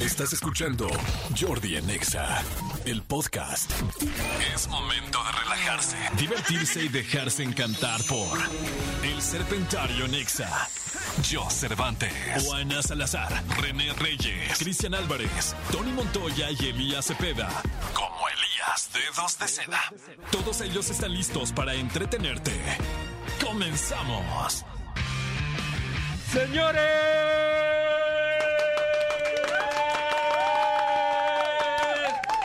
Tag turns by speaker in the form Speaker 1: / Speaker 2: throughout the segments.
Speaker 1: Estás escuchando Jordi en EXA, el podcast. Es momento de relajarse, divertirse y dejarse encantar por El Serpentario en EXA. Yo Cervantes, Juana Salazar, René Reyes, Cristian Álvarez, Tony Montoya y Elías Cepeda. Como Elías, dedos de seda. Todos ellos están listos para entretenerte. ¡Comenzamos!
Speaker 2: Señores,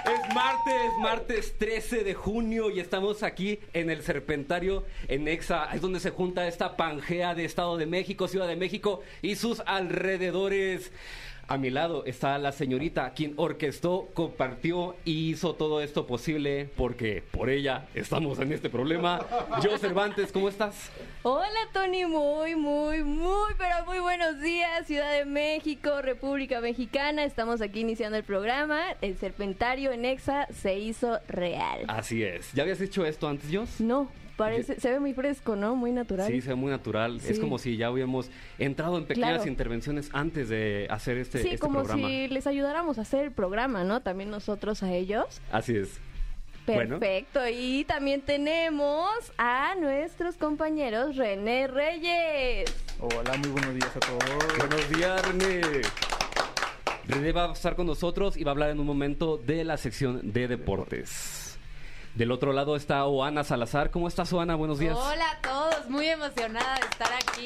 Speaker 2: es martes, martes 13 de junio y estamos aquí en el Serpentario, en Exa, es donde se junta esta pangea de Estado de México, Ciudad de México y sus alrededores. A mi lado está la señorita quien orquestó, compartió y hizo todo esto posible porque por ella estamos en este problema. Yo Cervantes, ¿cómo estás?
Speaker 3: Hola Tony, muy, muy, muy, pero muy buenos días, Ciudad de México, República Mexicana. Estamos aquí iniciando el programa. El serpentario en Exa se hizo real.
Speaker 2: Así es. ¿Ya habías hecho esto antes, Dios?
Speaker 3: No, parece, se ve muy fresco, ¿no? Muy natural.
Speaker 2: Sí, se ve muy natural. Es
Speaker 3: Sí.
Speaker 2: como si ya hubiéramos entrado en pequeñas
Speaker 3: Claro.
Speaker 2: intervenciones antes de hacer este,
Speaker 3: sí,
Speaker 2: este
Speaker 3: como
Speaker 2: programa.
Speaker 3: si les ayudáramos a hacer el programa, ¿no? También nosotros a ellos.
Speaker 2: Así es. Bueno.
Speaker 3: Perfecto. Y también tenemos a nuestros compañeros René Reyes.
Speaker 4: Hola, muy buenos días a todos.
Speaker 2: Buenos días, René. René va a estar con nosotros y va a hablar en un momento de la sección de deportes. Del otro lado está Oana Salazar. ¿Cómo estás, Oana? Buenos días.
Speaker 5: Hola a todos, muy emocionada de estar aquí.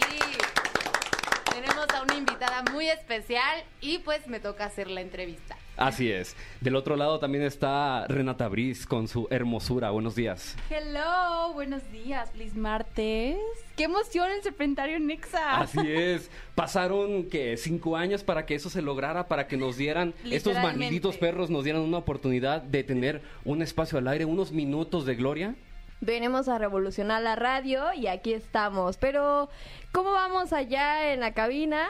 Speaker 5: Tenemos a una invitada muy especial y pues me toca hacer la entrevista.
Speaker 2: Así es. Del otro lado también está Renata Briz con su hermosura. Buenos días.
Speaker 5: Hello, buenos días, feliz martes. Qué emoción el serpentario Nexa.
Speaker 2: Así es. Pasaron que cinco años para que eso se lograra, para que nos dieran, estos
Speaker 5: Literalmente.
Speaker 2: malditos perros nos dieran una oportunidad de tener un espacio al aire, unos minutos de gloria.
Speaker 3: Venimos a revolucionar la radio y aquí estamos. Pero, ¿cómo vamos allá en la cabina?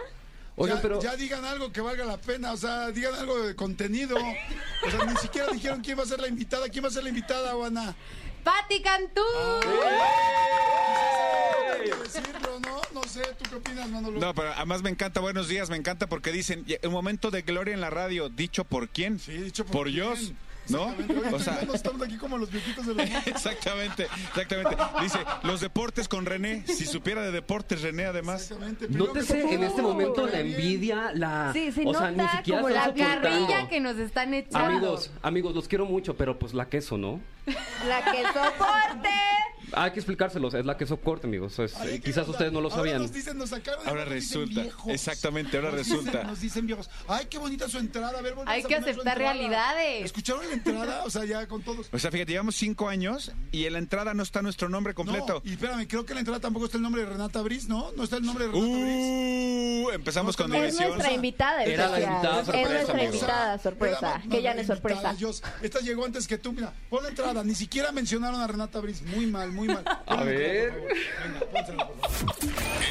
Speaker 2: Oigan,
Speaker 6: ya,
Speaker 2: pero
Speaker 6: ya digan algo que valga la pena, o sea, digan algo de contenido. O sea, ni siquiera dijeron quién va a ser la invitada, quién va a ser la invitada, Juana.
Speaker 5: Pati Cantú.
Speaker 6: Hay que decirlo, ¿no? No sé, ¿tú qué opinas, Manolo?
Speaker 7: No, pero además me encanta, buenos días, me encanta porque dicen, "Ya, un momento de gloria en la radio, dicho por quién,
Speaker 6: Sí, dicho por
Speaker 7: por
Speaker 6: quién.
Speaker 7: Dios, ¿no?
Speaker 6: Exactamente. Oye,
Speaker 7: O
Speaker 6: tú y
Speaker 7: sea,
Speaker 6: yo no estamos aquí como los viejitos de los...
Speaker 7: exactamente, exactamente. Dice, los deportes con René, si supiera de deportes René además.
Speaker 6: Exactamente. pero yo
Speaker 2: nótese
Speaker 6: creo que
Speaker 2: en este
Speaker 6: no,
Speaker 2: momento
Speaker 6: pero
Speaker 2: la
Speaker 6: bien.
Speaker 2: envidia, la...
Speaker 3: Sí, se
Speaker 2: Ah. o sea, ni
Speaker 3: nota
Speaker 2: siquiera
Speaker 3: como
Speaker 2: se
Speaker 3: la
Speaker 5: La
Speaker 2: están soportando.
Speaker 5: carrilla que nos están echando.
Speaker 2: Amigos, amigos, los quiero mucho, pero pues la queso, ¿no?
Speaker 3: La que soporte.
Speaker 2: Hay que explicárselos, es la queso corta, amigos.
Speaker 7: Pues,
Speaker 2: es-
Speaker 6: Ay,
Speaker 2: eh,
Speaker 6: qué
Speaker 2: quizás
Speaker 6: onda.
Speaker 2: ustedes no lo
Speaker 6: Ahora
Speaker 2: sabían.
Speaker 6: nos dicen, nos sacaron y
Speaker 7: Ahora
Speaker 6: nos dicen
Speaker 7: resulta,
Speaker 6: viejos.
Speaker 7: exactamente, ahora
Speaker 6: Nos dicen-
Speaker 7: resulta.
Speaker 6: nos dicen viejos. Ay, qué bonita su entrada. A ver, volvemos
Speaker 5: Hay
Speaker 6: a
Speaker 5: que
Speaker 6: poner su
Speaker 5: aceptar
Speaker 6: entrada.
Speaker 5: realidades.
Speaker 6: ¿Escucharon la entrada? O sea, ya con todos.
Speaker 7: O sea, fíjate, llevamos cinco años y en la entrada no está nuestro nombre completo.
Speaker 6: No, y espérame, creo que en la entrada tampoco está el nombre de Renata Briz, ¿no? No está el nombre de Renata Briz.
Speaker 7: Uh, empezamos
Speaker 6: No,
Speaker 7: con
Speaker 6: no, no,
Speaker 3: Es
Speaker 7: división.
Speaker 3: nuestra invitada
Speaker 2: Era la
Speaker 3: especial.
Speaker 2: invitada sorpresa,
Speaker 3: es nuestra
Speaker 2: amigos.
Speaker 3: invitada
Speaker 6: Era
Speaker 3: Ah, sorpresa,
Speaker 6: más
Speaker 3: que ya no es
Speaker 6: mala
Speaker 3: sorpresa.
Speaker 6: invitada, Dios. esta llegó antes que tú, mira, pon la entrada, ni siquiera mencionaron a Renata Briz. Muy mal, muy mal.
Speaker 2: A ver.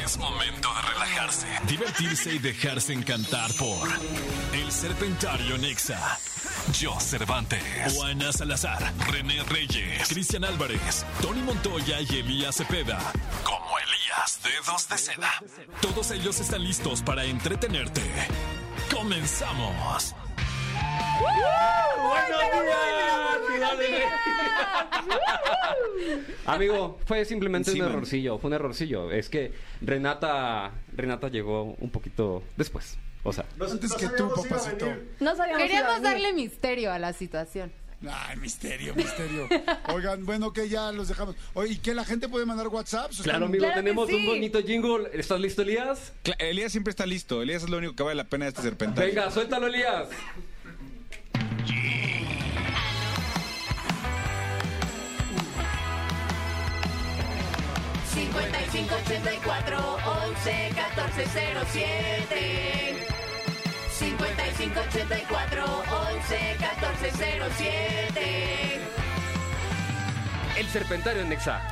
Speaker 1: Es momento de relajarse, divertirse y dejarse encantar por El Serpentario Nexa. Yo Cervantes, Juana Salazar, René Reyes, Cristian Álvarez, Tony Montoya y Elías Cepeda. Como Elías, dedos de seda. Todos ellos están listos para entretenerte. ¡Comenzamos!
Speaker 2: ¡Buenos días, Ciudad de México! Amigo, fue simplemente
Speaker 7: Encima.
Speaker 2: un errorcillo, fue un errorcillo. Es que Renata, Renata llegó un poquito después. O sea,
Speaker 6: Antes que tú, papacito.
Speaker 3: No sabíamos si iba a
Speaker 5: Queríamos
Speaker 3: venir.
Speaker 5: darle misterio a la situación.
Speaker 6: Ay, misterio, misterio. Oigan, bueno, que ya los dejamos. Oye, ¿y qué? ¿La gente puede mandar WhatsApps? ¿O
Speaker 2: claro,
Speaker 6: están-
Speaker 2: amigo,
Speaker 3: Claro que
Speaker 2: tenemos un
Speaker 3: sí.
Speaker 2: bonito jingle. ¿Estás listo, Elías?
Speaker 7: Cla- Elías siempre está listo, Elías es lo único que vale la pena de este serpentario.
Speaker 2: Venga, suéltalo, Elías. El Serpentario en Nexa.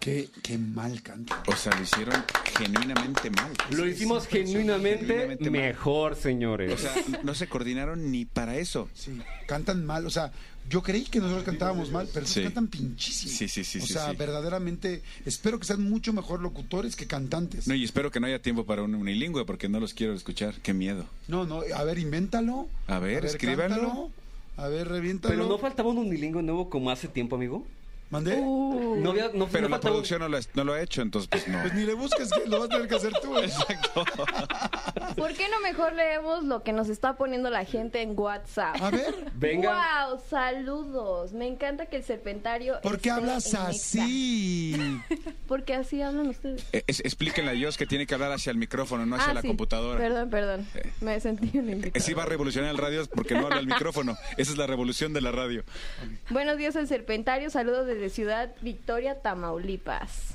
Speaker 6: Qué, qué mal canto.
Speaker 7: O sea, lo hicieron genuinamente mal.
Speaker 2: Lo
Speaker 7: Es- es
Speaker 2: hicimos
Speaker 7: una persona mal.
Speaker 2: genuinamente mejor, señores.
Speaker 7: O sea, no se coordinaron ni para eso.
Speaker 6: Sí, cantan mal, o sea, yo creí que nosotros cantábamos mal, pero
Speaker 7: Sí.
Speaker 6: ellos cantan pinchísimo.
Speaker 7: Sí, sí, sí,
Speaker 6: O
Speaker 7: sí,
Speaker 6: sea,
Speaker 7: sí.
Speaker 6: verdaderamente, espero que sean mucho mejor locutores que cantantes.
Speaker 7: No, y espero que no haya tiempo para un unilingüe porque no los quiero escuchar. Qué miedo.
Speaker 6: No, no, a ver, invéntalo.
Speaker 7: A ver, escríbanlo.
Speaker 6: cántalo, A ver, reviéntalo.
Speaker 2: Pero no faltaba un unilingüe nuevo como hace tiempo, amigo.
Speaker 6: ¿Mandé?
Speaker 2: No había, no,
Speaker 7: Pero
Speaker 2: no
Speaker 7: la
Speaker 2: faltaba un-
Speaker 7: producción no lo, ha- no lo ha hecho, entonces pues no.
Speaker 6: Pues ni le busques, que lo vas a tener que hacer tú. ¿eh?
Speaker 7: Exacto.
Speaker 3: ¿Por qué no mejor leemos lo que nos está poniendo la gente en WhatsApp?
Speaker 6: A ver,
Speaker 2: Venga.
Speaker 3: ¡Wow! Saludos. Me encanta que el serpentario.
Speaker 6: ¿por qué
Speaker 3: esté
Speaker 6: hablas
Speaker 3: en Exa.
Speaker 6: así?
Speaker 3: Porque así hablan ustedes.
Speaker 7: Eh, es- explíquenle a Dios que tiene que hablar hacia el micrófono, no hacia
Speaker 3: Ah,
Speaker 7: la
Speaker 3: sí.
Speaker 7: computadora.
Speaker 3: Perdón, perdón. Me sentí un
Speaker 7: Eh, Sí va a revolucionar el radio porque no habla el micrófono. Esa es la revolución de la radio.
Speaker 3: Buenos días, El Serpentario. Saludos desde Ciudad Victoria, Tamaulipas.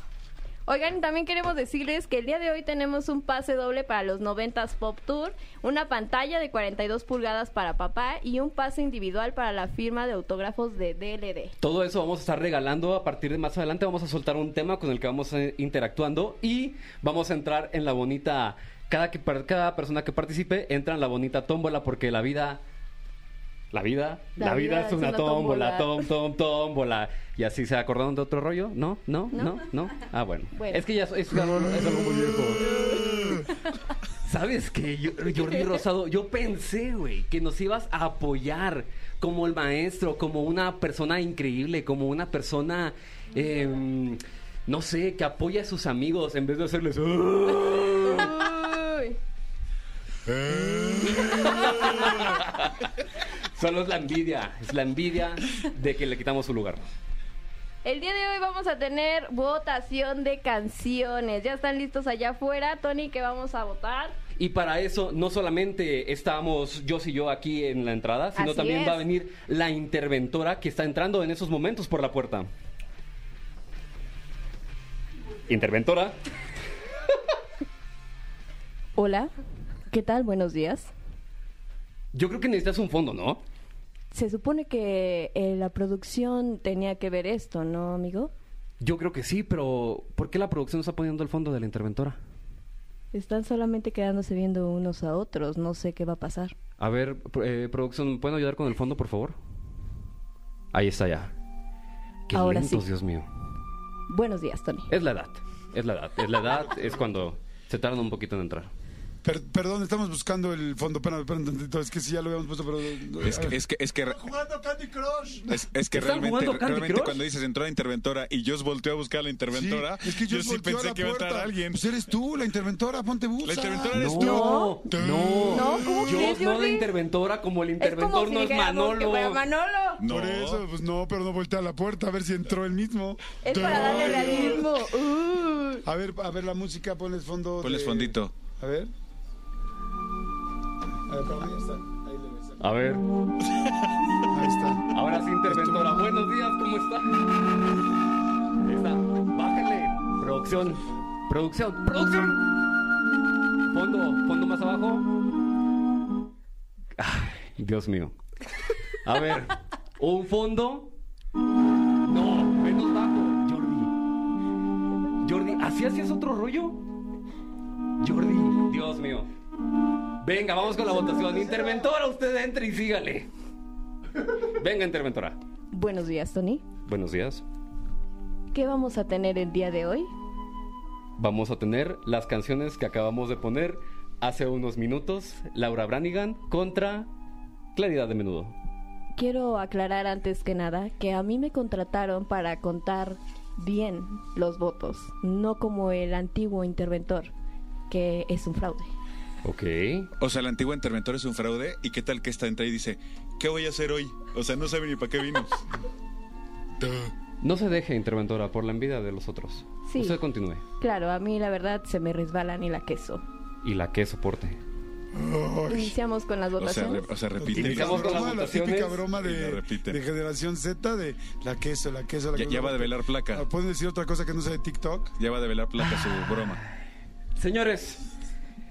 Speaker 3: Oigan, y también queremos decirles que el día de hoy tenemos un pase doble para los 90s Pop Tour, una pantalla de 42 pulgadas para papá y un pase individual para la firma de autógrafos de DLD.
Speaker 2: Todo eso vamos a estar regalando a partir de más adelante. Vamos a soltar un tema con el que vamos eh, interactuando y vamos a entrar en la bonita. Cada, que, par- cada persona que participe entra en la bonita tómbola porque la vida. La vida, la, vida, es una, tómbola, tom, tom, tómbola. Y así se acordaron de otro rollo, ¿no? ¿No? ¿No? ¿No? Ah, bueno.
Speaker 3: Bueno.
Speaker 2: Es que ya es, es algo, es algo muy viejo. ¿Sabes qué? Yo- Jordi Rosado, yo pensé, güey, que nos ibas a apoyar como el maestro, como una persona increíble, como una persona, eh, no sé, que apoya a sus amigos en vez de hacerles... "Ah".
Speaker 3: Uy.
Speaker 2: Solo es la envidia, es la envidia de que le quitamos su lugar.
Speaker 3: El día de hoy vamos a tener votación de canciones. Ya están listos allá afuera, Tony, que vamos a votar.
Speaker 2: Y para eso no solamente estamos yo y yo aquí en la entrada, sino
Speaker 3: Así
Speaker 2: también
Speaker 3: es.
Speaker 2: va a venir la interventora que está entrando en esos momentos por la puerta. Interventora.
Speaker 3: Hola, ¿qué tal? Buenos días.
Speaker 2: Yo creo que necesitas un fondo, ¿no?
Speaker 3: Se supone que eh, la producción tenía que ver esto, ¿no, amigo?
Speaker 2: Yo creo que sí, pero ¿por qué la producción está poniendo el fondo de la interventora?
Speaker 3: Están solamente quedándose viendo unos a otros, no sé qué va a pasar.
Speaker 2: A ver, pro- eh, producción, ¿pueden ayudar con el fondo, por favor? Ahí está ya. Qué
Speaker 3: Ahora
Speaker 2: lentos,
Speaker 3: sí.
Speaker 2: Dios mío.
Speaker 3: Buenos días, Tony.
Speaker 2: Es la edad, es la edad, es la edad, es cuando se tarda un poquito en entrar.
Speaker 6: Per- perdón, estamos buscando el fondo. Espera, espera un tantito, es que sí, ya lo habíamos puesto, pero. eh,
Speaker 7: Es que, es que, es que,
Speaker 6: Jugando Candy Crush.
Speaker 7: es- es que
Speaker 2: ¿Están
Speaker 7: realmente,
Speaker 2: jugando Candy
Speaker 7: realmente
Speaker 2: Crush?
Speaker 7: cuando dices entró la interventora y yo volteó a buscar a la interventora,
Speaker 6: Sí, es que yo,
Speaker 7: sí
Speaker 6: volteo
Speaker 7: pensé
Speaker 6: la
Speaker 7: que iba a entrar
Speaker 6: puerta.
Speaker 7: alguien.
Speaker 6: Pues eres tú, la interventora, ponte busa.
Speaker 7: La interventora eres tú.
Speaker 3: No.
Speaker 2: No,
Speaker 3: No, ¿cómo
Speaker 2: yo
Speaker 3: crees,
Speaker 2: no la
Speaker 3: Jordi?
Speaker 2: interventora como el
Speaker 3: Es como
Speaker 2: interventor
Speaker 3: si
Speaker 2: no es
Speaker 3: dijéramos que
Speaker 2: Manolo.
Speaker 3: fuera Manolo.
Speaker 7: No.
Speaker 6: Por eso, pues no, pero no voltea a la puerta a ver si entró el mismo.
Speaker 3: Es para darle realismo. Uh.
Speaker 6: A ver, a ver la música, ponles fondo.
Speaker 7: Ponles
Speaker 6: de-
Speaker 7: fondito.
Speaker 6: A ver. A ver, perdón, ahí está. Ahí le ves.
Speaker 2: A ver,
Speaker 6: Ahí está.
Speaker 2: ahora sí interventora. Buenos días, ¿cómo está? Ahí está. Bájale. Producción. Producción. Producción. Fondo, fondo más abajo. Ay, Dios mío. A ver, un fondo. No, menos bajo, Jordi. Jordi, ¿así hacías otro rollo? Jordi, Dios mío. Venga, vamos con la votación. Interventora, usted entre y sígale. Venga, interventora.
Speaker 3: Buenos días, Tony.
Speaker 2: Buenos días.
Speaker 3: ¿Qué vamos a tener el día de hoy?
Speaker 2: Vamos a tener las canciones que acabamos de poner hace unos minutos. Laura Branigan contra Claridad de Menudo.
Speaker 3: Quiero aclarar antes que nada que a mí me contrataron para contar bien los votos, no como el antiguo interventor, que es un fraude.
Speaker 2: Ok.
Speaker 7: O sea, la antigua interventora es un fraude. ¿Y qué tal que esta entra y dice, ¿qué voy a hacer hoy? O sea, no sabe ni para qué vino.
Speaker 2: No se deje, interventora, por la envidia de los otros.
Speaker 3: Sí.
Speaker 2: Usted continúe.
Speaker 3: Claro, a mí la verdad se me resbala ni la queso.
Speaker 2: Y la que soporte.
Speaker 3: Iniciamos con las
Speaker 7: O sea,
Speaker 3: votaciones.
Speaker 7: re- o sea, repite.
Speaker 6: La,
Speaker 2: Iniciamos con las
Speaker 6: broma, la típica
Speaker 2: votaciones.
Speaker 6: broma
Speaker 7: Y la
Speaker 6: de,
Speaker 7: repiten.
Speaker 6: de generación Z de la queso, la queso, la
Speaker 7: Ya-
Speaker 6: queso.
Speaker 7: ya va a develar placa.
Speaker 6: Ah, ¿Pueden decir otra cosa que no sea de TikTok?
Speaker 7: Ya va a develar placa su broma.
Speaker 2: Ah. Señores,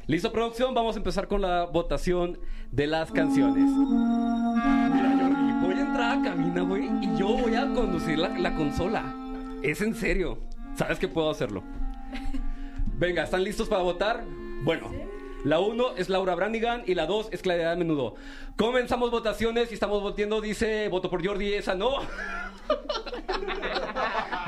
Speaker 2: listo producción, vamos a empezar con la votación de las canciones. Mira, Jordi, voy a entrar a cabina, güey, y yo voy a conducir la, la consola. Es en serio. Sabes que puedo hacerlo. Venga, ¿están listos para votar? Bueno. La 1 es Laura Brandigan y la 2 es Claridad Menudo. Comenzamos votaciones y estamos votando. Dice, voto por Jordi, esa no.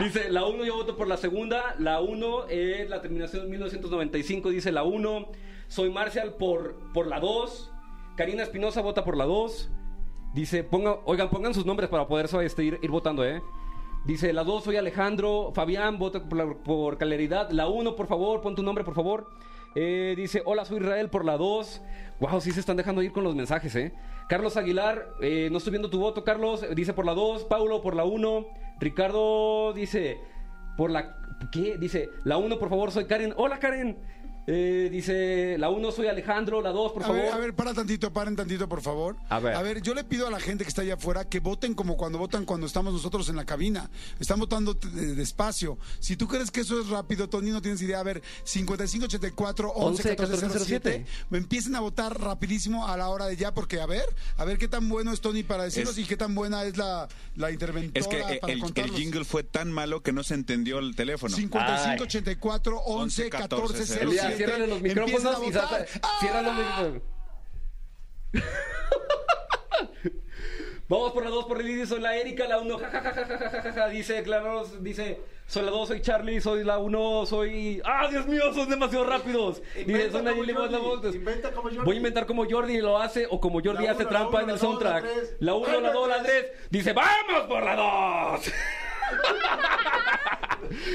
Speaker 2: Dice, la 1 yo voto por la segunda. La 1 es la terminación 1995, dice la 1. Soy Marcial por, por la 2. Karina Espinosa vota por la 2. Dice, ponga, oigan, pongan sus nombres para poder este, ir, ir votando, ¿eh? Dice, la 2 soy Alejandro. Fabián vota por, la- por caleridad. La 1, por favor, pon tu nombre, por favor. Eh, dice, hola, soy Israel por la 2. Wow, sí se están dejando ir con los mensajes, ¿eh? Carlos Aguilar, eh, no estoy viendo tu voto, Carlos. eh, Dice por la 2. Paulo por la 1. Ricardo dice, por la... ¿Qué? Dice, la 1, por favor, soy Karen. Hola, Karen. Eh, dice, la 1 soy Alejandro. La 2, por
Speaker 6: A
Speaker 2: favor.
Speaker 6: ver, a ver, para tantito, paren tantito, por favor.
Speaker 2: A ver.
Speaker 6: yo le pido a la gente que está allá afuera que voten como cuando votan cuando estamos nosotros en la cabina. Están votando eh, despacio. Si tú crees que eso es rápido, Tony, no tienes idea. A ver, 5584 11 1407. Empiecen a votar rapidísimo a la hora de ya, porque a ver, a ver qué tan bueno es Tony para decirnos y
Speaker 7: Es-
Speaker 6: qué tan buena es la, la interventora
Speaker 7: Es que eh,
Speaker 6: para
Speaker 7: el, el
Speaker 6: contarnos.
Speaker 7: jingle fue tan malo que no se entendió el teléfono.
Speaker 6: 55 84 11 14
Speaker 7: 14
Speaker 2: Elías,
Speaker 6: 07.
Speaker 2: ciérrale los
Speaker 6: Empiecen a
Speaker 2: micrófonos y
Speaker 6: votar.
Speaker 2: salta-
Speaker 6: ¡Ah!
Speaker 2: ciérrale los micrófonos. Vamos por la 2 por Lili, soy la Erika, la 1, dice, claro, dice, soy la 2, soy Charlie, soy la 1, soy... ¡Ah, Dios mío, son demasiado rápidos! Dice,
Speaker 8: Inventa
Speaker 2: son
Speaker 8: como
Speaker 2: Nayeli, vos la
Speaker 8: Jordi,
Speaker 2: voz.
Speaker 8: inventa como Jordi.
Speaker 2: Voy a inventar como Jordi lo hace, o como Jordi
Speaker 8: La
Speaker 2: hace
Speaker 8: uno, la uno,
Speaker 2: trampa en el
Speaker 8: la dos, la
Speaker 2: soundtrack.
Speaker 8: tres.
Speaker 2: La 1, la 2, la 3, dice, ¡vamos por la 2!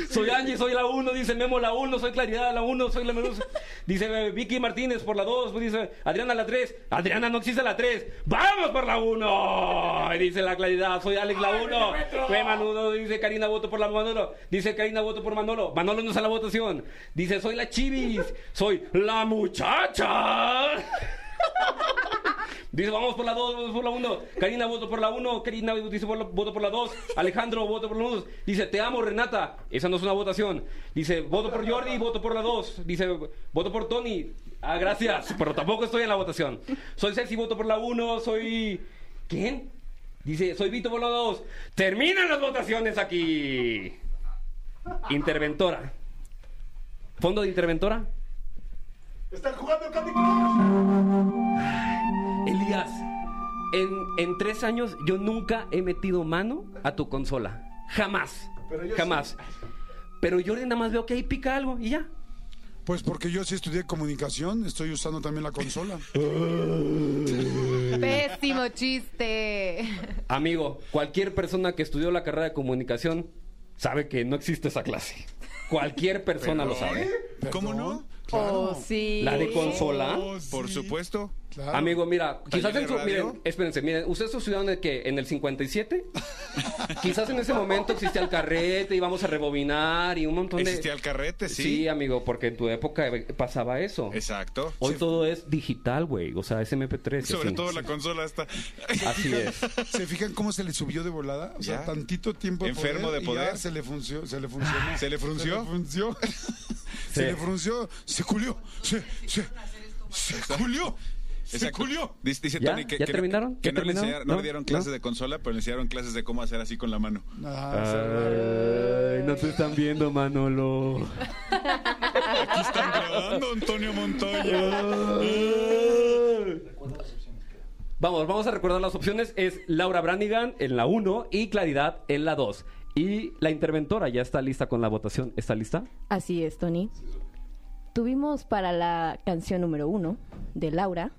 Speaker 2: Soy Angie, soy la 1, dice Memo la 1, soy Claridad la 1, soy la menos. Dice eh, Vicky Martínez por la 2, dice Adriana la 3, Adriana no existe la 3, vamos por la 1. Y Dice la Claridad, soy Alex la 1. Fue Manolo, dice Karina voto por la Manolo, dice Karina voto por Manolo, Manolo no está en la votación. Dice soy la Chivis, soy la muchacha. Dice, vamos por la 2, vamos por la 1. Karina, voto por la 1. Karina, dice, por la- voto por la 2. Alejandro, voto por la 2. Dice, te amo, Renata. Esa no es una votación. Dice, voto por Jordi, voto por la 2. Dice, voto por Tony. Ah, gracias, pero tampoco estoy en la votación. Soy Ceci, voto por la 1. Soy... ¿Quién? Dice, soy Vito por la 2. Terminan las votaciones aquí. Interventora. ¿Fondo de interventora?
Speaker 8: Están jugando Candy Crush.
Speaker 2: Elías, en, en tres años yo nunca he metido mano a tu consola. Jamás.
Speaker 8: Pero yo
Speaker 2: jamás. Pero yo nada más veo que ahí pica algo y ya.
Speaker 6: Pues porque yo sí estudié comunicación, estoy usando también la consola.
Speaker 5: Pésimo chiste.
Speaker 2: Amigo, cualquier persona que estudió la carrera de comunicación sabe que no existe esa clase. Cualquier persona lo sabe.
Speaker 7: ¿Cómo
Speaker 6: Perdón,
Speaker 7: no?
Speaker 6: Claro.
Speaker 3: Oh, sí.
Speaker 2: La de consola.
Speaker 7: Oh, Por supuesto.
Speaker 6: Claro.
Speaker 2: Amigo, mira, quizás
Speaker 7: de
Speaker 2: en su,
Speaker 7: radio?
Speaker 2: miren, espérense, miren, ustedes estudiaron en que en el 57, quizás en ese momento existía el carrete, íbamos a rebobinar y un montón de
Speaker 7: Existía el carrete, sí.
Speaker 2: Sí, amigo, porque en tu época eh, pasaba eso.
Speaker 7: Exacto.
Speaker 2: Hoy todo es digital, güey. O sea, es MP3. y
Speaker 7: Sobre
Speaker 2: así.
Speaker 7: todo la consola está
Speaker 2: Así es.
Speaker 6: ¿Se fijan cómo se le subió de volada? O sea,
Speaker 7: Ya.
Speaker 6: tantito tiempo.
Speaker 7: Enfermo de
Speaker 6: y ya
Speaker 7: poder.
Speaker 6: se le funcionó. Se le funcionó.
Speaker 7: ¿Se le
Speaker 6: Se
Speaker 7: frunció?
Speaker 6: le frunció. se le frunció. Se culió. Se, se, se culió. Se
Speaker 7: Exacto.
Speaker 6: culió.
Speaker 7: Dice, dice
Speaker 2: ¿Ya?
Speaker 7: Tony que,
Speaker 2: ¿Ya
Speaker 7: que-
Speaker 2: terminaron?
Speaker 7: que
Speaker 2: ¿Ya
Speaker 7: no, le
Speaker 2: terminaron?
Speaker 7: enseñaron- no le
Speaker 2: ¿No?
Speaker 7: dieron clases
Speaker 2: ¿No?
Speaker 7: de consola, pero le enseñaron clases de cómo hacer así con la mano.
Speaker 6: Ah, se-
Speaker 2: Ay, no te están viendo, Manolo.
Speaker 7: Aquí están grabando Antonio Montoya.
Speaker 2: Vamos, vamos a recordar las opciones. Es Laura Branigan en la 1 y Claridad en la 2. Y la interventora ya está lista con la votación. ¿Está lista?
Speaker 3: Así es, Tony. Tuvimos para la canción número uno de Laura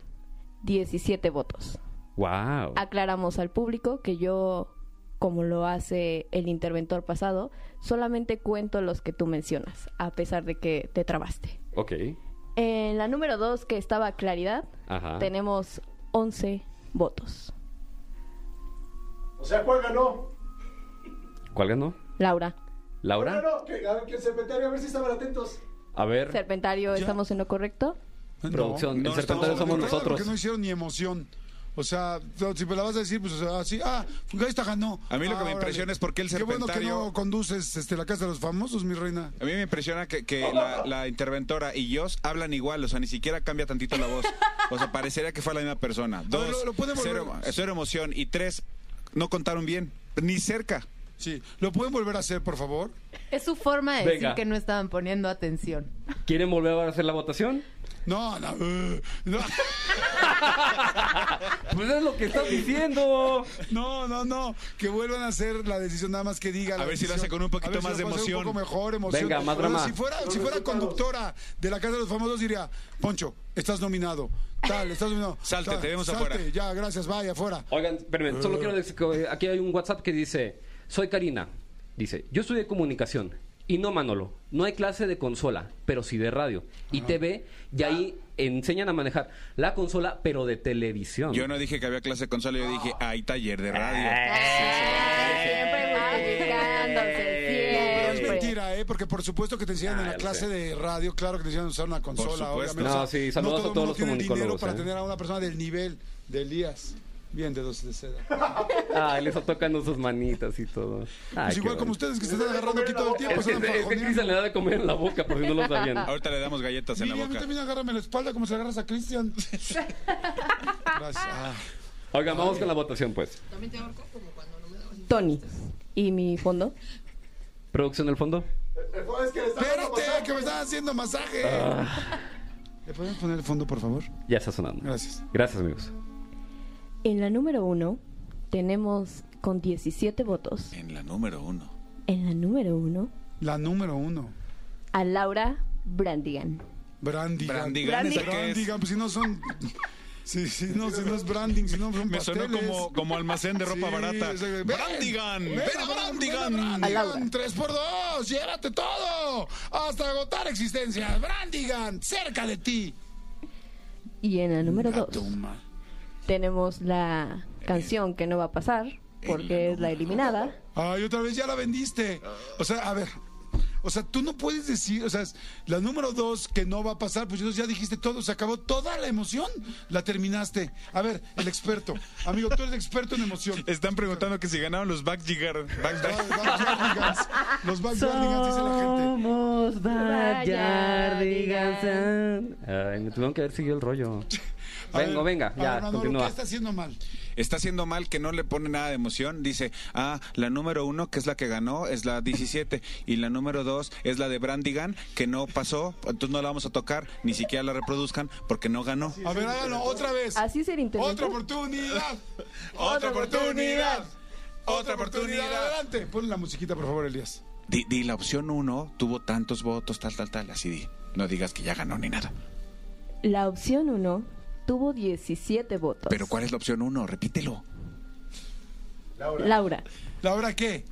Speaker 3: 17 votos.
Speaker 2: ¡Wow!
Speaker 3: Aclaramos al público que yo, como lo hace el interventor pasado, solamente cuento los que tú mencionas, a pesar de que te trabaste.
Speaker 2: Ok.
Speaker 3: En la número dos, que estaba Claridad,
Speaker 2: Ajá.
Speaker 3: tenemos 11 votos.
Speaker 8: O sea, ¿cuál ganó?
Speaker 2: ¿Cuál ganó?
Speaker 3: Laura,
Speaker 8: ¿Cuál
Speaker 2: ¿Laura?
Speaker 8: ganó? Que, a ver, que el secretario, a ver si estaban atentos.
Speaker 2: A ver,
Speaker 3: Serpentario, ¿estamos en lo correcto?
Speaker 6: No.
Speaker 2: producción.
Speaker 7: no
Speaker 2: el secretario
Speaker 7: estamos-
Speaker 2: somos
Speaker 6: Porque
Speaker 2: nosotros.
Speaker 6: no hicieron ni emoción. O sea, no, si me la vas a decir, pues o sea, así, ah, esta ganó.
Speaker 7: A mí
Speaker 6: Ah,
Speaker 7: lo que me
Speaker 6: órale.
Speaker 7: impresiona es por qué el
Speaker 6: Qué bueno que
Speaker 7: serpentario-
Speaker 6: no conduces este, la casa de los famosos, mi reina.
Speaker 7: A mí me impresiona que, que la, la interventora y yo hablan igual, o sea, ni siquiera cambia tantito la voz. O sea, parecería que fue la misma persona. Dos,
Speaker 6: lo- lo puede volver.
Speaker 7: cero, cero emoción. Y tres, no contaron bien, ni cerca.
Speaker 6: Sí. ¿Lo pueden volver a hacer, por favor?
Speaker 5: Es su forma de
Speaker 2: Venga.
Speaker 5: decir que no estaban poniendo atención.
Speaker 2: ¿Quieren volver a hacer la votación?
Speaker 6: No, no. eh, no.
Speaker 2: Pues es lo que estás diciendo.
Speaker 6: No, no, no. Que vuelvan a hacer la decisión, nada más que diga. la
Speaker 7: A ver si lo
Speaker 6: decisión.
Speaker 7: hace con un poquito
Speaker 6: A ver si
Speaker 7: más
Speaker 6: lo
Speaker 7: de
Speaker 6: puede hacer
Speaker 7: emoción.
Speaker 6: Un poco mejor, emoción.
Speaker 2: Venga, más
Speaker 6: Pero
Speaker 2: drama.
Speaker 6: Si fuera,
Speaker 8: Los
Speaker 6: si fuera
Speaker 8: resultados.
Speaker 6: conductora de la Casa de los Famosos, diría: Poncho, estás nominado. Tal, estás nominado.
Speaker 7: Salte,
Speaker 6: Tal,
Speaker 7: te vemos
Speaker 6: salte,
Speaker 7: afuera.
Speaker 6: Ya, gracias, vaya, afuera.
Speaker 2: Oigan, espérenme, solo quiero decir que eh, aquí hay un WhatsApp que dice, soy Karina. Dice, yo estudié comunicación y no Manolo, no hay clase de consola, pero sí de radio
Speaker 6: Ah.
Speaker 2: y TV y ahí enseñan a manejar la consola, pero de televisión.
Speaker 7: Yo no dije que había clase con solo, yo dije, hay taller de radio.
Speaker 3: Siempre modificándose,
Speaker 6: Pero es
Speaker 3: siempre.
Speaker 6: mentira, ¿eh? Porque por supuesto que te enseñan
Speaker 2: Ah,
Speaker 6: en la
Speaker 2: lo
Speaker 6: clase
Speaker 2: sé.
Speaker 6: de radio, claro que te enseñan a usar una consola,
Speaker 7: supuesto.
Speaker 6: obviamente.
Speaker 2: No, sí, saludos a
Speaker 6: todo el
Speaker 2: todos
Speaker 6: mundo
Speaker 2: los
Speaker 6: tiene dinero
Speaker 2: comunicólogos,
Speaker 6: para
Speaker 2: ¿eh?
Speaker 6: tener a una persona del nivel de Elías. Bien, de dos de seda.
Speaker 2: Ay, les está tocando sus manitas y todo. Ay,
Speaker 6: Pues
Speaker 2: qué
Speaker 6: igual como
Speaker 2: bonito.
Speaker 6: ustedes que se están agarrando aquí todo el tiempo.
Speaker 2: Es que,
Speaker 6: se andan
Speaker 2: es que
Speaker 6: fajoneando.
Speaker 2: Cristian le da de comer en la boca, por si no lo sabían.
Speaker 7: Ahorita le damos galletas en la
Speaker 6: Miri, a mí
Speaker 7: boca.
Speaker 6: también agárrame la espalda como se la agarras a Cristian. Gracias. Ah,
Speaker 2: Oigan, vamos con la votación, pues.
Speaker 3: Tony. ¿Y mi fondo?
Speaker 2: ¿Producción del fondo?
Speaker 8: Pues, Es que le está dando
Speaker 6: Espérate,
Speaker 8: masaje.
Speaker 6: que me están haciendo masaje.
Speaker 2: Ah.
Speaker 6: ¿Le pueden poner el fondo, por favor?
Speaker 2: Ya está sonando.
Speaker 6: Gracias.
Speaker 2: Gracias, amigos.
Speaker 3: En la número uno tenemos con 17 votos.
Speaker 7: En la número uno.
Speaker 3: En la número uno
Speaker 6: La número uno.
Speaker 3: a Laura Brandigan.
Speaker 6: Brandigan.
Speaker 7: Brandigan, ¿esa qué es?
Speaker 6: Brandigan, pues si no son. Sí, sí, no, si no es branding, si no son
Speaker 7: Me sonó
Speaker 6: pasteles.
Speaker 7: como, como almacén de ropa
Speaker 6: Sí,
Speaker 7: barata.
Speaker 6: sí, ven,
Speaker 7: ¡Brandigan!
Speaker 6: ven,
Speaker 7: ¡Ven a
Speaker 6: ven,
Speaker 7: Brandigan!
Speaker 6: ven a Brandigan! ¡Tres por dos! ¡Llévate todo! ¡Hasta agotar existencias! ¡Brandigan! ¡Cerca de ti!
Speaker 3: Y en la número
Speaker 6: La
Speaker 3: dos
Speaker 6: toma.
Speaker 3: tenemos la canción que no va a pasar porque es la eliminada.
Speaker 6: Ay, otra vez ya la vendiste.
Speaker 7: Ah.
Speaker 6: O sea, a ver. O sea, tú no puedes decir, o sea, es la número dos que no va a pasar, pues entonces ya dijiste todo, se acabó toda la emoción, la terminaste. A ver, el experto. Amigo, tú eres experto en emoción.
Speaker 7: Están preguntando que si ganaron los Back Jigger. Back-
Speaker 6: Los Backyardigans, los Backyardigans, dice la gente.
Speaker 2: Somos
Speaker 3: Backyardigans.
Speaker 2: Ay, me tuvieron que haber seguido el rollo.
Speaker 6: A
Speaker 2: Vengo,
Speaker 6: ver,
Speaker 2: venga,
Speaker 6: a ver,
Speaker 2: ya,
Speaker 6: Manolo, ¿Qué
Speaker 2: continúa.
Speaker 6: está haciendo mal?
Speaker 7: Está haciendo mal que no le pone nada de emoción. Dice, ah, la número uno, que es la que ganó, es la 17. Y la número dos es la de Brandigan, que no pasó. Entonces no la vamos a tocar, ni siquiera la reproduzcan, porque no ganó.
Speaker 6: A ver, háganlo otra vez.
Speaker 3: Así es el internet.
Speaker 6: Otra oportunidad.
Speaker 7: Otra oportunidad.
Speaker 6: Otra oportunidad. Adelante. Pon la musiquita, por favor, Elías.
Speaker 7: Di, di, la opción uno tuvo tantos votos, tal, tal, tal. Así di. No digas que ya ganó ni nada.
Speaker 3: La opción uno tuvo 17 votos.
Speaker 7: Pero ¿cuál es la opción uno? Repítelo.
Speaker 3: Laura,
Speaker 6: ¿La hora qué?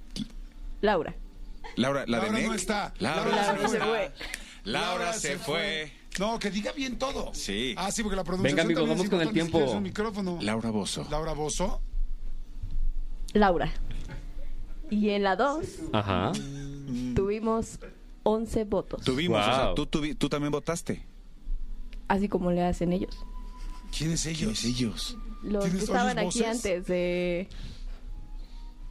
Speaker 3: Laura.
Speaker 7: Laura, la
Speaker 6: Laura
Speaker 7: de Nick.
Speaker 6: no está.
Speaker 7: Laura,
Speaker 6: Laura
Speaker 7: se
Speaker 6: se
Speaker 7: fue.
Speaker 6: fue.
Speaker 7: Laura se fue.
Speaker 6: No, que diga bien todo.
Speaker 7: Sí.
Speaker 6: Ah, sí, porque la pronunciación
Speaker 2: Venga, amigos,
Speaker 6: también es
Speaker 2: vamos con el
Speaker 6: importante, si
Speaker 2: tiempo.
Speaker 6: quieres un micrófono.
Speaker 7: Laura Bozo.
Speaker 6: Laura Bozo.
Speaker 3: Laura. Y en la 2
Speaker 2: Ajá.
Speaker 3: tuvimos 11 votos.
Speaker 7: Mm. Tuvimos, o sea,
Speaker 2: Wow.
Speaker 7: tú, tuvi- tú también votaste.
Speaker 3: Así como le hacen ellos.
Speaker 6: ¿Quiénes ellos?
Speaker 7: ellos?
Speaker 3: Los que
Speaker 6: ¿Tienes
Speaker 3: estaban
Speaker 6: oyes
Speaker 3: aquí
Speaker 6: voces?
Speaker 3: antes de.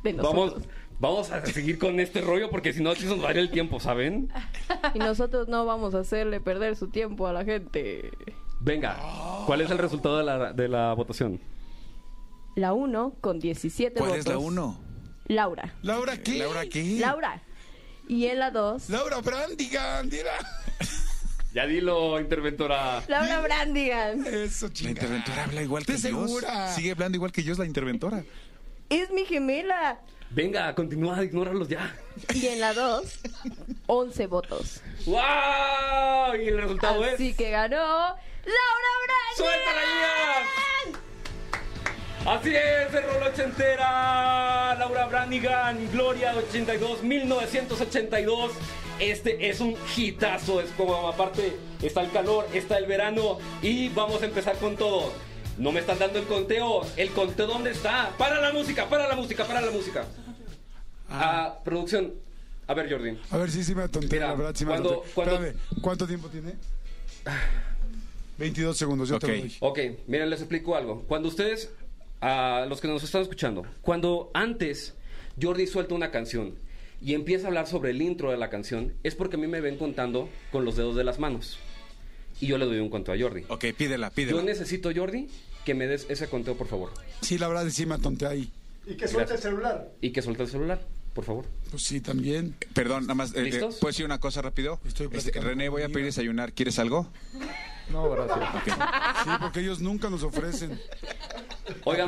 Speaker 3: de nosotros.
Speaker 2: Vamos, vamos a seguir con este rollo porque si no, aquí se nos va a ir el tiempo, ¿saben?
Speaker 3: Y nosotros no vamos a hacerle perder su tiempo a la gente.
Speaker 2: Venga, ¿cuál es el resultado de la, de la votación?
Speaker 3: La 1 con 17
Speaker 7: ¿Cuál
Speaker 3: votos.
Speaker 7: es la uno?
Speaker 3: Laura.
Speaker 6: ¿Laura qué?
Speaker 7: Eh, ¿Laura qué?
Speaker 3: Laura. Y en la 2.
Speaker 6: Laura Brandigan, mira.
Speaker 2: Ya dilo, interventora.
Speaker 3: Laura Brandigan.
Speaker 6: Eso,
Speaker 7: La
Speaker 6: chingada.
Speaker 7: interventora habla igual que yo.
Speaker 6: ¿Estás segura?
Speaker 7: Sigue hablando igual que yo, es la interventora.
Speaker 3: Es mi gemela.
Speaker 2: Venga, continúa, ignóralos ya.
Speaker 3: Y en la 2, 11 votos.
Speaker 2: ¡Wow! Y el resultado
Speaker 3: Así
Speaker 2: es.
Speaker 3: que ganó Laura Brandigan.
Speaker 2: ¡Suéltala, Ian! Así es, el rolo ochentera. Laura Branigan, Gloria 82, 1982. Este es un hitazo, es como aparte está el calor, está el verano y vamos a empezar con todo. No me están dando el conteo, el conteo dónde está. Para la música, para la música, para la música. Ah, producción. A ver, Jordi.
Speaker 6: A ver, sí, sí me atonté,
Speaker 2: Mira,
Speaker 6: la verdad, sí me
Speaker 2: cuando-
Speaker 6: atonté.
Speaker 2: cuando-
Speaker 6: Espérame, ¿cuánto tiempo tiene? 22 segundos, Pues yo
Speaker 7: Ok.
Speaker 6: te lo doy.
Speaker 2: Ok, miren, les explico algo. Cuando ustedes, a los que nos están escuchando, cuando antes Jordi suelta una canción y empieza a hablar sobre el intro de la canción, es porque a mí me ven contando con los dedos de las manos. Y yo le doy un cuento a Jordi.
Speaker 7: Ok, pídela,
Speaker 2: Yo
Speaker 7: pídela.
Speaker 2: necesito, Jordi, que me des ese conteo, por favor.
Speaker 6: Sí, la verdad, sí me atonté ahí.
Speaker 8: Y que suelta el celular.
Speaker 2: Y que suelte el celular. por favor.
Speaker 6: Pues sí, también.
Speaker 7: Perdón, nada más. eh, eh,
Speaker 2: ¿Listos?
Speaker 7: ¿Puedo decir una cosa rápido?
Speaker 6: Estoy
Speaker 7: Este,
Speaker 6: platicando
Speaker 7: René,
Speaker 6: con
Speaker 7: voy a
Speaker 6: mi
Speaker 7: pedir
Speaker 6: amiga.
Speaker 7: desayunar. ¿Quieres algo?
Speaker 4: No, gracias.
Speaker 6: Sí, porque ellos nunca nos ofrecen.
Speaker 2: Oigan,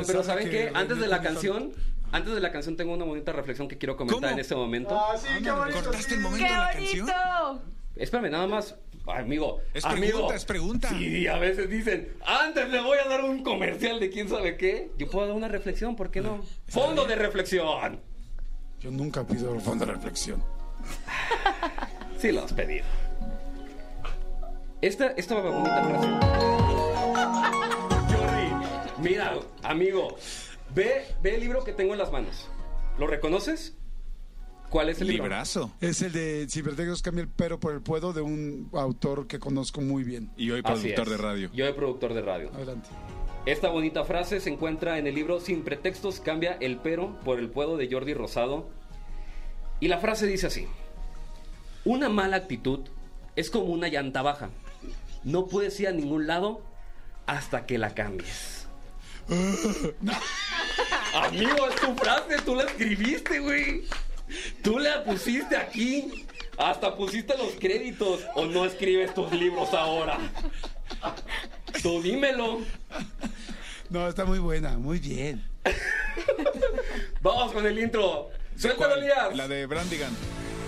Speaker 6: A pesar
Speaker 2: pero
Speaker 6: de
Speaker 2: ¿saben
Speaker 6: que
Speaker 2: qué?
Speaker 6: René
Speaker 2: Antes de la
Speaker 6: tiene
Speaker 2: canción, antes de la canción tengo una bonita reflexión que quiero comentar
Speaker 7: ¿Cómo?
Speaker 2: en este momento.
Speaker 8: Ah, sí, qué bonito.
Speaker 7: ¿Cortaste
Speaker 8: sí.
Speaker 7: el momento
Speaker 3: ¡Qué
Speaker 7: de la canción?
Speaker 3: bonito!
Speaker 2: Espérame, nada más, amigo.
Speaker 7: Es
Speaker 2: amigo.
Speaker 7: pregunta, es pregunta.
Speaker 2: Sí, a veces dicen, antes le voy a dar un comercial de quién sabe qué. Yo puedo dar una reflexión, ¿por qué no?
Speaker 7: Ah.
Speaker 2: Fondo de reflexión.
Speaker 6: Yo nunca pido el fondo de reflexión.
Speaker 2: Sí, lo has pedido. Esta, esta va bonita frase. Jordi, mira, amigo, ve, ve el libro que tengo en las manos. ¿Lo reconoces? ¿Cuál es el libro?
Speaker 7: Librazo.
Speaker 6: Es el de Ciberdegos cambia el pero por el puedo de un autor que conozco muy bien.
Speaker 7: Y hoy
Speaker 2: Así
Speaker 7: productor
Speaker 2: es.
Speaker 7: de radio.
Speaker 2: Yo de productor de radio.
Speaker 6: Adelante.
Speaker 2: Esta bonita frase se encuentra en el libro Sin pretextos cambia el pero por el puedo de Jordi Rosado. Y la frase dice así. Una mala actitud es como una llanta baja. No puedes ir a ningún lado hasta que la cambies. Amigo, es tu frase, tú la escribiste, güey. Tú la pusiste aquí. Hasta pusiste los créditos o no escribes tus libros ahora. Tú dímelo.
Speaker 6: No, está muy buena, muy bien.
Speaker 2: Vamos con el intro. Suéltalo,
Speaker 7: ¿Cuál?
Speaker 2: Elías.
Speaker 7: La de Brandigan.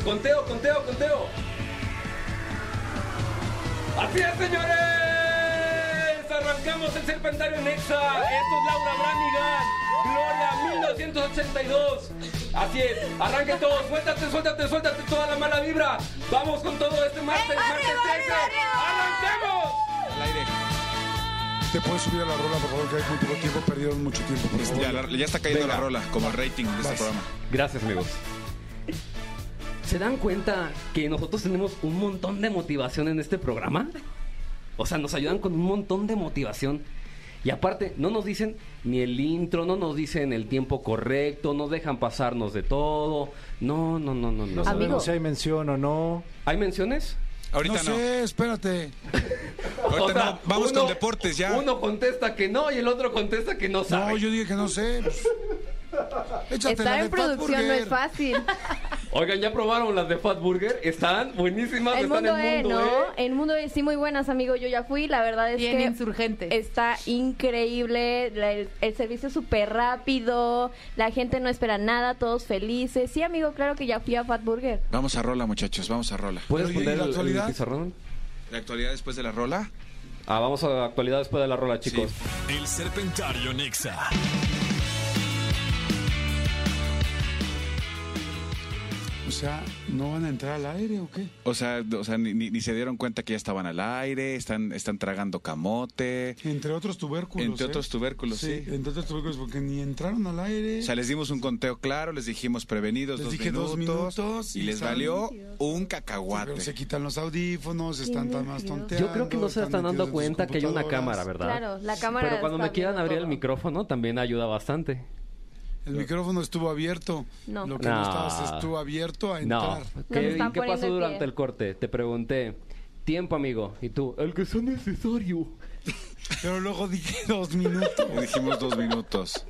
Speaker 2: Conteo, conteo, conteo. Así es, señores. Arrancamos el Serpentario Nexa. Esto es Laura Branigan. Gloria 1982. Así es. Arranquen todos. Suéltate, suéltate, suéltate toda la mala vibra. Vamos con todo este martes,
Speaker 3: ¡Arriba,
Speaker 2: martes 13.
Speaker 3: arriba, arriba!
Speaker 2: ¡Arrancamos!
Speaker 7: Al aire.
Speaker 6: ¿Te puedes subir a la rola, por favor? Que hay muy poco tiempo, perdieron mucho tiempo. Por favor.
Speaker 7: Ya, la- ya está cayendo
Speaker 6: Venga.
Speaker 7: la rola, como el rating de este
Speaker 6: Vas.
Speaker 7: programa.
Speaker 2: Gracias, amigos. ¿Se dan cuenta que nosotros tenemos un montón de motivación en este programa? O sea, nos ayudan con un montón de motivación. Y aparte, no nos dicen ni el intro, no nos dicen el tiempo correcto, nos dejan pasarnos de todo. No, no, no, no, no.
Speaker 4: No sabemos
Speaker 3: Amigo.
Speaker 4: si hay mención o no.
Speaker 2: ¿Hay menciones?
Speaker 7: Ahorita no.
Speaker 6: no sé, espérate.
Speaker 7: Ahorita
Speaker 2: O sea,
Speaker 7: no. Vamos
Speaker 2: uno-
Speaker 7: con deportes ya.
Speaker 2: Uno contesta que no y el otro contesta que no sabe.
Speaker 6: No, yo dije que no sé. pues. Échate la
Speaker 3: Estar
Speaker 6: de Fat
Speaker 3: en producción no
Speaker 6: Burger.
Speaker 3: es fácil.
Speaker 2: Oigan, ¿ya probaron las de Fat Burger? Están buenísimas,
Speaker 3: El
Speaker 2: están
Speaker 3: mundo
Speaker 2: en
Speaker 3: E,
Speaker 2: mundo
Speaker 3: ¿no?
Speaker 2: E.
Speaker 3: El mundo E, sí, muy buenas, amigo. Yo ya fui. La verdad es
Speaker 5: Bien
Speaker 3: que
Speaker 5: insurgente.
Speaker 3: está increíble. la- El, el servicio es súper rápido. La gente no espera nada. Todos felices. Sí, amigo, claro que ya fui a Fat Burger.
Speaker 7: Vamos a rola, muchachos, vamos a rola.
Speaker 2: ¿Puedes
Speaker 6: Pero, ¿y
Speaker 2: poner
Speaker 6: la
Speaker 2: el- el,
Speaker 6: actualidad?
Speaker 2: pizarrón?
Speaker 7: La actualidad después de la rola.
Speaker 2: Ah, vamos a la actualidad después de la rola, chicos.
Speaker 1: El Serpentario Nexa.
Speaker 6: O sea, ¿no van a entrar al aire o qué?
Speaker 7: O sea, o sea ni, ni- ni se dieron cuenta que ya estaban al aire, están, están tragando camote,
Speaker 6: Entre otros tubérculos.
Speaker 7: entre
Speaker 6: ¿eh?
Speaker 7: otros tubérculos, sí.
Speaker 6: entre otros tubérculos, porque ni entraron al aire.
Speaker 7: O sea, les dimos un conteo claro, les dijimos prevenidos
Speaker 6: Les
Speaker 7: dos,
Speaker 6: dije
Speaker 7: minutos,
Speaker 6: dos minutos
Speaker 7: y
Speaker 6: y
Speaker 7: les
Speaker 6: salen.
Speaker 7: valió un
Speaker 6: Pero
Speaker 7: cacahuate.
Speaker 6: se quitan los audífonos, están tan más tonteando.
Speaker 2: Yo creo que no se están dando
Speaker 6: metidos en sus
Speaker 2: cuenta que hay una
Speaker 6: computadoras.
Speaker 2: cámara, ¿verdad?
Speaker 3: Claro, la cámara.
Speaker 2: Pero cuando
Speaker 3: está
Speaker 2: me quieran
Speaker 3: viendo
Speaker 2: abrir el
Speaker 3: todo.
Speaker 2: micrófono también ayuda bastante.
Speaker 6: El micrófono estuvo abierto.
Speaker 3: No.
Speaker 6: Lo que
Speaker 2: No.
Speaker 6: no, estabas estuvo abierto a
Speaker 2: No.
Speaker 6: entrar.
Speaker 3: Nos
Speaker 2: ¿Qué,
Speaker 3: están
Speaker 2: ¿qué
Speaker 3: poniendo
Speaker 2: pasó
Speaker 3: el pie.
Speaker 2: durante el corte? Te pregunté. Tiempo, amigo. Y tú, el que sea necesario.
Speaker 6: Pero luego dije dos minutos.
Speaker 7: Le dijimos dos minutos.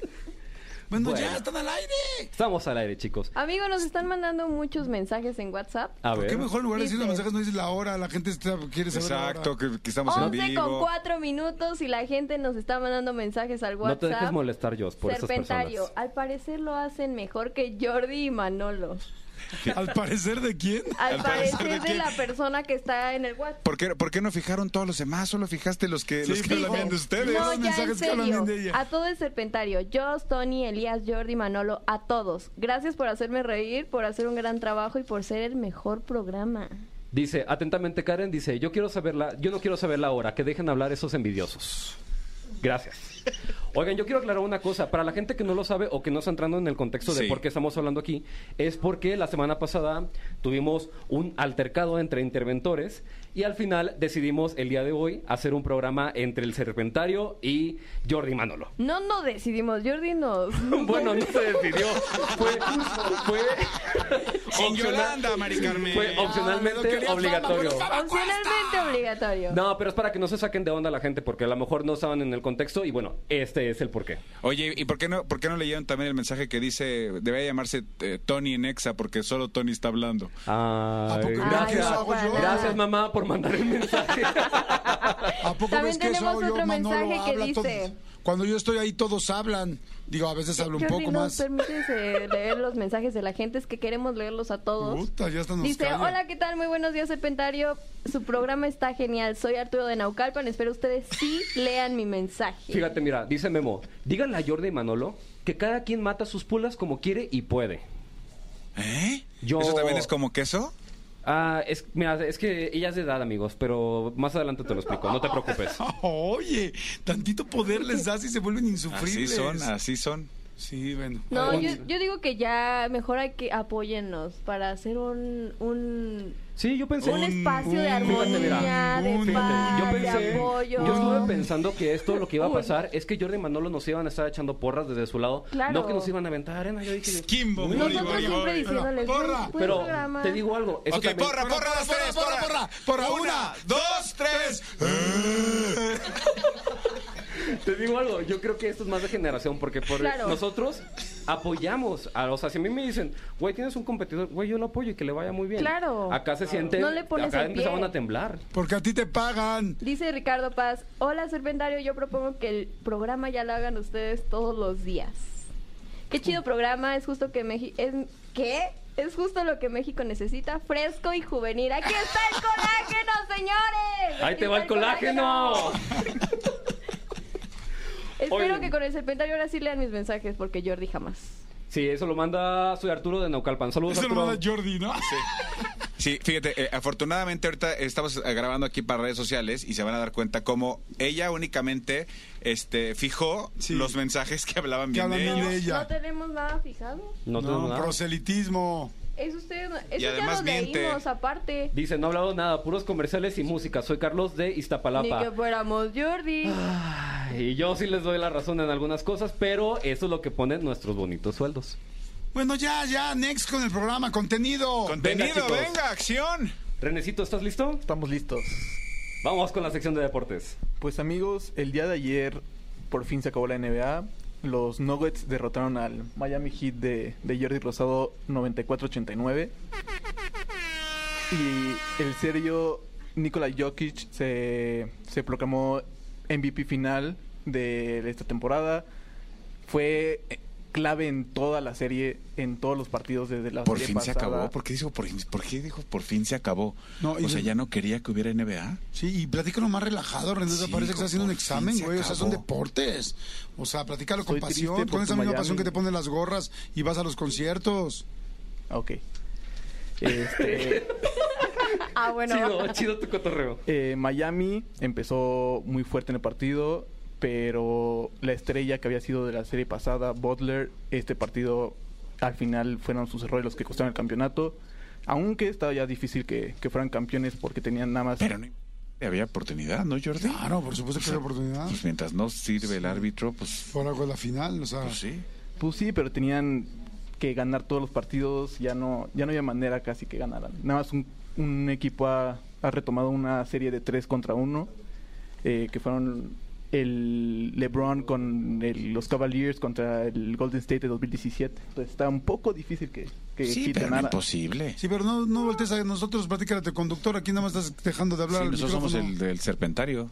Speaker 6: Bueno,
Speaker 2: Bueno.
Speaker 6: ya están al aire.
Speaker 2: Estamos al aire, chicos.
Speaker 3: Amigo, nos están mandando muchos mensajes en WhatsApp.
Speaker 2: A
Speaker 6: ¿Por
Speaker 2: ver.
Speaker 6: qué mejor en lugar de decir los
Speaker 3: Dice-
Speaker 6: mensajes no dices la hora? La gente está- quiere saber la hora.
Speaker 7: Exacto, que, que estamos en
Speaker 3: 11
Speaker 7: vivo.
Speaker 3: con 4 minutos y la gente nos está mandando mensajes al
Speaker 2: No
Speaker 3: WhatsApp.
Speaker 2: te dejes molestar, Jos, por esas
Speaker 3: Serpentario,
Speaker 2: personas.
Speaker 3: al parecer lo hacen mejor que Jordi y Manolo.
Speaker 6: ¿Al parecer de quién?
Speaker 3: Al
Speaker 7: parecer
Speaker 3: parecer
Speaker 7: de
Speaker 3: de
Speaker 7: quién?
Speaker 3: la persona que está en el WhatsApp.
Speaker 7: ¿Por qué, por qué no fijaron todos los demás? Solo fijaste los que, los que
Speaker 6: pero
Speaker 7: hablan bien de ustedes.
Speaker 3: No,
Speaker 6: Los
Speaker 3: ya en
Speaker 6: mensajes que hablan
Speaker 3: serio.
Speaker 6: bien de ella.
Speaker 3: A todo el serpentario. Joss, Tony, Elías, Jordi, Manolo, a todos. Gracias por hacerme reír, por hacer un gran trabajo y por ser el mejor programa.
Speaker 2: Dice, atentamente Karen, dice, yo quiero saber la, yo no quiero saber la hora, que dejen hablar esos envidiosos. Gracias. Oigan, yo quiero aclarar una cosa. Para la gente que no lo sabe o que no está entrando en el contexto de
Speaker 7: Sí.
Speaker 2: por qué estamos hablando aquí, es porque la semana pasada tuvimos un altercado entre interventores y al final decidimos el día de hoy hacer un programa entre el Serpentario y Jordi Manolo.
Speaker 3: No, no decidimos. Jordi nos.
Speaker 2: Bueno, no se decidió. Fue, fue
Speaker 7: En Yolanda, Mari Carmen. Ah,
Speaker 2: Fue opcionalmente obligatorio.
Speaker 3: Opcionalmente obligatorio.
Speaker 2: No, pero es para que no se saquen de onda la gente, porque a lo mejor no estaban en el contexto y bueno, este es el porqué.
Speaker 7: Oye, ¿y por qué no, por qué no leyeron también el mensaje que dice debería llamarse eh, Tony en Exa porque solo Tony está hablando?
Speaker 6: ¿A poco
Speaker 2: Ay,
Speaker 6: crees que eso hago yo?
Speaker 2: Gracias, mamá, por mandar el mensaje.
Speaker 6: ¿A poco crees
Speaker 3: También
Speaker 6: que eso
Speaker 3: tenemos
Speaker 6: hago yo,
Speaker 3: otro
Speaker 6: Manolo?
Speaker 3: mensaje que
Speaker 6: Habla
Speaker 3: dice-
Speaker 6: todos. Cuando yo estoy ahí, todos hablan. Digo, a veces hablo un
Speaker 3: Jordi,
Speaker 6: poco
Speaker 3: nos
Speaker 6: más.
Speaker 3: permites eh, leer los mensajes de la gente, es que queremos leerlos a todos.
Speaker 6: Puta, ya hasta nos
Speaker 3: Dice,
Speaker 6: calla.
Speaker 3: hola, ¿qué tal? Muy buenos días, Serpentario. Su programa está genial. Soy Arturo de Naucalpan. Espero ustedes sí lean mi mensaje.
Speaker 2: Fíjate, mira, dice Memo, díganle a Jordi y Manolo que cada quien mata sus pulas como quiere y puede.
Speaker 7: ¿Eh?
Speaker 2: Yo-
Speaker 7: ¿Eso también es como queso?
Speaker 2: Ah, es, mira, es que ella es de edad, amigos, pero más adelante te lo explico, no te preocupes.
Speaker 6: Oye, tantito poder les das y se vuelven
Speaker 7: Así
Speaker 6: insufribles.
Speaker 7: son, así son.
Speaker 6: Sí, bueno.
Speaker 3: No,
Speaker 6: Ay,
Speaker 3: yo, yo digo que ya mejor hay que apóyennos para hacer un, un,
Speaker 2: Sí, yo pensé...
Speaker 3: un espacio de
Speaker 2: fíjate,
Speaker 3: armonía,
Speaker 2: mira,
Speaker 3: de
Speaker 6: un-
Speaker 3: paz,
Speaker 2: Yo
Speaker 3: de
Speaker 2: pensé,
Speaker 3: apoyo.
Speaker 2: yo estuve pensando que esto lo que iba a
Speaker 3: Uy.
Speaker 2: pasar es que Jordi y Manolo nos iban a estar echando porras desde su lado,
Speaker 3: Claro.
Speaker 2: no que nos iban a aventar arena, yo dije,
Speaker 7: Skimbo,
Speaker 2: "Uy,
Speaker 7: Nosotros
Speaker 2: voy, voy,
Speaker 3: siempre
Speaker 2: voy".
Speaker 3: diciendo- diciéndoles,
Speaker 6: Pero,
Speaker 3: "Güey,
Speaker 6: porra.
Speaker 3: pues,
Speaker 2: Pero
Speaker 3: programa".
Speaker 2: te digo algo, eso
Speaker 7: Ok,
Speaker 2: también-
Speaker 7: porra, porra, las tres, porra, porra,
Speaker 6: porra,
Speaker 7: Una,
Speaker 6: una,
Speaker 7: dos, tres.
Speaker 3: Eh.
Speaker 2: Te digo algo, yo creo que esto es más de generación, porque por
Speaker 3: Claro.
Speaker 2: nosotros apoyamos. A, o sea, si a mí me dicen, güey, tienes un competidor, güey, yo lo apoyo y que le vaya muy bien.
Speaker 3: Claro.
Speaker 2: Acá se sienten,
Speaker 3: No le pones
Speaker 2: acá
Speaker 3: el pie.
Speaker 2: empezaban a temblar.
Speaker 6: Porque a ti te pagan.
Speaker 3: Dice Ricardo Paz, hola Serpentario, yo propongo que el programa ya lo hagan ustedes todos los días. Qué chido programa, es justo que México... Es... ¿Qué? Es justo lo que México necesita, fresco y juvenil. ¡Aquí está el colágeno, señores!
Speaker 2: ¡Ahí
Speaker 3: ¡Aquí
Speaker 2: te va el
Speaker 3: está
Speaker 2: colágeno!
Speaker 3: Espero
Speaker 2: Oye.
Speaker 3: que con el Serpentario ahora sí lean mis mensajes, porque Jordi jamás.
Speaker 2: Sí, eso lo manda, soy Arturo de Naucalpan. Saludos,
Speaker 6: Eso lo
Speaker 2: Arturo.
Speaker 6: manda Jordi, ¿no?
Speaker 7: Sí, fíjate, eh, afortunadamente ahorita estamos eh, grabando aquí para redes sociales y se van a dar cuenta cómo ella únicamente este, fijó
Speaker 6: Sí.
Speaker 7: los mensajes que hablaban
Speaker 6: Que
Speaker 7: bien
Speaker 6: hablan
Speaker 7: de
Speaker 6: bien
Speaker 7: ellos.
Speaker 6: de ella.
Speaker 3: No tenemos nada fijado.
Speaker 2: No, tengo
Speaker 6: No,
Speaker 2: nada.
Speaker 6: proselitismo.
Speaker 3: Eso ustedes, eso ya
Speaker 7: además
Speaker 3: lo
Speaker 7: miente.
Speaker 3: leímos aparte.
Speaker 2: Dice, no he hablado nada, puros comerciales y música. Soy Carlos de
Speaker 3: Ni que
Speaker 2: Iztapalapa.
Speaker 3: fuéramos Jordi.
Speaker 2: Y yo sí les doy la razón en algunas cosas, pero eso es lo que ponen nuestros bonitos sueldos.
Speaker 6: Bueno, ya, ya, next con el programa, contenido.
Speaker 7: Contenido,
Speaker 2: chicos.
Speaker 7: venga, acción.
Speaker 2: Renecito, ¿estás listo?
Speaker 4: Estamos listos.
Speaker 2: Vamos con la sección de deportes.
Speaker 4: Pues amigos, el día de ayer por fin se acabó la NBA. Los Nuggets derrotaron al Miami Heat de, de Jordi Rosado 94-89. Y el serio Nikola Jokic se, se proclamó MVP final de esta temporada. Fue eh, clave en toda la serie, en todos los partidos desde la
Speaker 7: Por
Speaker 4: serie
Speaker 7: fin se
Speaker 4: pasada.
Speaker 7: acabó. ¿Por qué dijo por, fin- por qué dijo por fin se acabó?
Speaker 6: No, y-
Speaker 7: o sea, ya no quería que hubiera NBA.
Speaker 6: Sí, y platícalo más relajado, René.
Speaker 7: Sí,
Speaker 6: parece que
Speaker 7: hijo,
Speaker 6: está haciendo un
Speaker 7: por fin
Speaker 6: examen,
Speaker 7: se
Speaker 6: güey. O sea, son
Speaker 7: acabó.
Speaker 6: deportes. O sea, platícalo con
Speaker 4: Estoy triste
Speaker 6: pasión,
Speaker 4: por
Speaker 6: con esa
Speaker 4: tu
Speaker 6: misma
Speaker 4: Miami.
Speaker 6: pasión que te ponen las gorras y vas a los conciertos.
Speaker 4: Ah, Ok. Este...
Speaker 3: Ah, bueno.
Speaker 2: Chido, chido tu cotorreo.
Speaker 4: Eh, Miami empezó muy fuerte en el partido, pero la estrella que había sido de la serie pasada, Butler, este partido al final fueron sus errores los que costaron el campeonato. Aunque estaba ya difícil que, que fueran campeones porque tenían nada más.
Speaker 7: Pero no había oportunidad, ¿no, Jordi?
Speaker 6: Claro, por supuesto que es la oportunidad.
Speaker 7: Pues mientras no sirve el árbitro, pues,
Speaker 6: Por algo es la final, o sea.
Speaker 7: pues sí.
Speaker 4: Pues sí, pero tenían que ganar todos los partidos. Ya no, ya no había manera casi que ganaran. Nada más un, un equipo ha, ha retomado una serie de tres contra uno, eh, que fueron el LeBron con el- los Cavaliers contra el Golden State de 2017. Entonces está un poco difícil que, que
Speaker 7: Sí,
Speaker 4: quiten
Speaker 7: pero no
Speaker 4: nada.
Speaker 7: imposible.
Speaker 6: Sí, pero no, no voltees a nosotros, platícale a tu conductor. Aquí nada más estás dejando de
Speaker 7: Sí,
Speaker 6: hablar al
Speaker 7: nosotros somos
Speaker 6: micrófono.
Speaker 7: el del serpentario.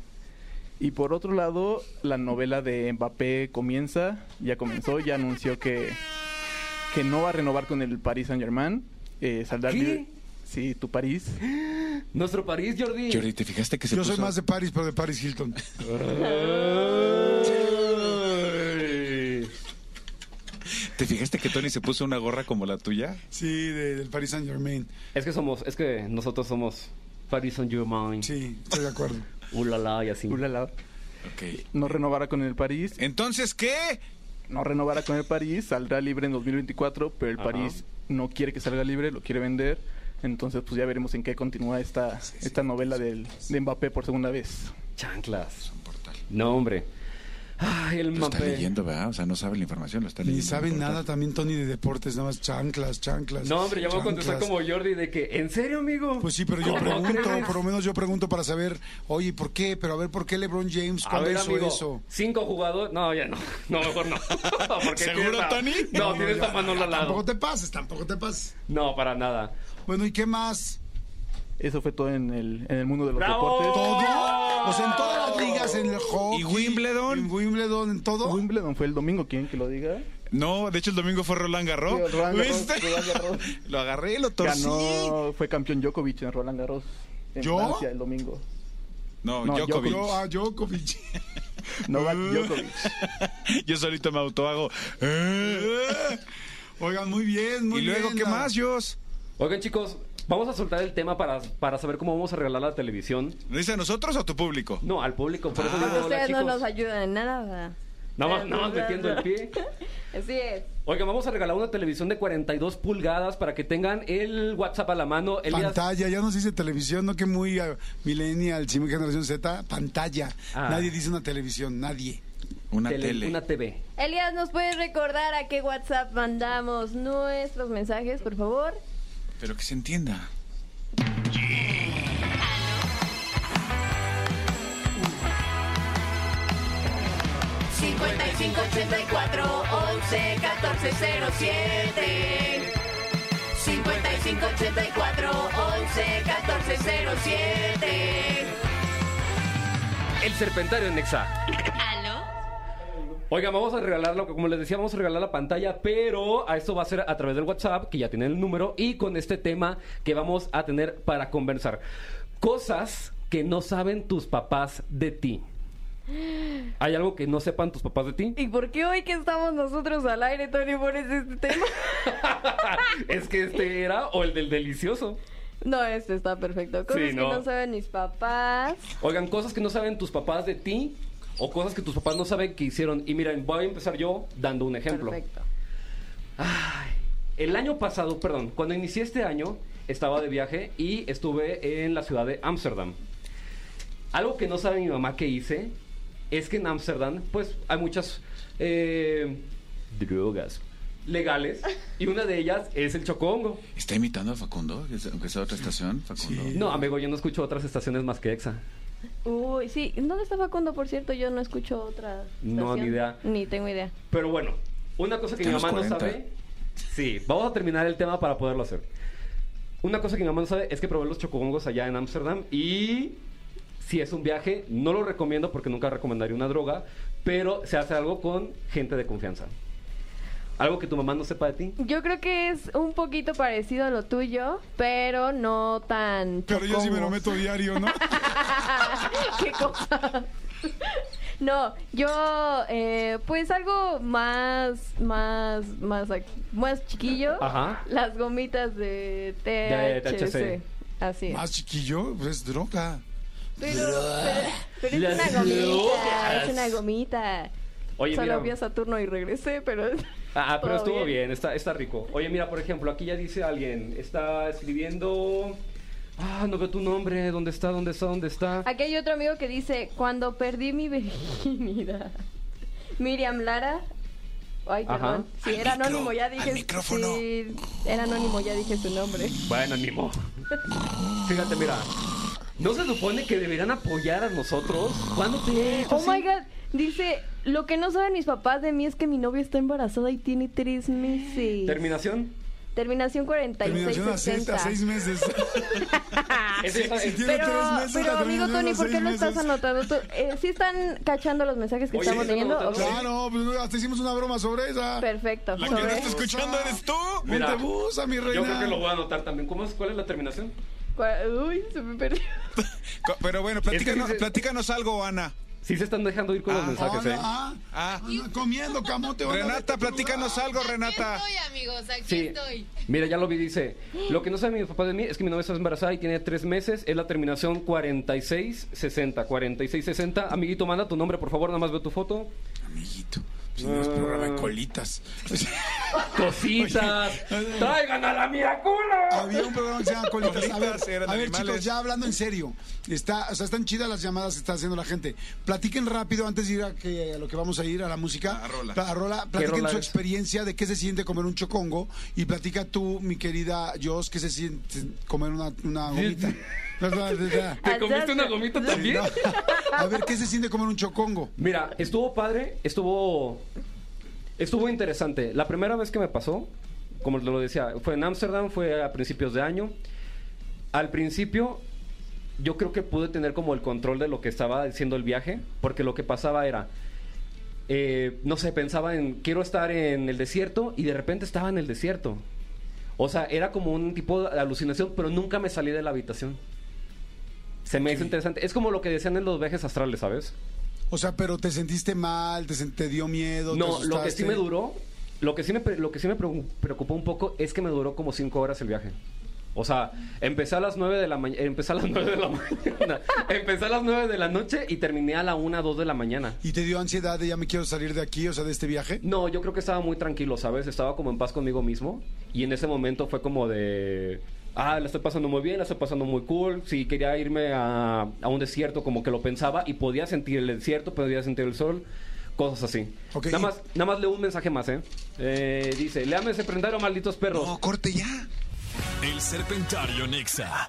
Speaker 4: Y por otro lado, la novela de Mbappé comienza, ya comenzó, ya anunció que, que no va a renovar con el Paris Saint Germain. Eh, saldrá
Speaker 2: ¿Qué?
Speaker 4: libre- Sí, tu París.
Speaker 2: Nuestro París, Jordi.
Speaker 7: Jordi, ¿te fijaste este que se
Speaker 6: Yo
Speaker 7: puso...
Speaker 6: soy más de Paris, pero de Paris Hilton.
Speaker 2: Ay.
Speaker 7: ¿Te fijaste que Tony se puso una gorra como la tuya?
Speaker 6: Sí, de- del Paris Saint Germain.
Speaker 2: Es que somos, es que nosotros somos Paris Saint Germain.
Speaker 6: Sí, estoy de acuerdo.
Speaker 2: Ulala y así.
Speaker 4: Ulala.
Speaker 7: Ok.
Speaker 4: No renovará con el París.
Speaker 7: Entonces, ¿qué?
Speaker 4: No renovará con el París. Saldrá libre en 2024, pero el
Speaker 2: Ajá.
Speaker 4: París no quiere que salga libre, lo quiere vender. Entonces, pues ya veremos en qué continúa esta, esta novela del, de Mbappé por segunda vez.
Speaker 2: Chanclas. No, hombre. Ay, el
Speaker 7: Lo está
Speaker 2: mape.
Speaker 7: leyendo, ¿verdad? O sea, no sabe la información, lo está
Speaker 6: Ni
Speaker 7: leyendo.
Speaker 6: saben
Speaker 7: Por
Speaker 6: nada
Speaker 7: tanto.
Speaker 6: también, Tony, de deportes, nada más chanclas, chanclas.
Speaker 2: No, hombre, ya voy a contestar
Speaker 6: chanclas.
Speaker 2: como Jordi de que, ¿en serio, amigo?
Speaker 6: Pues sí, pero yo
Speaker 2: ¿Cómo
Speaker 6: pregunto,
Speaker 2: crees?
Speaker 6: por lo menos yo pregunto para saber, oye, ¿por qué? Pero a ver, ¿por qué LeBron James?
Speaker 2: A
Speaker 6: ¿Cuándo
Speaker 2: ver,
Speaker 6: hizo
Speaker 2: amigo,
Speaker 6: eso?
Speaker 2: cinco jugadores. No, ya no. No, mejor no. Porque
Speaker 7: ¿Seguro,
Speaker 2: tienes la-
Speaker 7: Tony?
Speaker 2: No, tienes
Speaker 6: ya,
Speaker 2: la mano al lado.
Speaker 6: Tampoco te pases, tampoco te pases.
Speaker 2: No, para nada.
Speaker 6: Bueno, ¿y qué más?
Speaker 4: Eso fue todo en el, en el mundo de los
Speaker 2: ¡Bravo!
Speaker 4: deportes.
Speaker 6: ¿Todo?
Speaker 2: ¡Oh!
Speaker 6: O sea, en todas las ligas, en el hockey.
Speaker 7: ¿Y Wimbledon?
Speaker 6: ¿En Wimbledon? ¿En todo?
Speaker 4: Wimbledon fue el domingo, ¿quién que lo diga?
Speaker 7: No, de hecho el domingo fue Roland Garros.
Speaker 4: Sí, Roland Garros,
Speaker 7: ¿Viste?
Speaker 4: Roland Garros.
Speaker 7: lo agarré, lo torcí.
Speaker 4: Ganó, fue campeón Djokovic en Roland Garros. En
Speaker 6: ¿Yo?
Speaker 4: Francia el domingo.
Speaker 7: No,
Speaker 4: No,
Speaker 7: Oh, Djokovic.
Speaker 6: Yo a Djokovic.
Speaker 4: Novak Djokovic.
Speaker 7: Yo solito me autohago.
Speaker 6: Oigan, muy bien, muy
Speaker 7: y
Speaker 6: bien.
Speaker 7: luego, ¿qué
Speaker 6: la-
Speaker 7: más, Jos?
Speaker 2: Oigan, chicos, vamos a soltar el tema para, para saber cómo vamos a regalar la televisión.
Speaker 7: ¿Lo dice a nosotros o a tu público?
Speaker 2: No, al público. Por eso
Speaker 7: Ah.
Speaker 2: digo,
Speaker 3: Porque
Speaker 2: hola,
Speaker 3: ustedes no
Speaker 2: chicos.
Speaker 3: nos ayudan en nada, ¿verdad?
Speaker 2: Nada más, nada más metiendo el pie.
Speaker 3: Así es.
Speaker 2: Oigan, vamos a regalar una televisión de 42 pulgadas para que tengan el WhatsApp a la mano. El día-
Speaker 6: Pantalla, ya nos dice televisión, no que muy eh, millennial, sí, muy generación Z, pantalla.
Speaker 2: Ah.
Speaker 6: Nadie dice una televisión, nadie.
Speaker 7: Una
Speaker 2: tele-
Speaker 7: tele.
Speaker 2: Una TV.
Speaker 3: Elías, ¿nos puedes recordar a qué WhatsApp mandamos nuestros mensajes, por favor?
Speaker 7: Pero que se entienda.
Speaker 2: El Serpentario en Nexa. Oigan, vamos a regalarlo, como les decía, vamos a regalar la pantalla, pero a esto va a ser a través del WhatsApp, que ya tienen el número, y con este tema que vamos a tener para conversar. Cosas que no saben tus papás de ti. ¿Hay algo que no sepan tus papás de ti?
Speaker 3: ¿Y por qué hoy que estamos nosotros al aire, Tony, pones este tema?
Speaker 2: es que este era o el del delicioso.
Speaker 3: no, este está perfecto. Cosas
Speaker 2: Sí, no.
Speaker 3: que no saben mis papás.
Speaker 2: Oigan, cosas que no saben tus papás de ti o cosas que tus papás no saben que hicieron. Y miren, voy a empezar yo dando un ejemplo.
Speaker 3: Perfecto.
Speaker 2: El año pasado, perdón, cuando inicié este año, estaba de viaje y estuve en la ciudad de Ámsterdam. Algo que no sabe mi mamá que hice es que en Ámsterdam, pues, hay muchas eh, drogas legales y una de ellas es el chocongo.
Speaker 7: ¿Está imitando a Facundo? Que es- Aunque sea otra estación, Facundo.
Speaker 2: No, amigo, yo no escucho otras estaciones más que EXA.
Speaker 3: Uy, sí. ¿Dónde está Facundo, por cierto? Yo no escucho otra.
Speaker 2: No,
Speaker 3: estación.
Speaker 2: ni idea.
Speaker 3: Ni tengo idea.
Speaker 2: Pero bueno, una cosa que mi
Speaker 7: Tenemos
Speaker 2: mamá no
Speaker 7: 40.
Speaker 2: sabe. Sí, vamos a terminar el tema para poderlo hacer. Una cosa que mi mamá no sabe es que probé los chocobongos allá en Ámsterdam y si es un viaje, no lo recomiendo porque nunca recomendaría una droga, pero se hace algo con gente de confianza. Algo que tu mamá no sepa de ti.
Speaker 3: Yo creo que es un poquito parecido a lo tuyo, pero no tan.
Speaker 6: Pero yo sí me lo
Speaker 3: chocongos.
Speaker 6: meto diario, ¿no?
Speaker 3: ¿Qué cosa? No, yo, eh, pues algo más, más, más, ac- más chiquillo.
Speaker 2: Ajá.
Speaker 3: Las gomitas de
Speaker 2: De
Speaker 3: THC.
Speaker 2: THC.
Speaker 3: Así es.
Speaker 6: Más chiquillo, pues es droga.
Speaker 3: Pero, pero- pero es
Speaker 2: Las
Speaker 3: una gomita.
Speaker 2: drogas.
Speaker 3: Es una gomita.
Speaker 2: Oye,
Speaker 3: Solo
Speaker 2: mira.
Speaker 3: vi a Saturno y regresé, pero.
Speaker 2: Ah, pero
Speaker 3: todo
Speaker 2: estuvo bien, está, está rico. Oye, mira, por ejemplo, aquí ya dice alguien, está escribiendo... Ah, no veo tu nombre, ¿dónde está? ¿Dónde está? ¿Dónde está?
Speaker 3: Aquí hay otro amigo que dice: Cuando perdí mi virginidad. Miriam Lara. Ay,
Speaker 2: Ajá.
Speaker 3: perdón. Sí, era anónimo, ya dije. Sí, era anónimo, ya dije su nombre.
Speaker 2: Bueno, animo. Fíjate, mira. ¿No se supone que deberían apoyar a nosotros? ¿Cuándo te...
Speaker 3: Oh my god, dice, lo que no saben mis papás de mí es que mi novia está embarazada y tiene tres meses.
Speaker 2: ¿Terminación?
Speaker 3: Terminación 46.
Speaker 6: Terminación a seis, a seis meses.
Speaker 2: Ese está-
Speaker 6: Si tiene
Speaker 3: Pero,
Speaker 6: tres meses,
Speaker 3: pero
Speaker 6: la
Speaker 3: amigo
Speaker 6: terminación
Speaker 3: Tony,
Speaker 6: a
Speaker 3: ¿por qué
Speaker 6: seis
Speaker 3: lo estás
Speaker 6: meses.
Speaker 3: anotando? Tú, eh, ¿Sí están cachando los mensajes que
Speaker 2: Oye,
Speaker 3: estamos
Speaker 2: ¿sí están
Speaker 3: leyendo?
Speaker 2: anotando?
Speaker 3: Ok,
Speaker 6: Claro, pues, hasta hicimos una broma sobre esa.
Speaker 3: Perfecto.
Speaker 7: La que no
Speaker 3: sobre-
Speaker 7: está escuchando eres tú.
Speaker 2: Mira,
Speaker 6: Ponte busa, mi reina.
Speaker 2: Yo creo que lo voy a anotar también. ¿Cómo es? ¿Cuál es la terminación?
Speaker 3: Cua- Uy, se me perdió.
Speaker 7: Co- Pero bueno, platícanos,
Speaker 2: dice-
Speaker 7: platícanos algo, Ana.
Speaker 2: Sí se están dejando ir con los
Speaker 7: Ah,
Speaker 2: mensajes, ¿eh?
Speaker 6: Ah,
Speaker 7: Ah.
Speaker 6: anda comiendo camote. anda,
Speaker 7: Renata,
Speaker 6: vete a tu
Speaker 7: platícanos
Speaker 6: lugar.
Speaker 7: algo, Renata.
Speaker 5: Aquí estoy, amigos, aquí
Speaker 2: Sí.
Speaker 5: estoy.
Speaker 2: Mira, ya lo vi, dice. Lo que no sabe mi papá de mí es que mi novia está embarazada y tiene tres meses. Es la terminación 4660. 4660. Amiguito, manda tu nombre, por favor. Nada más veo tu foto.
Speaker 6: Amiguito, si no es programa de colitas.
Speaker 2: cositas. ¡Traigan a la Miracula!
Speaker 6: Había un programa que se llama Colitas. A
Speaker 7: Colitas,
Speaker 6: ver,
Speaker 7: eran
Speaker 6: a ver,
Speaker 7: animales.
Speaker 6: chicos, ya hablando en serio. Está, o sea, están chidas las llamadas que está haciendo la gente. Platiquen rápido antes de ir a, que, a lo que vamos a ir, a la música.
Speaker 7: A rola.
Speaker 6: Pla- a rola, platiquen
Speaker 2: rola
Speaker 6: su
Speaker 2: es?
Speaker 6: experiencia de qué se siente comer un chocongo. Y platica tú, mi querida Jos, qué se siente comer una, una gomita.
Speaker 2: ¿Te comiste una gomita también?
Speaker 6: No. A ver, ¿qué se siente comer un chocongo?
Speaker 2: Mira, estuvo padre, estuvo. Estuvo interesante. La primera vez que me pasó, como te lo decía, fue en Ámsterdam, fue a principios de año. Al principio, yo creo que pude tener como el control de lo que estaba haciendo el viaje, porque lo que pasaba era. eh, no sé, pensaba en quiero estar en el desierto y de repente estaba en el desierto. O sea, era como un tipo de alucinación, pero nunca me salí de la habitación. Se me hizo interesante. Es como lo que decían en los viajes astrales, ¿sabes?
Speaker 6: O sea, pero te sentiste mal, te, sen- te dio miedo. te
Speaker 2: No, lo que sí
Speaker 6: asustaste?
Speaker 2: me duró, lo que sí me, pre- lo que sí me preu- preocupó un poco es que me duró como cinco horas el viaje. O sea, empecé a las 9 de la mañana, empecé a las 9 de la mañana, empecé a las 9 de la noche y terminé a la 1, 2 de la mañana.
Speaker 6: ¿Y te dio ansiedad de ya me quiero salir de aquí, o sea, de este viaje?
Speaker 2: No, yo creo que estaba muy tranquilo, ¿sabes? Estaba como en paz conmigo mismo y en ese momento fue como de... Ah, la estoy pasando muy bien, la estoy pasando muy cool. Si quería irme a, a un desierto, como que lo pensaba y podía sentir el desierto, podía sentir el sol, cosas así.
Speaker 6: Ok,
Speaker 2: Nada
Speaker 6: y-
Speaker 2: más, nada más leo un mensaje más, ¿eh? Eh, dice, léame ese prendero, malditos perros.
Speaker 7: No, corte ya.
Speaker 1: El Serpentario Nexa.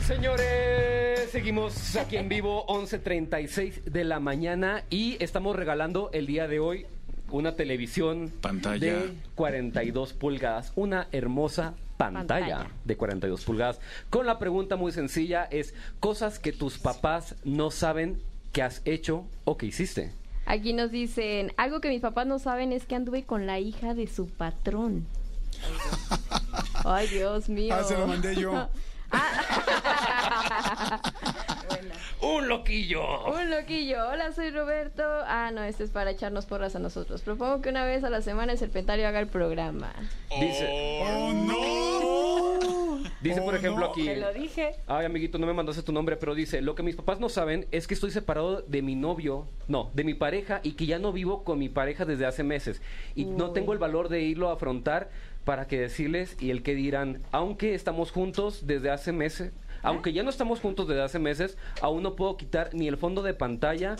Speaker 2: Señores, seguimos aquí en vivo 11:36 de la mañana y estamos regalando el día de hoy una televisión
Speaker 7: Pantalla.
Speaker 2: de 42 pulgadas, una hermosa pantalla,
Speaker 3: Pantalla.
Speaker 2: de 42 pulgadas. Con la pregunta muy sencilla es cosas que tus papás no saben que has hecho o que hiciste.
Speaker 3: Aquí nos dicen, algo que mis papás no saben es que anduve con la hija de su patrón. Ay, Dios mío.
Speaker 6: Ah, se lo mandé yo.
Speaker 3: Ah.
Speaker 2: Un loquillo.
Speaker 3: Un loquillo. Hola, soy Roberto. Ah, no, este es para echarnos porras a nosotros. Propongo que una vez a la semana el Serpentario haga el programa.
Speaker 2: Dice,
Speaker 7: Oh,
Speaker 2: dice por
Speaker 6: Oh,
Speaker 2: ejemplo
Speaker 6: no.
Speaker 2: aquí.
Speaker 3: Te lo dije.
Speaker 2: Ay, amiguito, no me mandaste tu nombre, pero dice, lo que mis papás no saben es que estoy separado de mi novio, no, de mi pareja y que ya no vivo con mi pareja desde hace meses. Y no tengo el valor de irlo a afrontar para que decirles y el que dirán, aunque estamos juntos desde hace meses, aunque ya no estamos juntos desde hace meses, aún no puedo quitar ni el fondo de pantalla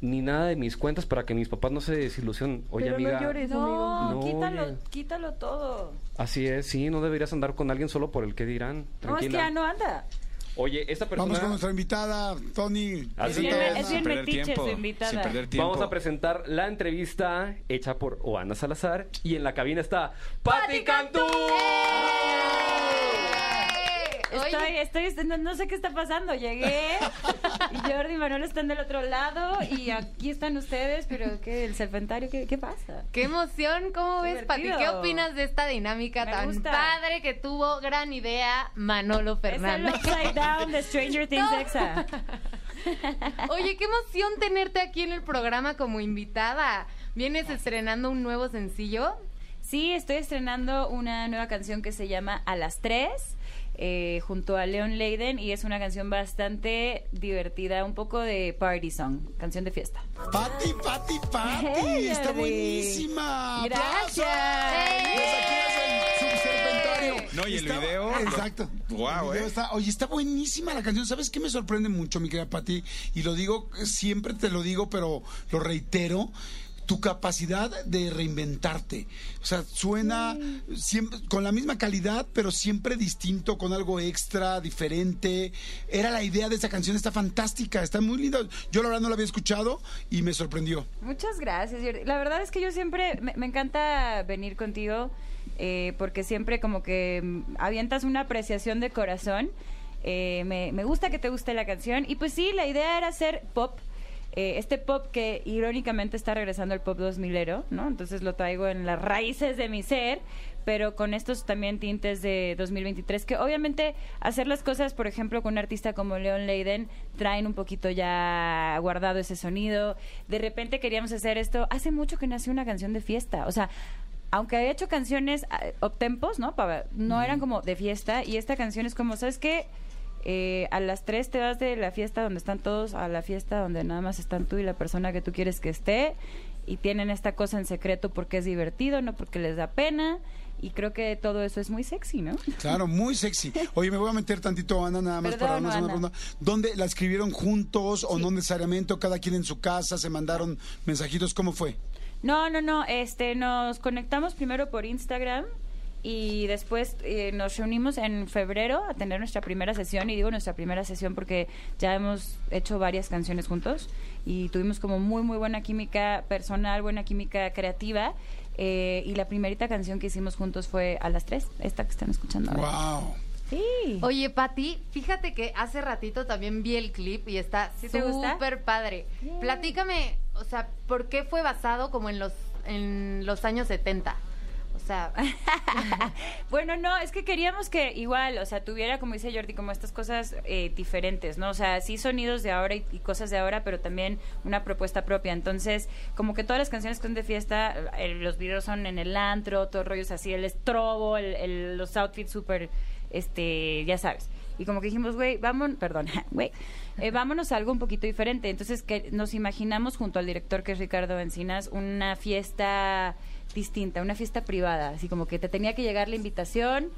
Speaker 2: ni nada de mis cuentas para que mis papás no se desilusionen. Oye,
Speaker 3: Pero no
Speaker 2: amiga.
Speaker 3: llores.
Speaker 9: No,
Speaker 2: No,
Speaker 9: quítalo,
Speaker 2: oye.
Speaker 9: quítalo todo.
Speaker 2: Así es, sí, no deberías andar con alguien solo por el que dirán.
Speaker 9: No, es que
Speaker 2: Tranquila.
Speaker 9: ya no anda.
Speaker 2: Oye, esta persona
Speaker 6: Vamos con nuestra invitada, Tony.
Speaker 2: Así
Speaker 6: Presenta a
Speaker 2: es.
Speaker 9: Es bien
Speaker 7: sin perder
Speaker 9: metiche
Speaker 7: tiempo,
Speaker 9: su invitada.
Speaker 7: Sin perder tiempo.
Speaker 2: Vamos a presentar la entrevista hecha por Oana Salazar y en la cabina está Patti Cantú.
Speaker 9: Estoy,
Speaker 5: ¡Eh! Oye,
Speaker 9: estoy, no, no sé qué está pasando. Llegué y Jordi y Manuel están del otro lado y aquí están ustedes, pero ¿qué? ¿El serpentario? ¿Qué, qué pasa?
Speaker 5: qué emoción, ¿cómo ves, Pati? ¿Qué
Speaker 9: Divertido.
Speaker 5: opinas de esta dinámica
Speaker 9: Me
Speaker 5: tan
Speaker 9: gusta.
Speaker 5: padre que tuvo gran idea Manolo
Speaker 9: Es el
Speaker 5: Fernández?
Speaker 9: upside down de Stranger Things
Speaker 5: No.
Speaker 9: Exa.
Speaker 5: Oye, qué emoción tenerte aquí en el programa como invitada. Vienes estrenando un nuevo sencillo.
Speaker 9: Sí, estoy estrenando una nueva canción que se llama A las 3 eh, junto a Leon Leiden y es una canción bastante divertida, un poco de party song, canción de fiesta.
Speaker 6: Pati, Pati, Pati.
Speaker 9: Hey,
Speaker 6: está
Speaker 9: Jordi.
Speaker 6: buenísima.
Speaker 9: Gracias.
Speaker 6: ¡Aplausos! Pues aquí es el subserpentario.
Speaker 7: No, y el
Speaker 6: Está-
Speaker 7: video.
Speaker 6: Exacto.
Speaker 7: Guau,
Speaker 6: El video
Speaker 7: eh.
Speaker 6: está- oye, está buenísima la canción. ¿Sabes qué me sorprende mucho, mi querida Pati? Y lo digo, siempre te lo digo, pero lo reitero. Tu capacidad de reinventarte. O sea, suena siempre con la misma calidad, pero siempre distinto, con algo extra, diferente. Era la idea de esa canción, está fantástica, está muy linda. Yo la verdad no la había escuchado y me sorprendió.
Speaker 9: Muchas gracias, Jordi. La verdad es que yo siempre me, me encanta venir contigo eh, porque siempre como que mm, avientas una apreciación de corazón. Eh, me, me gusta que te guste la canción. Y pues sí, la idea era hacer pop. eh, este pop que irónicamente está regresando al pop 2000ero, ¿no? Entonces lo traigo en las raíces de mi ser, pero con estos también tintes de 2023, que obviamente hacer las cosas, por ejemplo, con un artista como Leon Leiden, traen un poquito ya guardado ese sonido. De repente queríamos hacer esto. Hace mucho que nació una canción de fiesta, o sea. Aunque había hecho canciones ah, optempos, ¿no? Para- no eran como de fiesta. Y esta canción es como, ¿sabes qué? eh, a las 3 te vas de la fiesta donde están todos a la fiesta donde nada más están tú y la persona que tú quieres que esté y tienen esta cosa en secreto porque es divertido, no porque les da pena. Y creo que todo eso es muy sexy, ¿no?
Speaker 6: Claro, muy sexy. Oye, me voy a meter tantito, Ana, nada más
Speaker 9: Perdón,
Speaker 6: para darnos una
Speaker 9: Ana.
Speaker 6: pregunta. ¿Dónde la escribieron juntos o no necesariamente? o cada quien en su casa? ¿Se mandaron mensajitos? ¿Cómo fue?
Speaker 9: No, no, no. Este, nos conectamos primero por Instagram y después eh, nos reunimos en febrero a tener nuestra primera sesión. Y digo nuestra primera sesión porque ya hemos hecho varias canciones juntos y tuvimos como muy, muy buena química personal, buena química creativa. eh, y la primerita canción que hicimos juntos fue a las tres, esta que están escuchando ahora.
Speaker 6: ¡Wow!
Speaker 9: Sí.
Speaker 5: Oye, Pati, fíjate que hace ratito también vi el clip y está
Speaker 9: ¿Sí te gusta?
Speaker 5: súper padre. Platícame, o sea, ¿por qué fue basado como en los, en los años 70? O sea,
Speaker 9: Bueno, no, es que queríamos que igual, o sea, tuviera, como dice Jordi, como estas cosas eh, diferentes, ¿no? O sea, sí sonidos de ahora y, y cosas de ahora, pero también una propuesta propia. Entonces, como que todas las canciones que son de fiesta, eh, los videos son en el antro, todos rollos así, el estrobo, el- el- los outfits súper, este, ya sabes. Y como que dijimos, güey, vámonos, perdón, güey, eh, vámonos a algo un poquito diferente. Entonces, que nos imaginamos junto al director que es Ricardo Encinas, una fiesta distinta, una fiesta privada, así como que te tenía que llegar la invitación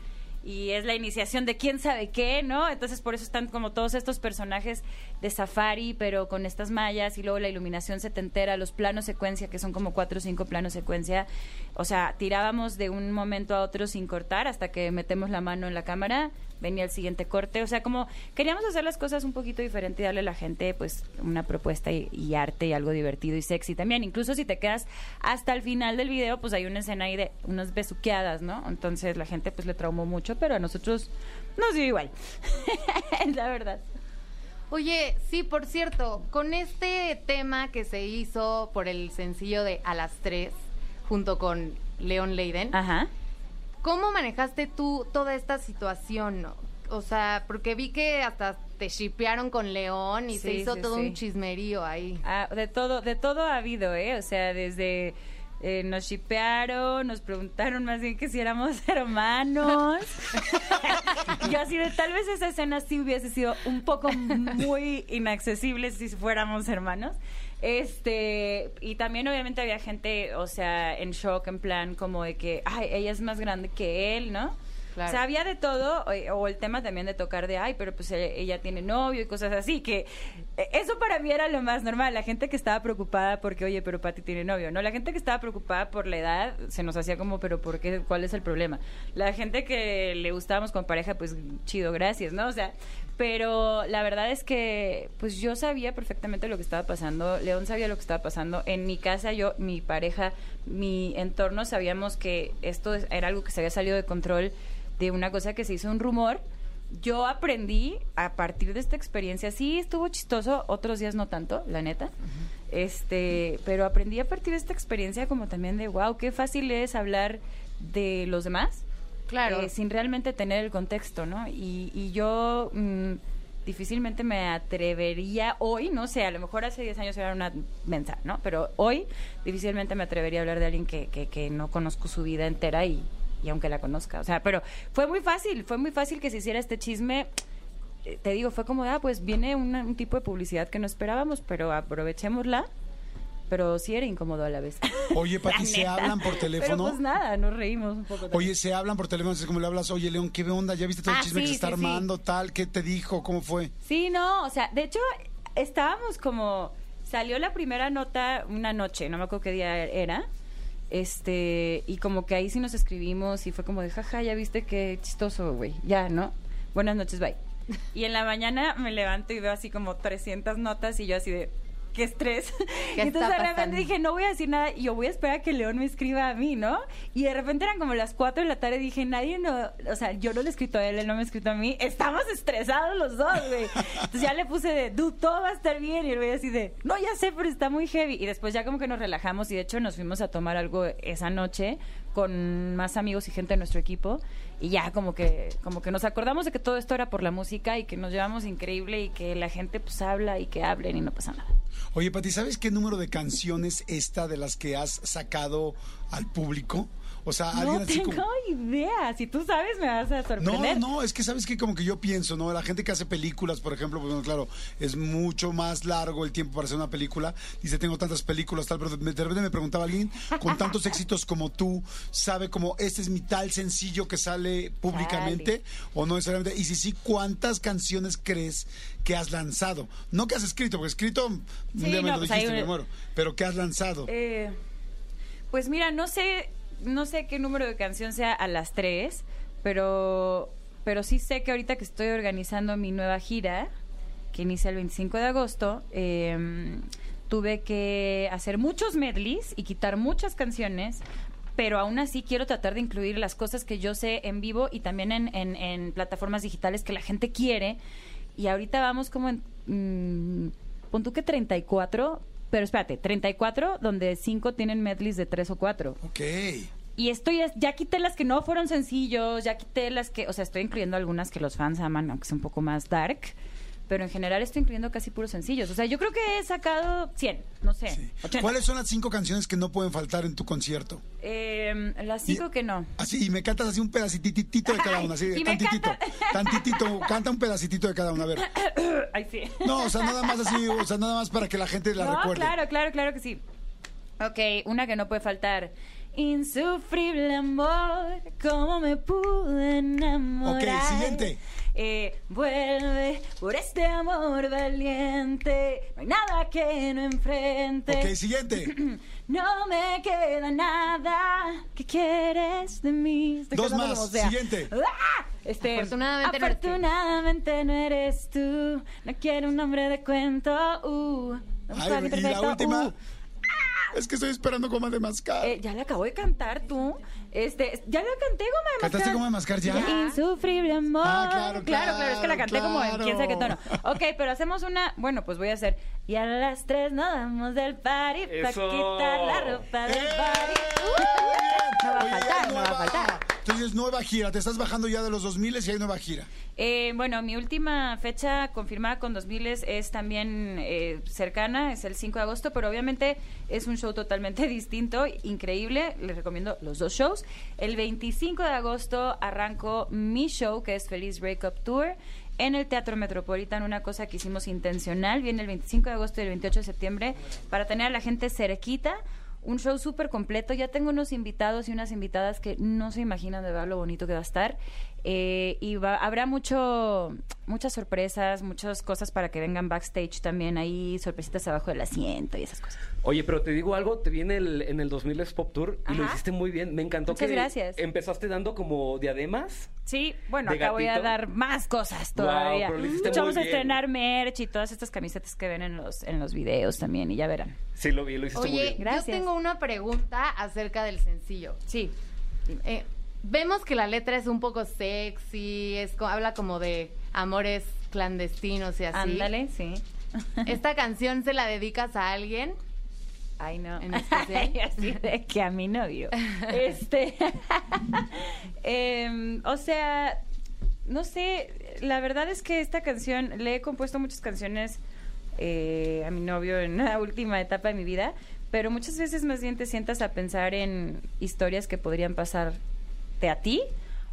Speaker 9: y es la iniciación de quién sabe qué, ¿no? Entonces por eso están como todos estos personajes de safari, pero con estas mallas y luego la iluminación setentera, los planos secuencia, que son como cuatro o cinco planos secuencia, o sea, tirábamos de un momento a otro sin cortar hasta que metemos la mano en la cámara, venía el siguiente corte, o sea, como queríamos hacer las cosas un poquito diferente y darle a la gente pues una propuesta y, y arte y algo divertido y sexy también, incluso si te quedas hasta el final del video, pues hay una escena ahí de unas besuqueadas, ¿no? Entonces la gente pues le traumó mucho, pero a nosotros nos dio igual, la verdad.
Speaker 5: oye, sí, por cierto, con este tema que se hizo por el sencillo de A las 3, junto con Leon Leiden,
Speaker 9: Ajá.
Speaker 5: ¿Cómo manejaste tú toda esta situación? O sea, porque vi que hasta te shipearon con León y se
Speaker 9: Sí,
Speaker 5: hizo
Speaker 9: sí,
Speaker 5: todo
Speaker 9: sí.
Speaker 5: un chismerío ahí.
Speaker 9: Ah, de todo, de todo ha habido, ¿eh? O sea, desde eh, nos shipearon, nos preguntaron más bien que si éramos hermanos. Yo así de tal vez esa escena sí hubiese sido un poco muy inaccesible si fuéramos hermanos. Este, y también obviamente había gente, o sea, en shock, en plan como de que, ay, ella es más grande que él, ¿no?
Speaker 5: Claro.
Speaker 9: O sea, había de todo, o, o el tema también de tocar de, ay, pero pues e- ella tiene novio y cosas así, que eh, eso para mí era lo más normal, la gente que estaba preocupada porque, oye, pero Pati tiene novio, ¿no? La gente que estaba preocupada por la edad se nos hacía como, pero ¿por qué? ¿Cuál es el problema? La gente que le gustábamos con pareja, pues chido, gracias, ¿no? O sea, pero la verdad es que pues yo sabía perfectamente lo que estaba pasando, León sabía lo que estaba pasando, en mi casa yo, mi pareja, mi entorno sabíamos que esto es- era algo que se había salido de control de una cosa que se hizo un rumor. Yo aprendí a partir de esta experiencia, sí estuvo chistoso, otros días no tanto, la neta. Este, pero aprendí a partir de esta experiencia como también de wow, qué fácil es hablar de los demás
Speaker 5: Claro.
Speaker 9: eh, sin realmente tener el contexto, ¿no? Y, y yo mm, difícilmente me atrevería hoy, no sé, a lo mejor hace 10 años era una mensa, ¿no? Pero hoy difícilmente me atrevería a hablar de alguien que, que- que no conozco su vida entera y, y aunque la conozca. O sea, pero fue muy fácil, fue muy fácil que se hiciera este chisme. Eh, Te digo, fue como, ah, pues viene una- un tipo de publicidad que no esperábamos, pero aprovechémosla. Pero sí era incómodo a la vez.
Speaker 6: Oye, Pati,
Speaker 9: La
Speaker 6: ¿se
Speaker 9: neta.
Speaker 6: hablan por
Speaker 9: Pero
Speaker 6: teléfono?
Speaker 9: pues nada, nos reímos un poco. también.
Speaker 6: Oye, se hablan por teléfono, es como le hablas, oye, León, ¿qué onda? ¿Ya viste todo el
Speaker 9: Ah,
Speaker 6: chisme que
Speaker 9: sí,
Speaker 6: se está
Speaker 9: sí, sí.
Speaker 6: armando, tal? ¿Qué te dijo? ¿Cómo fue?
Speaker 9: Sí, no, o sea, de hecho, estábamos como. Salió la primera nota una noche, no me acuerdo qué día era. Este, y como que ahí sí nos escribimos y fue como de jaja, ya viste qué chistoso, güey. Ya, ¿no? Buenas noches, bye. Y en la mañana me levanto y veo así como 300 notas y yo así de. ¡Qué estrés!
Speaker 5: ¿Qué
Speaker 9: Entonces de
Speaker 5: está
Speaker 9: repente
Speaker 5: pasando?
Speaker 9: dije, no voy a decir nada y yo voy a esperar a que León me escriba a mí, ¿no? Y de repente eran como las 4 de la tarde y dije, nadie no, o sea, yo no le he escrito a él, él no me ha escrito a mí, estamos estresados los dos, güey. Entonces ya le puse de, dude, todo va a estar bien y el güey así de, no, ya sé, pero está muy heavy. Y después ya como que nos relajamos y de hecho nos fuimos a tomar algo esa noche con más amigos y gente de nuestro equipo y ya como que como que nos acordamos de que todo esto era por la música y que nos llevamos increíble y que la gente pues habla y que hablen y no pasa nada.
Speaker 6: Oye, Pati, ¿sabes qué número de canciones esta de las que has sacado al público? O sea,
Speaker 9: No
Speaker 6: alguien Ah, así
Speaker 9: tengo
Speaker 6: como...
Speaker 9: idea. Si tú sabes, me vas a
Speaker 6: No,
Speaker 9: sorprender.
Speaker 6: no, es que sabes que como que yo pienso, ¿no? La gente que hace películas, por ejemplo, pues bueno, claro, es mucho más largo el tiempo para hacer una película. Dice, tengo tantas películas, tal, pero me- de repente me preguntaba alguien con tantos éxitos como tú, ¿sabe como este es mi tal sencillo que sale públicamente o no necesariamente? Y si sí, ¿cuántas canciones crees que has lanzado? No que has escrito, porque escrito, un
Speaker 9: Sí,
Speaker 6: día me
Speaker 9: no,
Speaker 6: lo
Speaker 9: pues hay
Speaker 6: dijiste,
Speaker 9: un-
Speaker 6: me muero, pero que has lanzado.
Speaker 9: Eh, pues mira, no sé, no sé qué número de canción sea a las tres, pero, pero sí sé que ahorita que estoy organizando mi nueva gira, que inicia el 25 de agosto, eh, tuve que hacer muchos medleys y quitar muchas canciones. Pero aún así quiero tratar de incluir las cosas que yo sé en vivo y también en, en- en plataformas digitales que la gente quiere. Y ahorita vamos como en... mm, pon tú que 34, pero espérate, 34 donde 5 tienen medleys de 3 o 4.
Speaker 6: Ok.
Speaker 9: Y estoy, ya quité las que no fueron sencillos, ya quité las que, o sea, estoy incluyendo algunas que los fans aman, aunque sea un poco más dark, pero en general estoy incluyendo casi puros sencillos. O sea, yo creo que he sacado 100, no sé,
Speaker 6: Sí.
Speaker 9: 80.
Speaker 6: ¿Cuáles son las cinco canciones que no pueden faltar en tu concierto?
Speaker 9: Eh, las 5
Speaker 6: Y-
Speaker 9: que no.
Speaker 6: Así, y me cantas así un pedacititito de cada una, así,
Speaker 9: Ay, y me
Speaker 6: tantitito,
Speaker 9: canta-
Speaker 6: tantitito, canta un pedacitito de cada una, a ver.
Speaker 9: Ay, sí.
Speaker 6: No, o sea, nada más así, o sea, nada más para que la gente la
Speaker 9: no,
Speaker 6: recuerde.
Speaker 9: claro, claro, claro que sí. Ok, una que no puede faltar. Insufrible amor, cómo me pude enamorar.
Speaker 6: Ok, siguiente.
Speaker 9: Eh, vuelve por este amor valiente, no hay nada que no enfrente.
Speaker 6: Ok, siguiente.
Speaker 9: No me queda nada que quieres de mí. Estoy
Speaker 6: Dos
Speaker 9: cantando
Speaker 6: más,
Speaker 9: como sea.
Speaker 6: siguiente.
Speaker 9: ¡Ah! Este,
Speaker 5: Afortunadamente no eres tú.
Speaker 9: afortunadamente no eres tú. No quiero un nombre de cuento. Uh, no
Speaker 6: Ay,
Speaker 9: busco a alguien
Speaker 6: y la
Speaker 9: perfecto,
Speaker 6: última.
Speaker 9: uh.
Speaker 6: Es que estoy esperando goma de mascar.
Speaker 9: Eh, ya la acabo de cantar tú. Este, ya la canté goma de mascar.
Speaker 6: ¿Cantaste Goma de Mascar ya?
Speaker 9: Insufrible amor.
Speaker 6: Ah, claro,
Speaker 9: claro, es que la
Speaker 6: claro,
Speaker 9: canté como en
Speaker 6: claro.
Speaker 9: quién sabe qué tono. Ok, pero hacemos una. Bueno, pues voy a hacer. Y a las tres nos damos del party para
Speaker 2: Eso.
Speaker 9: quitar la ropa del
Speaker 6: ¡Eh!
Speaker 9: party. No va a
Speaker 6: Oye,
Speaker 9: faltar, no va a
Speaker 6: Eh, nueva-
Speaker 9: faltar.
Speaker 6: Entonces, nueva gira. Te estás bajando ya de los 2000 y hay nueva gira.
Speaker 9: Eh, bueno, mi última fecha confirmada con 2000 es, es también eh, cercana, es el 5 de agosto, pero obviamente es un show totalmente distinto, increíble, les recomiendo los dos shows. El 25 de agosto arranco mi show, que es Feliz Breakup Tour. En el Teatro Metropolitano, una cosa que hicimos intencional, viene el 25 de agosto y el 28 de septiembre, para tener a la gente cerquita, un show súper completo. Ya tengo unos invitados y unas invitadas que no se imaginan de verdad lo bonito que va a estar. Eh, y va- habrá mucho, muchas sorpresas, muchas cosas para que vengan backstage también. Ahí sorpresitas abajo del asiento y esas cosas.
Speaker 2: Oye, pero te digo algo, te vi en el, en el 2000 es Pop Tour y lo
Speaker 9: Ajá.
Speaker 2: hiciste muy bien. Me encantó
Speaker 9: Muchas
Speaker 2: que
Speaker 9: gracias.
Speaker 2: empezaste dando como diademas.
Speaker 9: Sí, bueno,
Speaker 2: ¿De
Speaker 9: acá voy a
Speaker 2: gatito?
Speaker 9: dar más cosas
Speaker 2: Wow,
Speaker 9: todavía.
Speaker 2: pero lo hiciste
Speaker 9: De hecho,
Speaker 2: muy
Speaker 9: vamos a
Speaker 2: bien.
Speaker 9: estrenar merch y todas estas camisetas que ven en los, en los videos también y ya verán.
Speaker 2: Sí, lo vi, lo hiciste muy
Speaker 5: Oye,
Speaker 2: bien.
Speaker 5: yo
Speaker 9: Gracias.
Speaker 5: tengo una pregunta acerca del sencillo.
Speaker 9: Sí.
Speaker 5: Eh, vemos que la letra es un poco sexy, es, co- habla como de amores clandestinos y así.
Speaker 9: Ándale, sí.
Speaker 5: ¿Esta canción se la dedicas a alguien?
Speaker 9: Ay, no.
Speaker 5: En especial.
Speaker 9: Ay, así de que a mi novio. Este. em, o sea, no sé. La verdad es que esta canción, le he compuesto muchas canciones eh, a mi novio en la última etapa de mi vida, pero muchas veces más bien te sientas a pensar en historias que podrían pasarte a ti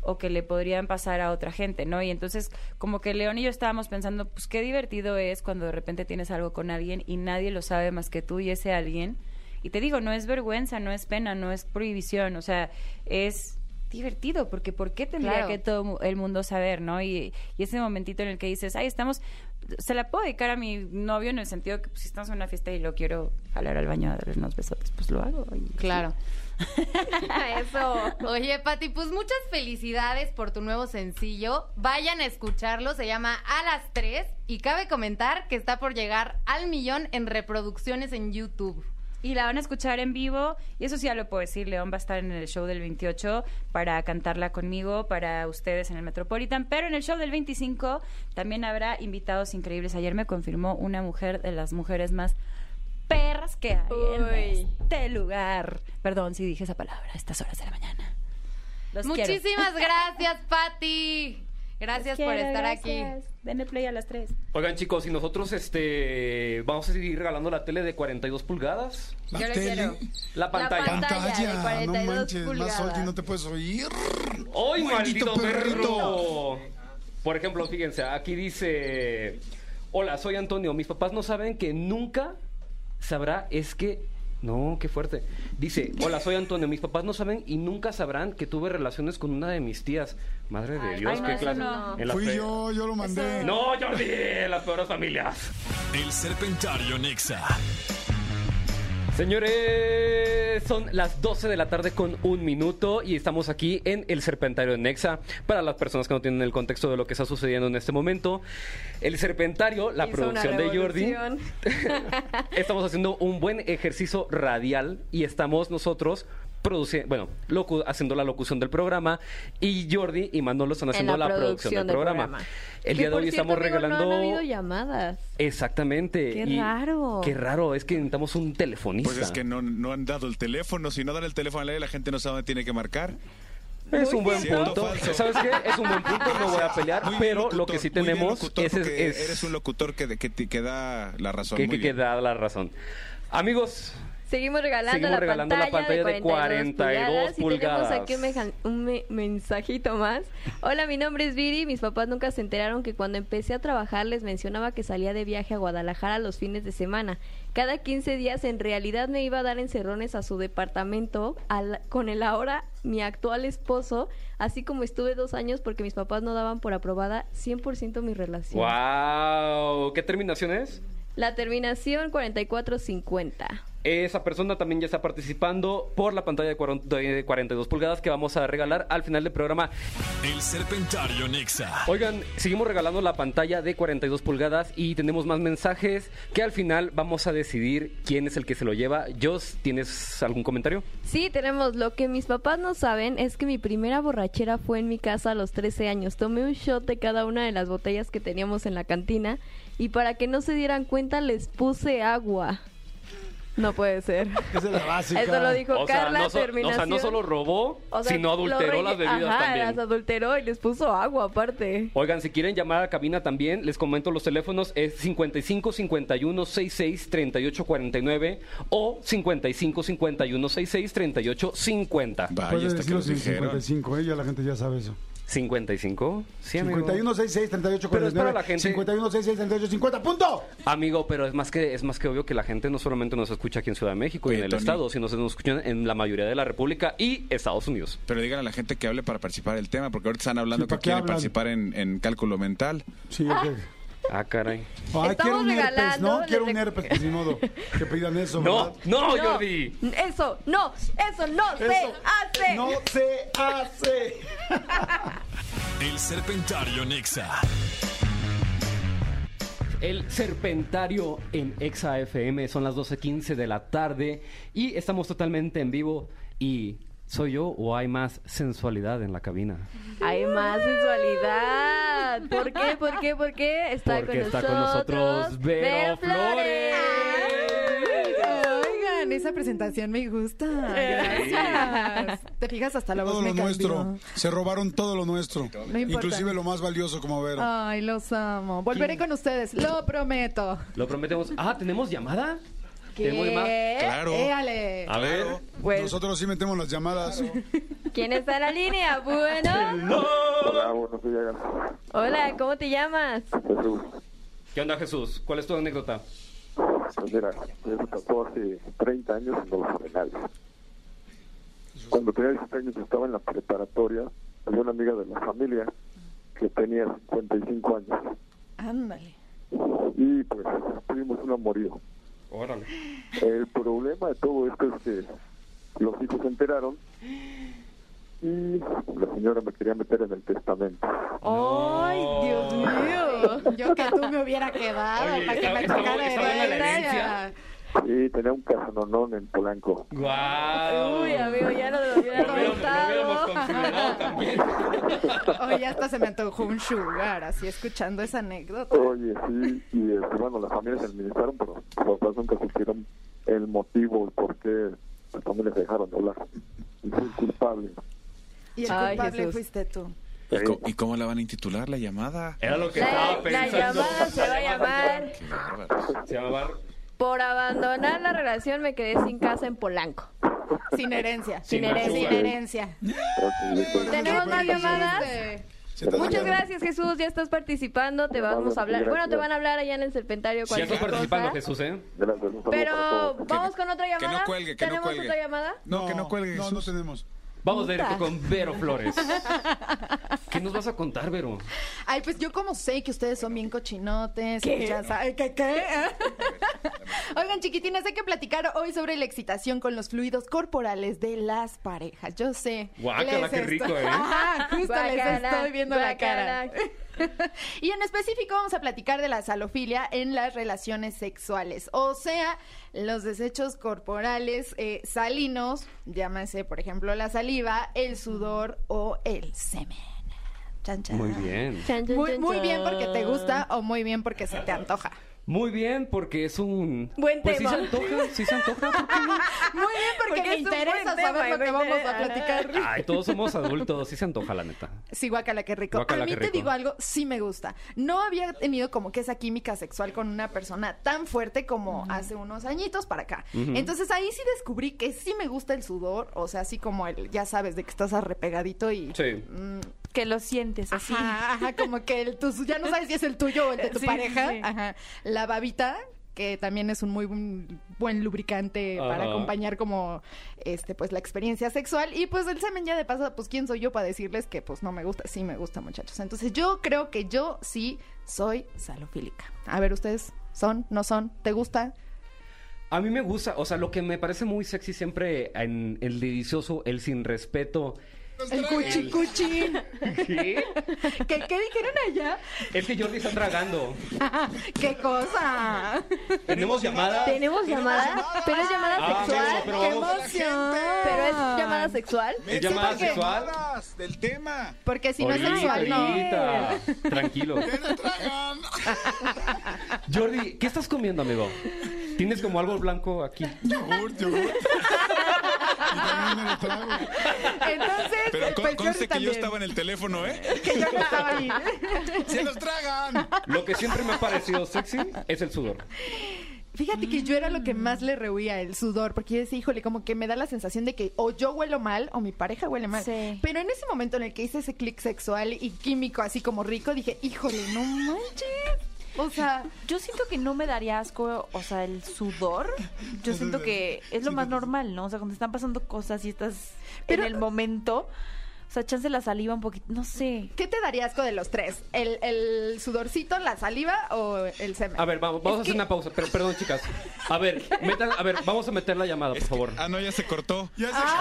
Speaker 9: o que le podrían pasar a otra gente, ¿no? Y entonces, como que León y yo estábamos pensando, pues qué divertido es cuando de repente tienes algo con alguien y nadie lo sabe más que tú y ese alguien. Y te digo, no es vergüenza, no es pena, no es prohibición, o sea, es divertido, porque ¿por qué tendría
Speaker 5: Claro.
Speaker 9: que todo mu- el mundo saber, no? Y, y ese momentito en el que dices, ay, estamos, se la puedo dedicar a mi novio en el sentido que pues, si estamos en una fiesta y lo quiero jalar al baño a darle unos besotes, pues lo hago. y-
Speaker 5: Claro. Eso. Oye, Pati, pues muchas felicidades por tu nuevo sencillo. Vayan a escucharlo, se llama A las 3 y cabe comentar que está por llegar al millón en reproducciones en YouTube.
Speaker 9: Y la van a escuchar en vivo, y eso sí ya lo puedo decir, León va a estar en el show del 28 para cantarla conmigo, para ustedes en el Metropolitan, pero en el show del 25 también habrá invitados increíbles. Ayer me confirmó una mujer de las mujeres más perras que hay en
Speaker 3: Uy.
Speaker 9: este lugar. Perdón si dije esa palabra a estas horas de la mañana. Los quiero.
Speaker 5: Muchísimas gracias, Pati. Gracias por estar aquí.
Speaker 9: Denle play a las 3.
Speaker 2: Oigan, chicos, y nosotros este vamos a seguir regalando la tele de 42 pulgadas.
Speaker 6: La
Speaker 5: Yo lo
Speaker 6: tele.
Speaker 5: quiero.
Speaker 2: La pantalla.
Speaker 5: pantalla. de
Speaker 6: Pantalla, no
Speaker 5: 42
Speaker 6: manches, más
Speaker 5: pulgadas.
Speaker 6: Oldie no te puedes oír.
Speaker 2: ¡Ay,
Speaker 6: Maldito
Speaker 2: maldito,
Speaker 6: perrito!
Speaker 2: perrito! Por ejemplo, fíjense, aquí dice: Hola, soy Antonio. Mis papás no saben que nunca sabrá, es que. No, qué fuerte. Dice: Hola, soy Antonio. Mis papás no saben y nunca sabrán que tuve relaciones con una de mis tías. Madre de
Speaker 5: Ay,
Speaker 2: Dios,
Speaker 9: no,
Speaker 2: qué
Speaker 9: eso
Speaker 2: clase.
Speaker 9: no.
Speaker 2: en la
Speaker 6: Fui
Speaker 2: fe-
Speaker 6: yo, yo lo mandé.
Speaker 2: No, Jordi, las peores familias.
Speaker 1: El Serpentario Nexa.
Speaker 2: Señores, son las 12 de la tarde con un minuto y estamos aquí en El Serpentario en Nexa. Para las personas que no tienen el contexto de lo que está sucediendo en este momento, El Serpentario, la
Speaker 3: Hizo una
Speaker 2: producción de Jordi,
Speaker 3: revolución.
Speaker 2: estamos haciendo un buen ejercicio radial y estamos nosotros produciendo, bueno, locu- haciendo la locución del programa y Jordi y Manolo están haciendo la, producción, del programa. El
Speaker 3: Que,
Speaker 2: día de
Speaker 3: por
Speaker 2: hoy
Speaker 3: cierto,
Speaker 2: estamos
Speaker 3: amigo,
Speaker 2: regalando
Speaker 3: No han habido llamadas.
Speaker 2: Exactamente.
Speaker 3: ¡Qué raro!
Speaker 2: Qué raro, es que necesitamos un telefonista.
Speaker 7: Pues es que no, no han dado el teléfono. Si no dan el teléfono al aire, la gente no sabe dónde tiene que marcar.
Speaker 2: Es un buen
Speaker 7: cierto.
Speaker 2: punto.
Speaker 7: Falso.
Speaker 2: ¿Sabes qué? Es un buen punto, no voy a pelear,
Speaker 7: Muy bien,
Speaker 2: pero
Speaker 7: locutor,
Speaker 2: lo que sí
Speaker 7: muy bien,
Speaker 2: tenemos
Speaker 7: locutor,
Speaker 2: es,
Speaker 7: porque
Speaker 2: es-
Speaker 7: Eres un locutor que, que, te- que da la razón.
Speaker 2: que,
Speaker 7: muy
Speaker 2: que- que
Speaker 7: bien.
Speaker 2: da la razón. Amigos,
Speaker 3: Seguimos regalando,
Speaker 2: Seguimos
Speaker 3: la,
Speaker 2: regalando la
Speaker 3: pantalla
Speaker 2: pantalla de
Speaker 3: 42
Speaker 2: 42
Speaker 3: Y tenemos
Speaker 2: pulgadas.
Speaker 3: aquí un, meja- un me- mensajito más. Hola, mi nombre es Viri. Mis papás nunca se enteraron que cuando empecé a trabajar les mencionaba que salía de viaje a Guadalajara los fines de semana. Cada 15 días en realidad me iba a dar encerrones a su departamento al- con el ahora mi actual esposo, así como estuve dos años porque mis papás no daban por aprobada 100% mi relación.
Speaker 2: wow, ¿qué terminación es?
Speaker 3: La terminación 4450.
Speaker 2: Esa persona también ya está participando por la pantalla de 40 de 42 pulgadas que vamos a regalar al final del programa.
Speaker 1: El Serpentario Nexa.
Speaker 2: Oigan, seguimos regalando la pantalla de 42 pulgadas y tenemos más mensajes que al final vamos a decidir quién es el que se lo lleva. Jos, ¿tienes algún comentario?
Speaker 3: Sí, tenemos. Lo que mis papás no saben es que mi primera borrachera fue en mi casa a los 13 años. Tomé un shot de cada una de las botellas que teníamos en la cantina y para que no se dieran cuenta les puse agua. No puede ser.
Speaker 8: Esa es la básica.
Speaker 3: Eso lo dijo
Speaker 2: o, sea,
Speaker 3: Carla
Speaker 2: no so-
Speaker 3: Terminación.
Speaker 2: o sea, no solo robó,
Speaker 3: O sea,
Speaker 2: sino
Speaker 3: lo
Speaker 2: adulteró
Speaker 3: relle-
Speaker 2: las bebidas
Speaker 3: Ajá,
Speaker 2: también.
Speaker 3: las adulteró y les puso agua aparte.
Speaker 2: Oigan, si quieren llamar a la cabina también, les comento los teléfonos, es 55 51 66 38 49 o 55 51 66 38 50.
Speaker 7: Vaya,
Speaker 8: Puedes
Speaker 7: hasta que
Speaker 8: decirlo
Speaker 7: nos
Speaker 8: sin
Speaker 7: dijeron.
Speaker 8: 55, ¿eh? ya la gente ya sabe eso.
Speaker 2: 55. Sí, amigo.
Speaker 8: 51 66 38
Speaker 2: Pero es para la
Speaker 8: 49
Speaker 2: gente.
Speaker 8: 51 66 38 50 punto.
Speaker 2: Amigo, pero es más que es más que obvio que la gente no solamente nos escucha aquí en Ciudad de México y
Speaker 7: Oye,
Speaker 2: en el
Speaker 7: Tony.
Speaker 2: estado, sino se nos escucha en la mayoría de la República y Estados Unidos.
Speaker 7: Pero digan a la gente que hable para participar del tema, porque ahorita están hablando
Speaker 8: Sí,
Speaker 7: que
Speaker 8: ¿para qué
Speaker 7: quieren
Speaker 8: hablan?
Speaker 7: participar en, en cálculo mental.
Speaker 8: Sí, ok.
Speaker 2: Ah, caray.
Speaker 8: Ay,
Speaker 3: Estamos
Speaker 8: quiero un herpes,
Speaker 3: regalando,
Speaker 8: ¿no? Quiero
Speaker 3: les
Speaker 8: un
Speaker 3: rec-
Speaker 8: herpes, pues ni modo. Que pidan eso,
Speaker 2: No,
Speaker 8: ¿verdad?
Speaker 2: no,
Speaker 3: No,
Speaker 2: Jordi.
Speaker 3: Eso, no, eso no
Speaker 8: Eso
Speaker 3: se hace.
Speaker 8: No se hace.
Speaker 1: El Serpentario Nexa.
Speaker 2: El Serpentario en Exa FM. Son las 12.15 de la tarde y estamos totalmente en vivo. ¿Y soy yo o hay más sensualidad en la cabina?
Speaker 3: Hay más sensualidad. ¿Por qué? ¿Por qué? ¿Por qué? Está
Speaker 2: Porque
Speaker 3: con
Speaker 2: está
Speaker 3: nosotros.
Speaker 2: con
Speaker 3: Pues
Speaker 2: nosotros Vero Flores.
Speaker 10: Ah. Oigan, esa presentación me gusta. Gracias. Te fijas hasta la voz
Speaker 6: Todo
Speaker 10: pues, me
Speaker 6: lo
Speaker 10: cambió.
Speaker 6: nuestro. Se robaron todo lo nuestro.
Speaker 10: No importa. Ah.
Speaker 6: Inclusive lo más valioso como ver.
Speaker 10: Ay, los amo. Volveré con ustedes, lo prometo.
Speaker 2: Lo prometemos. Ah, ¿tenemos llamada? ¿Tenemos llamada?
Speaker 10: ¿Qué?
Speaker 7: Claro.
Speaker 10: Éale.
Speaker 2: A ver.
Speaker 3: Pues,
Speaker 6: Nosotros sí metemos las llamadas.
Speaker 3: ¿Quién está en la línea? Bueno.
Speaker 11: Hola, buenos días.
Speaker 3: Hola, ¿cómo te llamas?
Speaker 11: Jesús.
Speaker 2: ¿Qué onda, Jesús? ¿Cuál es tu anécdota?
Speaker 11: Pues mira, yo me tocó hace 30 años en los Arenales. Cuando tenía 16 años estaba en la preparatoria, había una amiga de la familia que tenía 55 años.
Speaker 10: Ándale.
Speaker 11: Y pues tuvimos un amorío.
Speaker 2: Órale.
Speaker 11: El problema de todo esto es que los hijos se enteraron y la señora me quería meter en el testamento.
Speaker 10: Ay, Dios mío. Yo que tú me hubiera quedado
Speaker 2: Oye,
Speaker 10: para que
Speaker 2: está-
Speaker 10: me
Speaker 2: está-
Speaker 10: tocara
Speaker 2: está buena la
Speaker 10: herencia.
Speaker 11: Y tenía un casanonón en Polanco.
Speaker 2: ¡Guau!
Speaker 3: Uy, amigo, ya no lo hubiera
Speaker 2: Lo hubiéramos- lo hubiéramos
Speaker 3: comentado.
Speaker 2: considerado también.
Speaker 10: Oye, hasta se me antojó un sugar así escuchando esa anécdota.
Speaker 11: Oye, sí, y este, bueno, las familias se administraron, pero los papás nunca supieron el motivo, el por qué las familias dejaron de hablar. Y fui culpable.
Speaker 10: Y el
Speaker 3: Ay,
Speaker 10: culpable
Speaker 3: Jesús.
Speaker 10: fuiste tú.
Speaker 7: ¿Y, co- y cómo la van a intitular la llamada?
Speaker 2: Era lo que
Speaker 3: La-
Speaker 2: estaba
Speaker 3: la
Speaker 2: pensando.
Speaker 3: llamada se va a llamar-
Speaker 7: Qué bárbaro.
Speaker 2: Se llamaba
Speaker 3: Por abandonar la relación me quedé sin casa en Polanco.
Speaker 10: Sin herencia.
Speaker 3: Sin herencia.
Speaker 10: Sin herencia.
Speaker 3: Tenemos más llamadas.
Speaker 2: Este,
Speaker 10: Se está
Speaker 3: Muchas
Speaker 10: escuchando.
Speaker 3: gracias, Jesús. Ya estás participando. Te vamos a hablar. Bueno, te van a hablar allá en el serpentario.
Speaker 2: Ya estás
Speaker 3: cualquier
Speaker 2: participando,
Speaker 3: cosa.
Speaker 2: Jesús, ¿eh?
Speaker 3: Pero vamos con otra
Speaker 2: que
Speaker 3: llamada.
Speaker 2: no cuelgue, que no
Speaker 3: ¿Tenemos
Speaker 2: cuelgue.
Speaker 3: otra llamada?
Speaker 7: No, que no cuelgue.
Speaker 6: No,
Speaker 7: Jesús.
Speaker 6: no tenemos.
Speaker 2: Vamos directo con Vero Flores. ¿Qué nos vas a contar, Vero?
Speaker 10: Ay, pues yo como sé que ustedes son bien cochinotes,
Speaker 2: ¿Qué?
Speaker 10: que ya saben que qué. Oigan, chiquitines, hay que platicar hoy sobre la excitación con los fluidos corporales de las parejas. Yo sé.
Speaker 2: Guácala,
Speaker 10: les
Speaker 2: qué
Speaker 10: estoy-
Speaker 2: rico, ¿eh?
Speaker 10: Ajá, Ah, justo les
Speaker 3: Guácala,
Speaker 10: estoy viendo la
Speaker 3: guácala.
Speaker 10: cara. Y en específico vamos a platicar de la salofilia en las relaciones sexuales, o sea, los desechos corporales eh, salinos, llámese por ejemplo la saliva, el sudor o el semen. Chan, chan.
Speaker 2: Muy bien.
Speaker 10: Muy, muy bien porque te gusta o muy bien porque se te antoja.
Speaker 2: Muy bien, porque es un...
Speaker 10: Buen
Speaker 2: pues
Speaker 10: tema.
Speaker 2: sí se antoja, sí se antoja. ¿por qué no?
Speaker 10: Muy bien porque,
Speaker 3: Porque
Speaker 10: me
Speaker 3: es un
Speaker 10: interesa
Speaker 3: buen tema
Speaker 10: saber
Speaker 3: y
Speaker 10: lo
Speaker 3: me
Speaker 10: que vamos a
Speaker 3: interesa.
Speaker 10: platicar.
Speaker 2: Ay, todos somos adultos, sí se antoja, la neta.
Speaker 10: Sí, guacala, qué rico.
Speaker 2: Guácala,
Speaker 10: a mí
Speaker 2: qué
Speaker 10: te
Speaker 2: rico.
Speaker 10: digo algo, sí me gusta. No había tenido como que esa química sexual con una persona tan fuerte como hace unos añitos para acá.
Speaker 3: Ujú.
Speaker 10: Entonces ahí sí descubrí que sí me gusta el sudor, o sea, así como el, ya sabes, de que estás arrepegadito y...
Speaker 2: Sí.
Speaker 10: que lo sientes así. Ajá, ajá, como que el tu- ya no sabes si es el tuyo o el de tu
Speaker 3: Sí,
Speaker 10: pareja.
Speaker 3: sí.
Speaker 10: Ajá. La babita que también es un muy buen, buen lubricante para
Speaker 3: Ajá.
Speaker 10: acompañar como este pues la experiencia sexual y pues el semen ya de paso pues quién soy yo para decirles que pues no me gusta sí me gusta muchachos entonces yo creo que yo sí soy salofílica a ver ustedes son no son te gusta
Speaker 2: A mí me gusta, o sea, lo que me parece muy sexy siempre en el delicioso, el sin respeto.
Speaker 10: el cuchi cuchi
Speaker 2: ¿Qué?
Speaker 10: ¿Qué, qué dijeron allá
Speaker 2: Es que Jordi está tragando.
Speaker 10: qué cosa
Speaker 2: ¿Tenemos llamada?
Speaker 3: ¿Tenemos llamada? ¿Pero es llamada
Speaker 2: Ah,
Speaker 3: sexual?
Speaker 2: amigo, pero vamos a la
Speaker 3: ¿Pero es llamada sexual?
Speaker 2: ¿Es llamada
Speaker 10: porque-
Speaker 2: sexual?
Speaker 7: Del tema.
Speaker 10: porque si no
Speaker 2: Ahorita,
Speaker 10: es sexual no
Speaker 2: ahorita. Tranquilo. Jordi, ¿qué estás comiendo, amigo? Tienes como algo blanco aquí.
Speaker 6: Yogurt, yogurt.
Speaker 10: Entonces,
Speaker 7: Pero con-
Speaker 10: pues,
Speaker 7: conste que yo
Speaker 10: Jordi también.
Speaker 7: estaba en el teléfono, ¿eh?
Speaker 10: que yo no estaba ahí
Speaker 6: ¡Se los tragan!
Speaker 2: Lo que siempre me ha parecido sexy es el sudor.
Speaker 10: Fíjate que yo era lo que más le rehuía, el sudor, porque yo decía, híjole, como que me da la sensación de que o yo huelo mal o mi pareja huele mal.
Speaker 3: Sí.
Speaker 10: Pero en ese momento en el que hice ese clic sexual y químico así como rico, dije, híjole, no manches. O sea,
Speaker 12: Yo siento que no me daría asco, o sea, el sudor. Yo siento que es lo más normal, ¿no? O sea, cuando están pasando cosas y estás
Speaker 10: Pero-
Speaker 12: en el momento, o sea, chance la saliva un poquito, no sé.
Speaker 10: ¿qué te daría asco de los tres? ¿El, el sudorcito, la saliva o el semen?
Speaker 2: A ver, vamos, vamos a hacer una pausa. Pero, perdón, chicas. A ver, metan- a ver, vamos a meter la llamada, por favor.
Speaker 7: Ah, no, ya se cortó. Ya se, cortó.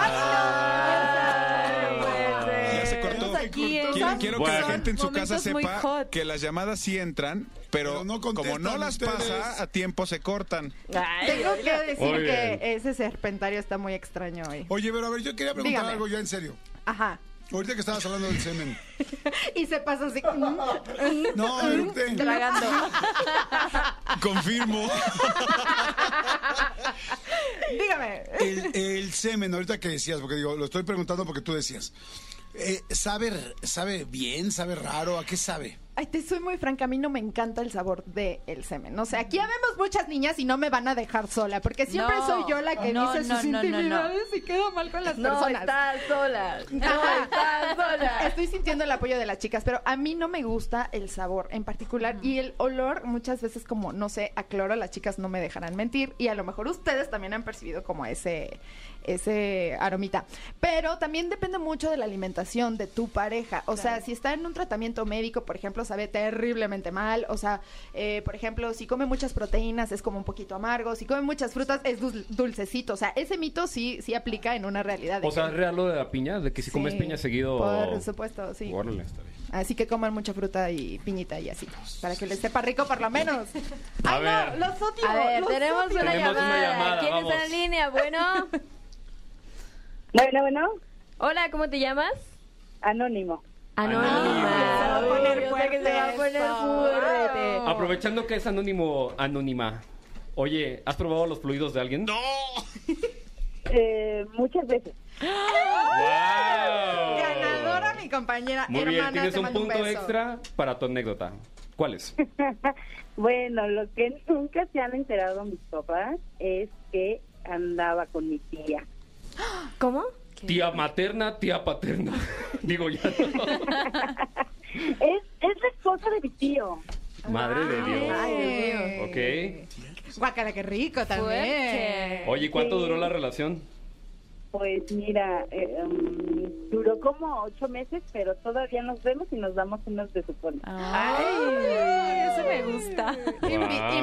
Speaker 12: aquí en-
Speaker 7: Quiero, quiero que la
Speaker 2: Bueno.
Speaker 7: gente en su casa
Speaker 12: Momentos muy
Speaker 7: sepa
Speaker 12: hot.
Speaker 7: que las llamadas sí entran, pero, como no las pasa, a tiempo se cortan.
Speaker 10: Tengo que decir
Speaker 7: Muy
Speaker 10: que
Speaker 7: bien.
Speaker 10: ese serpentario está muy extraño hoy.
Speaker 6: Oye, pero a ver, yo quería preguntar
Speaker 10: Dígame.
Speaker 6: algo ya en serio.
Speaker 10: Ajá.
Speaker 6: Ahorita que estabas hablando del semen.
Speaker 10: Y se pasa así. mm, mm,
Speaker 6: No,
Speaker 10: mm,
Speaker 6: eructé.
Speaker 10: Tragando.
Speaker 7: Confirmo.
Speaker 10: Dígame.
Speaker 6: El, el semen, ahorita que decías, porque digo, lo estoy preguntando porque tú decías. Eh, ¿sabe, ¿Sabe bien? ¿Sabe raro? ¿A qué sabe?
Speaker 10: Ay, te soy muy franca, a mí no me encanta el sabor del semen. O sea, aquí habemos muchas niñas y no me van a dejar sola, porque siempre
Speaker 12: No.
Speaker 10: soy yo la que
Speaker 12: No,
Speaker 10: dice
Speaker 12: no,
Speaker 10: sus
Speaker 12: no, no, no.
Speaker 10: intimidades y quedo mal con las
Speaker 3: No,
Speaker 10: personas.
Speaker 3: estás sola. No,
Speaker 10: Ajá.
Speaker 3: estás sola.
Speaker 10: Estoy sintiendo el apoyo de las chicas, pero a mí no me gusta el sabor en particular y el olor muchas veces como, no sé, a cloro las chicas no me dejarán mentir y a lo mejor ustedes también han percibido como ese, ese aromita. Pero también depende mucho de la alimentación de tu pareja. O sea, si está en un tratamiento médico, por ejemplo, sabe terriblemente mal. O sea, eh, por ejemplo, si come muchas proteínas es como un poquito amargo. Si come muchas frutas es dul- dulcecito. O sea, ese mito sí, sí aplica en una realidad. de
Speaker 2: O sea,
Speaker 10: que-
Speaker 2: ¿es real lo de la piña? De que si comes
Speaker 10: Sí.
Speaker 2: piña seguido...
Speaker 10: Por supuesto, sí.
Speaker 2: Órale.
Speaker 10: Así que coman mucha fruta y piñita y así. Para que les sepa rico por lo menos.
Speaker 2: A
Speaker 10: Ay,
Speaker 2: ver.
Speaker 10: no, los odio.
Speaker 3: A ver,
Speaker 10: los
Speaker 3: tenemos
Speaker 10: odio.
Speaker 3: una
Speaker 2: Tenemos una
Speaker 3: llamada.
Speaker 2: llamada,
Speaker 3: ¿Quién está
Speaker 2: vamos.
Speaker 3: en línea? Bueno.
Speaker 13: Bueno, bueno,
Speaker 3: Hola, ¿cómo te llamas?
Speaker 13: anónimo.
Speaker 3: Anónima.
Speaker 10: se va a poner
Speaker 3: Uy, yo sé que se va a
Speaker 10: fuerte
Speaker 3: poner
Speaker 10: esto.
Speaker 3: fuerte.
Speaker 2: Aprovechando que es anónimo, anónima. Oye, ¿has probado los fluidos de alguien? ¡No!
Speaker 13: Eh, muchas veces.
Speaker 2: ¡Wow!
Speaker 10: Ganadora, mi compañera,
Speaker 2: Muy
Speaker 10: hermana,
Speaker 2: bien, tienes
Speaker 10: te
Speaker 2: un
Speaker 10: mando
Speaker 2: punto
Speaker 10: beso.
Speaker 2: extra para tu anécdota. ¿Cuál es?
Speaker 13: Bueno, lo que nunca se han enterado mis papás es que andaba con mi tía.
Speaker 3: ¿Cómo?
Speaker 2: Tía materna, tía paterna. Digo ya.
Speaker 13: Es, es la esposa de mi tío.
Speaker 2: Madre de Dios.
Speaker 10: Ay,
Speaker 2: Ok.
Speaker 10: Guácala, qué rico
Speaker 13: Fuerte.
Speaker 10: también.
Speaker 2: Oye, ¿y ¿cuánto
Speaker 13: Sí.
Speaker 2: duró la relación?
Speaker 13: Pues mira, eh, um, duró como ocho meses, pero todavía nos vemos y nos damos unos besupones.
Speaker 10: Ay, eso me gusta.
Speaker 2: Wow.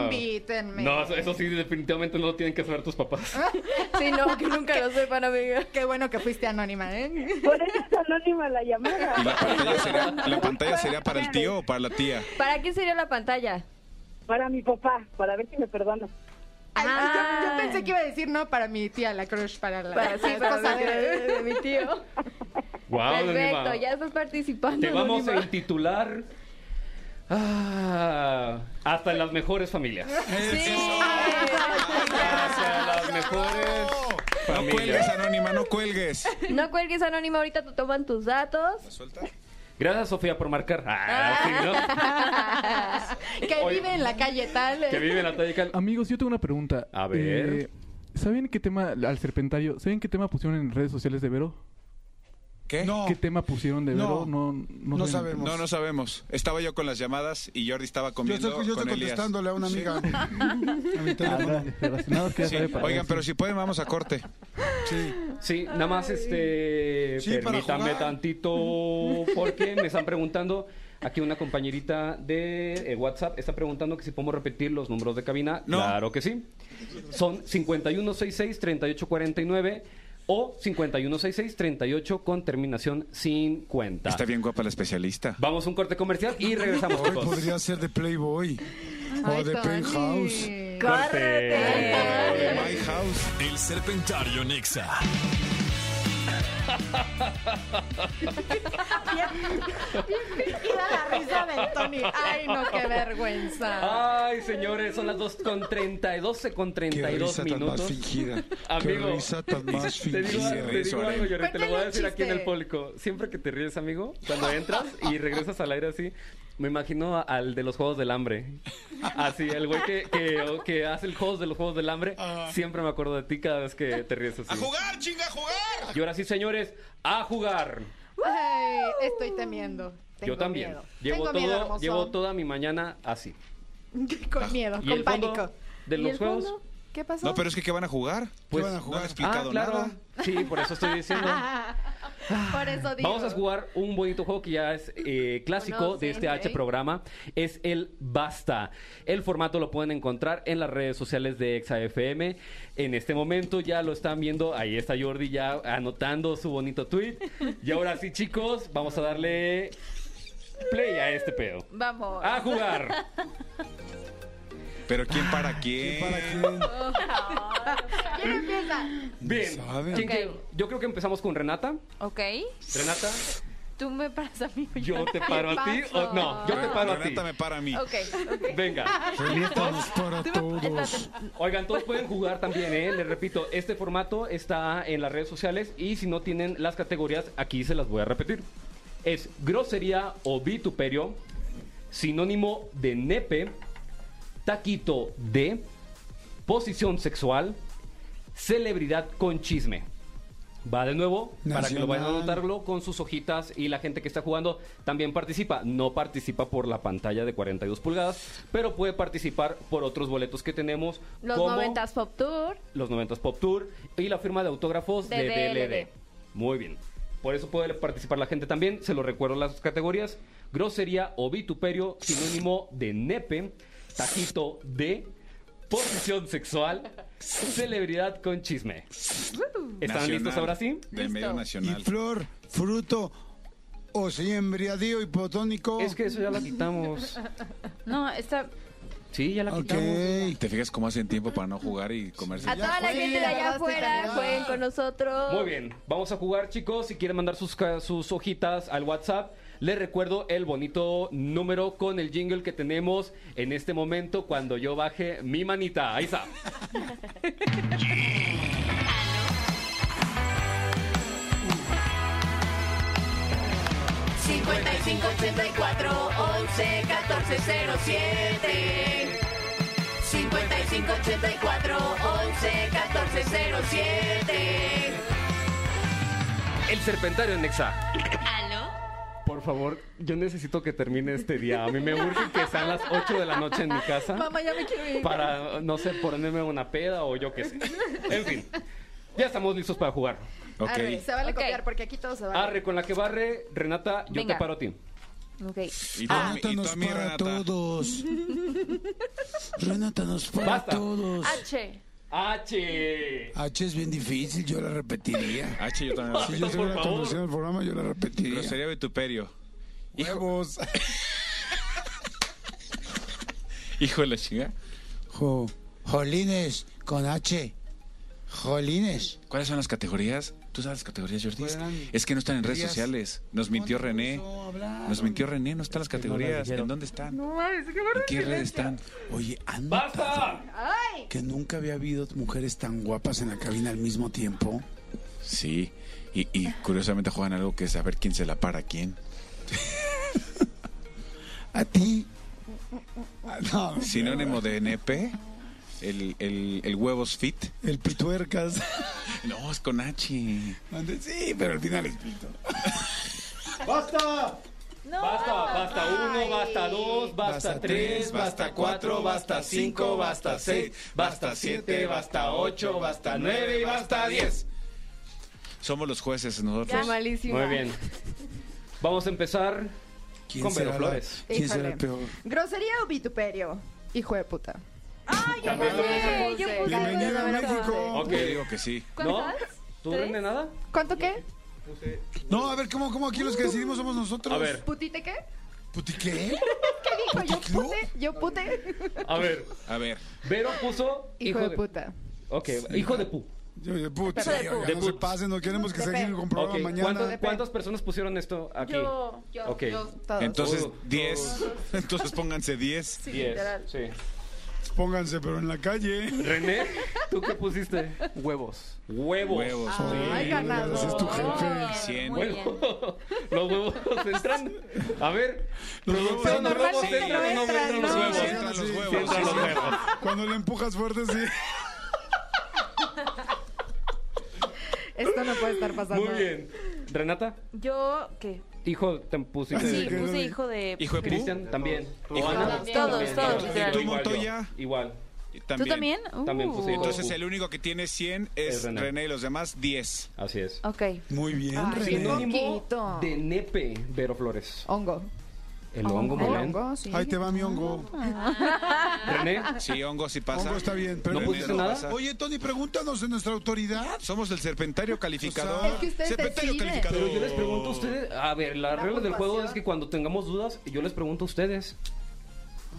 Speaker 10: Invítenme. Ah,
Speaker 2: No, eso, eso sí, definitivamente no lo tienen que saber tus papás.
Speaker 10: Sí, no, que nunca lo sepan, amiga. Qué bueno que fuiste anónima, ¿eh?
Speaker 13: Por eso es anónima la llamada.
Speaker 7: ¿Y la pantalla sería, la pantalla sería para el tío o para la tía?
Speaker 3: ¿Para qué sería la pantalla?
Speaker 13: Para mi papá, para ver si me perdona.
Speaker 10: Ay,
Speaker 3: Ah.
Speaker 10: yo, yo pensé que iba a decir no para mi tía, la crush, para la.
Speaker 3: Para, sí, para
Speaker 10: esposa
Speaker 3: mi,
Speaker 10: de-
Speaker 3: de mi tío.
Speaker 2: Wow,
Speaker 3: Perfecto, ya estás participando.
Speaker 2: Te vamos a
Speaker 3: Anónima.
Speaker 2: intitular ah, hasta en las mejores familias.
Speaker 7: Eh,
Speaker 2: Hasta en las mejores
Speaker 7: No cuelgues,
Speaker 2: familias.
Speaker 7: Anónima, no cuelgues.
Speaker 3: No cuelgues anónima, ahorita te toman tus datos.
Speaker 2: Gracias, Sofía, por marcar. Ah, sí, ¿no?
Speaker 10: que
Speaker 2: Oye.
Speaker 10: vive en la calle tal.
Speaker 2: Que vive en la talla cal-
Speaker 4: Amigos, yo tengo una pregunta. Eh,
Speaker 2: A ver.
Speaker 4: ¿Saben qué tema, al serpentario, ¿saben qué tema pusieron en redes sociales de Vero?
Speaker 7: ¿Qué?
Speaker 4: ¿Qué tema pusieron de Vero? No, no,
Speaker 7: No
Speaker 4: saben.
Speaker 7: sabemos. No, no sabemos. Estaba yo con las llamadas y Jordi estaba
Speaker 6: Yo
Speaker 7: comiendo
Speaker 6: estoy, yo
Speaker 7: con
Speaker 6: estoy
Speaker 7: Elías.
Speaker 6: contestándole a una
Speaker 7: Sí.
Speaker 6: amiga.
Speaker 4: Relacionados que ya
Speaker 7: Sí.
Speaker 4: sabe para
Speaker 7: Oigan,
Speaker 4: ver,
Speaker 7: pero
Speaker 4: sí.
Speaker 7: si pueden, vamos a corte.
Speaker 2: Sí, nada más este
Speaker 7: Sí, para
Speaker 2: permítanme
Speaker 7: jugar.
Speaker 2: tantito porque me están preguntando aquí una compañerita de eh, WhatsApp está preguntando que si podemos repetir los números de cabina.
Speaker 7: No.
Speaker 2: Claro que sí. Son 5166 3849 o 5166 38 con terminación 50.
Speaker 7: Está bien guapa la especialista.
Speaker 2: Vamos a un corte comercial y regresamos.
Speaker 6: Hoy
Speaker 2: chicos.
Speaker 6: podría ser de Playboy o de Penthouse.
Speaker 7: Corte.
Speaker 1: My house. El Serpentario Nexa.
Speaker 10: la risa del Tony. Ay, no, qué vergüenza.
Speaker 2: Ay, señores, son las 2 con 32 con
Speaker 6: Qué
Speaker 2: 32
Speaker 6: risa tan más
Speaker 2: minutos.
Speaker 6: fingida.
Speaker 2: Amigo,
Speaker 6: Qué risa tan más
Speaker 2: Te digo,
Speaker 6: fingida.
Speaker 2: te digo algo, Llorente, te lo voy a
Speaker 10: Cuéntale un
Speaker 2: decir aquí en el
Speaker 10: chiste.
Speaker 2: público. Siempre que te ríes, amigo, cuando entras y regresas al aire así, me imagino a- al de los Juegos del Hambre. Así, el güey que, que, que hace el host de los Juegos del Hambre,
Speaker 6: Ah.
Speaker 2: siempre me acuerdo de ti cada vez que te ríes así.
Speaker 7: ¡A jugar, chinga, a jugar!
Speaker 2: Y ahora sí, señores, a jugar.
Speaker 10: Ay, estoy temiendo. Tengo
Speaker 2: Yo también.
Speaker 10: miedo.
Speaker 2: Llevo,
Speaker 10: Tengo
Speaker 2: todo,
Speaker 10: miedo, hermoso.
Speaker 2: llevo toda mi mañana así.
Speaker 10: Con miedo,
Speaker 2: Y el
Speaker 10: con
Speaker 2: fondo
Speaker 10: pánico.
Speaker 2: de
Speaker 10: ¿Y
Speaker 2: los
Speaker 10: el
Speaker 2: juegos,
Speaker 10: fondo? ¿Qué pasó?
Speaker 7: No, pero es que ¿qué van a jugar?
Speaker 2: pues.
Speaker 6: van a
Speaker 7: No han
Speaker 6: jugar?
Speaker 2: Ah,
Speaker 7: explicado
Speaker 2: claro.
Speaker 7: nada.
Speaker 2: Sí, por eso estoy diciendo.
Speaker 10: Por eso digo.
Speaker 2: Vamos a jugar un bonito juego que ya es eh, clásico de este
Speaker 10: ¿eh?
Speaker 2: H programa. Es el Basta. El formato lo pueden encontrar en las redes sociales de ExaFM. En este momento ya lo están viendo. Ahí está Jordi ya anotando su bonito tweet. Y ahora sí, chicos, vamos a darle play a este pedo.
Speaker 12: Vamos.
Speaker 2: A jugar.
Speaker 7: Pero ¿quién
Speaker 2: Ah,
Speaker 7: para quién?
Speaker 6: ¿Para quién?
Speaker 10: ¿Quién empieza?
Speaker 2: Bien.
Speaker 6: sabe.
Speaker 2: ¿Quién
Speaker 12: Ok.
Speaker 2: quiere? Yo creo que empezamos con Renata.
Speaker 12: Ok.
Speaker 2: Renata,
Speaker 12: Tú me paras a mí.
Speaker 2: yo te paro a ti.
Speaker 12: paso.
Speaker 2: o- no, yo te paro a ti.
Speaker 7: Renata me para a mí.
Speaker 12: Ok, ok.
Speaker 2: Venga.
Speaker 6: Relétanos para
Speaker 12: Tú me-
Speaker 6: todos.
Speaker 12: espérate.
Speaker 2: Oigan, todos pueden jugar también, ¿eh? Les repito, este formato está en las redes sociales y si no tienen las categorías, aquí se las voy a repetir. Es grosería o vituperio, sinónimo de nepe, taquito de, posición sexual, celebridad con chisme. Va de nuevo, para que lo vayan a
Speaker 6: Nacional.
Speaker 2: anotarlo con sus hojitas y la gente que está jugando también participa. No participa por la pantalla de 42 pulgadas, pero puede participar por otros boletos que tenemos.
Speaker 3: Los
Speaker 2: como
Speaker 3: 90s Pop Tour.
Speaker 2: los 90s Pop Tour y la firma de autógrafos de,
Speaker 3: De
Speaker 2: DLD.
Speaker 3: DLD.
Speaker 2: Muy bien. Por eso puede participar la gente también. Se lo recuerdo las categorías. Grosería o vituperio, sinónimo de nepe, taquito de, posición sexual, celebridad con chisme. ¿Están
Speaker 7: Uh. Nacional,
Speaker 2: listos ahora sí?
Speaker 7: Del medio
Speaker 6: Y
Speaker 7: nacional.
Speaker 6: flor, fruto o si embriagueo hipotónico.
Speaker 2: Es que eso ya la quitamos.
Speaker 9: No, está...
Speaker 2: Sí, ya la
Speaker 6: Ok.
Speaker 2: quitamos.
Speaker 7: ¿Te fijas cómo hacen tiempo para no jugar y comerse?
Speaker 3: A toda la
Speaker 6: fue.
Speaker 3: gente de allá afuera,
Speaker 10: Ya.
Speaker 3: jueguen con nosotros.
Speaker 2: Muy bien, vamos a jugar chicos. Si quieren mandar sus, ca- sus hojitas al WhatsApp, les recuerdo el bonito número con el jingle que tenemos en este momento cuando yo baje mi manita. Ahí está.
Speaker 14: 5584 11 1407 5584 11 1407
Speaker 2: El serpentario en Nexa.
Speaker 14: ¿Aló?
Speaker 2: Por favor, yo necesito que termine este día. A mí me urge que sean las 8 de la noche en mi casa
Speaker 10: Mamá, ya me quiero ir.
Speaker 2: para, no sé, ponerme una peda o yo qué sé. En fin, ya estamos listos para jugar.
Speaker 10: Arre, se vale copiar porque aquí todo se vale.
Speaker 2: Arre, con la que barre, Renata, yo
Speaker 10: Venga.
Speaker 2: te paro a ti.
Speaker 10: Ok.
Speaker 7: Y tú,
Speaker 10: Ah.
Speaker 7: a mí- y tú a mí, Renata.
Speaker 6: todos. Renata nos para
Speaker 2: Basta.
Speaker 6: todos.
Speaker 12: H.
Speaker 2: H.
Speaker 6: H es bien difícil, yo la repetiría.
Speaker 7: H, Ah, yo también.
Speaker 6: Si yo tuviera la conducción del programa, yo la repetiría.
Speaker 7: Pero sería vituperio.
Speaker 6: Huevos.
Speaker 7: Hijo de la chinga.
Speaker 6: Jo- Jolines, con H. Jolines.
Speaker 7: ¿Cuáles son las categorías? ¿Tú sabes las categorías, Jordi?
Speaker 6: Fueran
Speaker 7: Es que no están en redes
Speaker 6: categorías.
Speaker 7: sociales. Nos mintió René. Nos mintió René, no están las categorías.
Speaker 6: dijeron.
Speaker 7: ¿En dónde están?
Speaker 10: No mames, qué barro
Speaker 7: ¿En qué
Speaker 10: silencio.
Speaker 7: redes están?
Speaker 6: Oye, han
Speaker 2: ¡Basta!
Speaker 10: Ay.
Speaker 6: que nunca había habido mujeres tan guapas en la cabina al mismo tiempo.
Speaker 7: Sí. Y, y curiosamente juegan algo que es saber quién se la para a quién.
Speaker 6: A ti. Ah, no,
Speaker 7: Sinónimo de NP. El, el, el huevos fit.
Speaker 6: el pituercas.
Speaker 7: No, es con H.
Speaker 6: Mande- Sí, pero al final es pito.
Speaker 8: ¡Basta!
Speaker 12: No,
Speaker 2: Basta, basta uno, basta dos, basta,
Speaker 6: Basta
Speaker 2: tres, basta cuatro, basta cinco, basta seis, basta siete, basta ocho, basta nueve y basta diez.
Speaker 7: Somos los jueces nosotros.
Speaker 10: malísima.
Speaker 2: Muy bien. Vamos a empezar
Speaker 6: ¿Quién
Speaker 2: con Vero
Speaker 6: será la-
Speaker 2: Flores.
Speaker 6: ¿Quién será
Speaker 10: Híjole.
Speaker 6: el peor?
Speaker 10: ¿Grosería o vituperio? Hijo de puta.
Speaker 12: Ay, yo
Speaker 2: También
Speaker 12: puse,
Speaker 10: lo
Speaker 12: yo
Speaker 10: puse.
Speaker 12: puse.
Speaker 6: Bienvenida a
Speaker 12: Roberto.
Speaker 6: México.
Speaker 2: Ok,
Speaker 7: Yo digo que sí.
Speaker 2: ¿no?
Speaker 12: ¿Cuántas?
Speaker 2: ¿Tú
Speaker 12: ¿Tres?
Speaker 2: René, nada?
Speaker 10: ¿Cuánto qué?
Speaker 6: No, a ver, ¿cómo, cómo aquí los que decidimos somos nosotros?
Speaker 2: A ver,
Speaker 10: ¿Putite qué?
Speaker 6: ¿Puti qué?
Speaker 10: ¿Qué dijo? ¿Yo
Speaker 6: ¿Puticlub?
Speaker 10: pute? ¿Yo pute?
Speaker 2: a ver.
Speaker 7: A ver.
Speaker 2: Vero puso
Speaker 10: Hijo de puta.
Speaker 2: Ok, hijo de pu.
Speaker 6: Yo, de puta,
Speaker 10: Pero de
Speaker 6: oiga,
Speaker 2: put.
Speaker 6: no se pasen, no queremos que
Speaker 10: De
Speaker 6: se
Speaker 10: pe.
Speaker 6: con programa
Speaker 2: Ok,
Speaker 6: mañana.
Speaker 2: ¿cuántas, cuántas personas pusieron esto aquí?
Speaker 12: Yo,
Speaker 2: yo, Ok. yo,
Speaker 10: Todos.
Speaker 7: Entonces,
Speaker 2: Todos.
Speaker 7: 10. Entonces pónganse 10.
Speaker 2: Diez,
Speaker 10: literal.
Speaker 2: sí.
Speaker 6: Pónganse, pero en la calle.
Speaker 2: René, ¿tú qué pusiste?
Speaker 4: Huevos.
Speaker 2: Huevos.
Speaker 7: Huevos.
Speaker 10: Ay,
Speaker 6: Ese es tu
Speaker 10: ganador.
Speaker 6: jefe.
Speaker 7: Cien.
Speaker 12: Muy bien.
Speaker 2: Los huevos entran. A ver,
Speaker 6: Los huevos
Speaker 2: producción,
Speaker 6: entran.
Speaker 2: huevos
Speaker 7: Normalmente
Speaker 2: entran,
Speaker 7: no
Speaker 2: entran los
Speaker 7: ¿no?
Speaker 2: huevos.
Speaker 7: Sí,
Speaker 2: entran los
Speaker 6: sí,
Speaker 2: huevos.
Speaker 6: sí,
Speaker 2: entran
Speaker 6: sí,
Speaker 2: los
Speaker 6: sí.
Speaker 2: huevos.
Speaker 6: Cuando le empujas fuerte, sí.
Speaker 10: Esto no puede estar pasando.
Speaker 2: Muy bien. Renata,
Speaker 12: Yo, ¿qué?
Speaker 2: hijo, te pusiste.
Speaker 6: Sí,
Speaker 12: Sí,
Speaker 6: que-
Speaker 12: puse hijo de...
Speaker 7: Hijo de pu.
Speaker 2: Cristian también.
Speaker 4: Todos.
Speaker 2: Ivana,
Speaker 12: Todos, todos, todos, literal.
Speaker 7: ¿Y tú, Montoya?
Speaker 2: Igual.
Speaker 12: ¿Tú también?
Speaker 2: También
Speaker 12: Uh.
Speaker 2: puse hijo de
Speaker 7: Entonces el único que tiene 100
Speaker 2: Es
Speaker 7: es
Speaker 2: René.
Speaker 7: René y los demás 10.
Speaker 2: Así es.
Speaker 12: Ok.
Speaker 6: Muy bien,
Speaker 10: Ay,
Speaker 6: René.
Speaker 2: Sinónimo
Speaker 10: poquito.
Speaker 2: de nepe, Vero Flores.
Speaker 10: Hongo.
Speaker 2: El hongo,
Speaker 10: ¿El
Speaker 2: Belén.
Speaker 10: hongo? Sí.
Speaker 6: Ahí te va mi hongo.
Speaker 2: René,
Speaker 7: Sí, hongo sí pasa.
Speaker 6: Hongo está bien. pero-
Speaker 2: ¿No pusiste nada?
Speaker 6: Oye, Tony, pregúntanos de nuestra autoridad.
Speaker 7: Somos el serpentario calificador.
Speaker 10: Es que ustedes
Speaker 7: serpentario
Speaker 10: deciden.
Speaker 7: calificador.
Speaker 2: pero yo les pregunto a ustedes. A ver, la,
Speaker 10: La
Speaker 2: regla del juego es
Speaker 10: puntuación.
Speaker 2: que cuando tengamos dudas, yo les pregunto a ustedes.